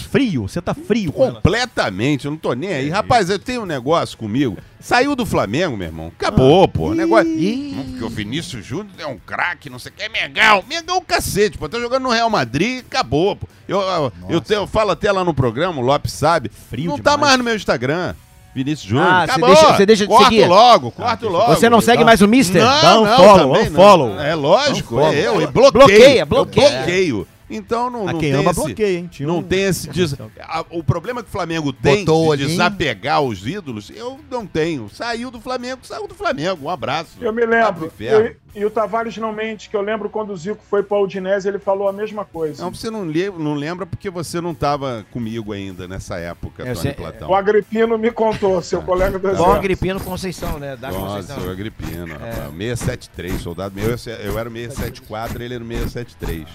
Speaker 2: Frio, você tá frio. com ela.
Speaker 5: completamente, eu não tô nem aí.
Speaker 4: É
Speaker 5: Rapaz, eu tenho um negócio comigo. Saiu do Flamengo, meu irmão.
Speaker 4: Ah.
Speaker 5: Acabou, pô. Negócio. Não, Porque o Vinícius Júnior é um craque, não sei o que. É Mengão. Mengão é um cacete, pô. Tá jogando no Real Madrid, acabou, pô. Eu, eu, eu, tenho- eu falo até lá no programa, o Lopes sabe.
Speaker 2: Frio
Speaker 5: não tá
Speaker 2: demais.
Speaker 5: mais no meu Instagram. Vinícius Júnior.
Speaker 4: Ah, você
Speaker 5: acabou.
Speaker 4: deixa- você deixa de
Speaker 5: corto
Speaker 4: seguir? Ah,
Speaker 5: logo, corto logo.
Speaker 4: Você não segue
Speaker 5: Então-
Speaker 4: mais o Mister?
Speaker 5: Não,
Speaker 2: Dá um
Speaker 5: não,
Speaker 2: follow,
Speaker 5: também
Speaker 2: dá um
Speaker 5: não.
Speaker 2: follow.
Speaker 5: É lógico,
Speaker 2: Dá um
Speaker 5: é
Speaker 2: follow.
Speaker 5: eu. E bloqueio.
Speaker 4: Bloqueia,
Speaker 5: Eu
Speaker 4: bloqueia. é
Speaker 5: bloqueio. Então não,
Speaker 2: A
Speaker 5: não
Speaker 2: quem
Speaker 5: tem
Speaker 2: ama
Speaker 5: esse-
Speaker 2: é, bloqueia, hein? Tinha
Speaker 5: não
Speaker 2: um-
Speaker 5: tem esse. Des... a- O problema que o Flamengo tem
Speaker 6: Botou o
Speaker 5: de
Speaker 6: olhinho.
Speaker 5: desapegar os ídolos, eu não tenho. Saiu do Flamengo, saiu do Flamengo. Um abraço.
Speaker 7: Eu me
Speaker 5: Vai pro
Speaker 7: lembro.
Speaker 5: inferno.
Speaker 7: Eu- e o Tavares não mente, que eu lembro quando o Zico foi para o Udinese, ele falou a mesma coisa.
Speaker 5: Não, você não, le- não lembra porque você não estava comigo ainda nessa época,
Speaker 4: É,
Speaker 5: Tony
Speaker 4: você-
Speaker 5: Platão.
Speaker 7: o Agripino me contou, seu colega do
Speaker 4: Igual o
Speaker 7: Exército.
Speaker 4: Agripino Conceição, né? Da
Speaker 5: Nossa,
Speaker 4: Conceição.
Speaker 5: o Agripino, rapaz. 673, soldado meu. Eu, eu era o 674, ele era o 673.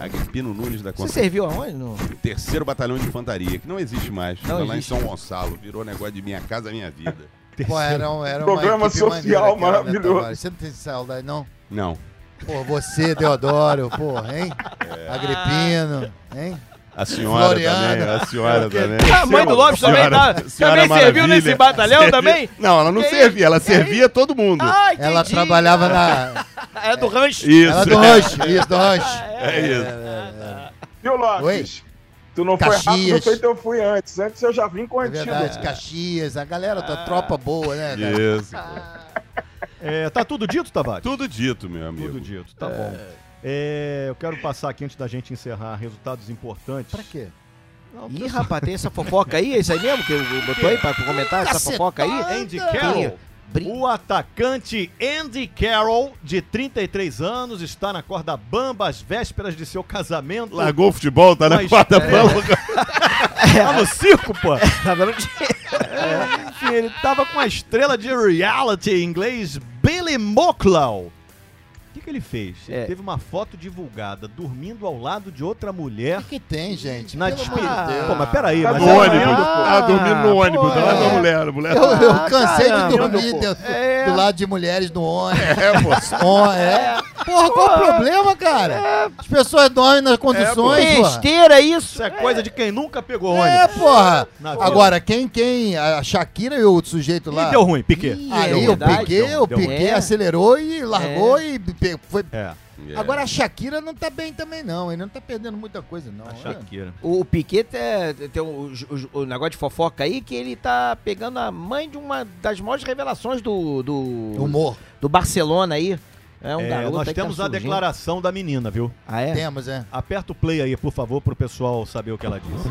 Speaker 5: Agripino Nunes da
Speaker 4: Você
Speaker 5: Conceição.
Speaker 4: serviu aonde? No...
Speaker 5: Terceiro Batalhão de Infantaria, que não existe mais.
Speaker 4: Não
Speaker 5: Tá lá em
Speaker 4: existe.
Speaker 5: São Gonçalo. Virou negócio de minha casa, minha vida.
Speaker 6: Pô, era, um- era uma
Speaker 7: Programa
Speaker 6: equipe
Speaker 7: social
Speaker 6: maneira aquela, né,
Speaker 7: maravilhoso.
Speaker 6: Tavares? Você não tem saudade, não?
Speaker 5: Não.
Speaker 6: Pô, você, Deodoro, porra, hein?
Speaker 2: É.
Speaker 6: Agripino, hein?
Speaker 5: A senhora
Speaker 6: Floriana.
Speaker 5: também, a senhora também.
Speaker 4: A Ah, mãe do Lopes também
Speaker 5: é Senhora-
Speaker 4: tá-
Speaker 5: senhora
Speaker 4: também serviu nesse
Speaker 5: Maravilha.
Speaker 4: batalhão
Speaker 5: Servi-
Speaker 4: também?
Speaker 5: Não, ela não
Speaker 4: Que Ah,
Speaker 5: servia, ela servia todo mundo.
Speaker 6: Ela trabalhava na.
Speaker 4: É do rancho.
Speaker 5: Isso.
Speaker 6: Ela do Rush, isso, do
Speaker 2: Ah,
Speaker 6: Rush.
Speaker 5: É isso.
Speaker 7: Viu, Lopes? Tu não foi rápido do
Speaker 6: Caxias.
Speaker 7: feito eu fui antes. Antes eu já vim com Tá
Speaker 6: É
Speaker 7: antídoto.
Speaker 6: verdade, Caxias, a galera
Speaker 2: Ah.
Speaker 6: da tropa boa, né? cara?
Speaker 5: Isso.
Speaker 2: É, tá tudo dito, Tavares?
Speaker 5: Tudo dito, meu amigo.
Speaker 2: Tudo dito, tá bom. É, eu quero passar aqui antes da gente encerrar resultados importantes.
Speaker 6: Pra quê?
Speaker 2: Não,
Speaker 4: Ih, rapaz, tem essa fofoca aí? É isso aí mesmo que eu eu botou aí pra comentar? Essa fofoca aí?
Speaker 2: Andy
Speaker 4: Quem?
Speaker 2: Carroll.
Speaker 4: Brin-
Speaker 2: O atacante Andy Carroll, de 33 anos, está na corda bamba às vésperas de seu casamento.
Speaker 5: Largou o futebol, tá na
Speaker 2: Mas-
Speaker 5: quarta
Speaker 2: é.
Speaker 5: bamba.
Speaker 2: Tá no circo, pô.
Speaker 4: Tava no dia.
Speaker 2: Enfim, ele tava com a estrela de reality em inglês, Billy Moklau. O que, que ele fez? Ele
Speaker 4: É.
Speaker 2: teve uma foto divulgada dormindo ao lado de outra mulher
Speaker 6: O que, que tem, gente?
Speaker 2: na
Speaker 6: Pelo amor de
Speaker 2: despedida.
Speaker 6: Deus.
Speaker 2: Pô, mas peraí,
Speaker 7: Tá
Speaker 2: mas é
Speaker 5: No
Speaker 7: Ah,
Speaker 6: é
Speaker 5: ônibus.
Speaker 4: pô.
Speaker 5: Tava dormindo no ônibus,
Speaker 4: pô,
Speaker 5: do lado
Speaker 4: é.
Speaker 5: da mulher. A mulher tá
Speaker 6: Eu, eu
Speaker 2: Ah,
Speaker 6: cansei de
Speaker 4: caramba,
Speaker 6: dormir
Speaker 4: pô.
Speaker 6: dentro-
Speaker 4: É.
Speaker 6: do lado de mulheres no ônibus.
Speaker 5: É, pô.
Speaker 6: Ó, é. Porra, qual o problema,
Speaker 2: É.
Speaker 6: cara? As pessoas dormem nas condições, porra.
Speaker 4: Besteira isso?
Speaker 2: isso é coisa de quem nunca pegou
Speaker 6: É,
Speaker 2: ônibus.
Speaker 6: porra.
Speaker 2: Na vida.
Speaker 6: Agora, quem, quem? A Shakira e o sujeito lá.
Speaker 2: E deu ruim, Piquet.
Speaker 4: Ih,
Speaker 6: Aí
Speaker 4: é
Speaker 6: o
Speaker 4: verdade,
Speaker 6: Piquet,
Speaker 2: deu-
Speaker 6: o
Speaker 2: deu ruim.
Speaker 6: Piquet
Speaker 4: É.
Speaker 6: acelerou e largou e pe- foi...
Speaker 2: É,
Speaker 6: Agora a Shakira não tá bem também, não. Ele não tá perdendo muita coisa, não.
Speaker 2: Shakira.
Speaker 4: O Piquet é- tem o, o- o negócio de fofoca aí que ele tá pegando a mãe de uma das maiores revelações do,
Speaker 6: É.
Speaker 4: do,
Speaker 6: Humor.
Speaker 4: do Barcelona aí. É um
Speaker 2: É,
Speaker 4: garoto
Speaker 2: nós
Speaker 4: aí que tá
Speaker 2: temos a
Speaker 4: surgindo.
Speaker 2: declaração da menina, viu?
Speaker 4: Ah, é?
Speaker 6: Temos, é.
Speaker 2: Aperta o play aí, por favor, pro pessoal saber o que ela disse.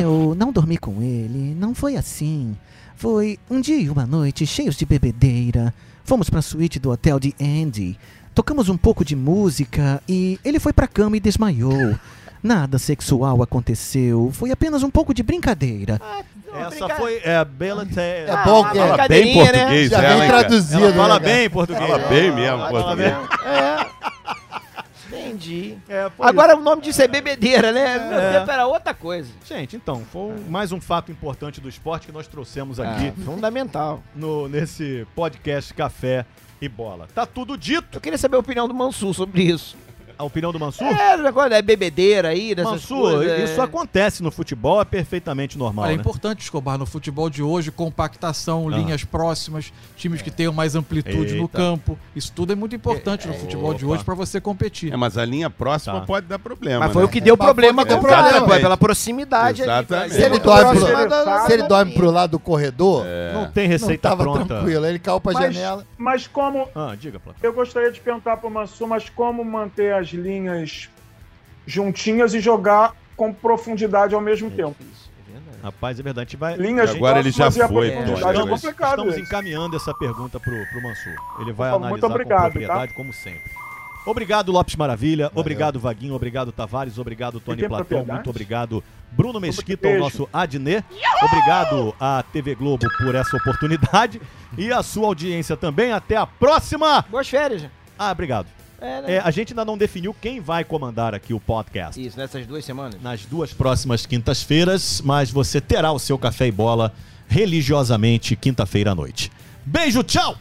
Speaker 9: Eu não dormi com ele, não foi assim. Foi um dia e uma noite cheios de bebedeira. Fomos pra suíte do hotel de Andy. Tocamos um pouco de música e ele foi pra cama e desmaiou. Nada sexual aconteceu, foi apenas um pouco de brincadeira.
Speaker 4: Ah,
Speaker 2: Essa foi é, Bela Tale.
Speaker 9: É bom que
Speaker 2: Ah, Fala
Speaker 9: é.
Speaker 2: bem
Speaker 9: Brincadeirinha, né?
Speaker 2: português,
Speaker 9: Já bem
Speaker 2: ela, hein, cara?
Speaker 9: traduzido,
Speaker 2: Ela fala
Speaker 9: né, cara?
Speaker 2: bem português.
Speaker 5: Fala bem mesmo português.
Speaker 4: Entendi.
Speaker 2: pois-
Speaker 4: Agora o nome disso é bebedeira, né? No meu
Speaker 2: É.
Speaker 4: tempo era outra coisa.
Speaker 2: Gente, então, foi um- mais um fato importante do esporte que nós trouxemos aqui.
Speaker 4: Ah, fundamental.
Speaker 2: No, nesse podcast Café e Bola. Tá tudo dito.
Speaker 4: Eu queria saber a opinião do Mansur sobre isso.
Speaker 2: A opinião do Mansur?
Speaker 4: É, o negócio é bebedeira aí, dessas
Speaker 2: Mansur,
Speaker 4: coisas,
Speaker 2: isso
Speaker 4: é.
Speaker 2: acontece no futebol, é perfeitamente normal.
Speaker 14: Olha, É
Speaker 2: né?
Speaker 14: importante, Escobar, no futebol de hoje, compactação,
Speaker 2: Ah.
Speaker 14: linhas próximas, times que tenham mais amplitude no
Speaker 5: Eita.
Speaker 14: campo. Isso tudo é muito importante no futebol de
Speaker 5: Opa.
Speaker 14: hoje para você competir.
Speaker 5: É, mas a linha próxima
Speaker 14: Tá.
Speaker 5: pode dar problema.
Speaker 14: Mas foi
Speaker 5: né?
Speaker 14: o que deu
Speaker 5: Mas
Speaker 14: problema
Speaker 5: foi-
Speaker 14: com o cara,
Speaker 5: Exatamente.
Speaker 14: pô, pela
Speaker 4: proximidade ali.
Speaker 5: Exatamente.
Speaker 6: Se ele dorme, pro, se ele dorme pro lado do corredor,
Speaker 4: É.
Speaker 2: Não tem receita
Speaker 6: tava
Speaker 2: pronta.
Speaker 6: tranquilo. Ele caiu pra
Speaker 7: Mas-
Speaker 6: janela.
Speaker 7: Mas como.
Speaker 2: Ah, diga, Platão.
Speaker 7: Eu gostaria de perguntar para o Mansur, mas como manter as linhas juntinhas e jogar com profundidade ao mesmo tempo?
Speaker 2: Rapaz, é verdade. A gente vai...
Speaker 7: Linhas E agora ele já próximas e a foi, profundidade pô, é
Speaker 2: Estamos,
Speaker 7: complicado
Speaker 2: estamos
Speaker 7: isso.
Speaker 2: encaminhando essa pergunta pro, pro Mansur. Ele vai
Speaker 7: Opa,
Speaker 2: analisar
Speaker 7: muito obrigado,
Speaker 2: com propriedade,
Speaker 7: tá?
Speaker 2: como sempre. Obrigado, Lopes Maravilha. Obrigado, Vaguinho. Obrigado, Tavares. Obrigado, Tony
Speaker 11: tem
Speaker 2: Platão.
Speaker 11: propriedade?
Speaker 2: Muito obrigado, Bruno Mesquita, o
Speaker 11: Beijo.
Speaker 2: nosso Adnê. Obrigado à TV Globo por essa oportunidade. E à sua audiência também. Até a próxima.
Speaker 4: Boas férias.
Speaker 2: Ah, obrigado.
Speaker 4: É, né?
Speaker 2: É, a gente ainda não definiu quem vai comandar aqui o podcast
Speaker 4: Isso, nessas duas semanas.
Speaker 2: nas duas próximas quintas-feiras, mas você terá o seu café e bola religiosamente quinta-feira à noite. Beijo, tchau!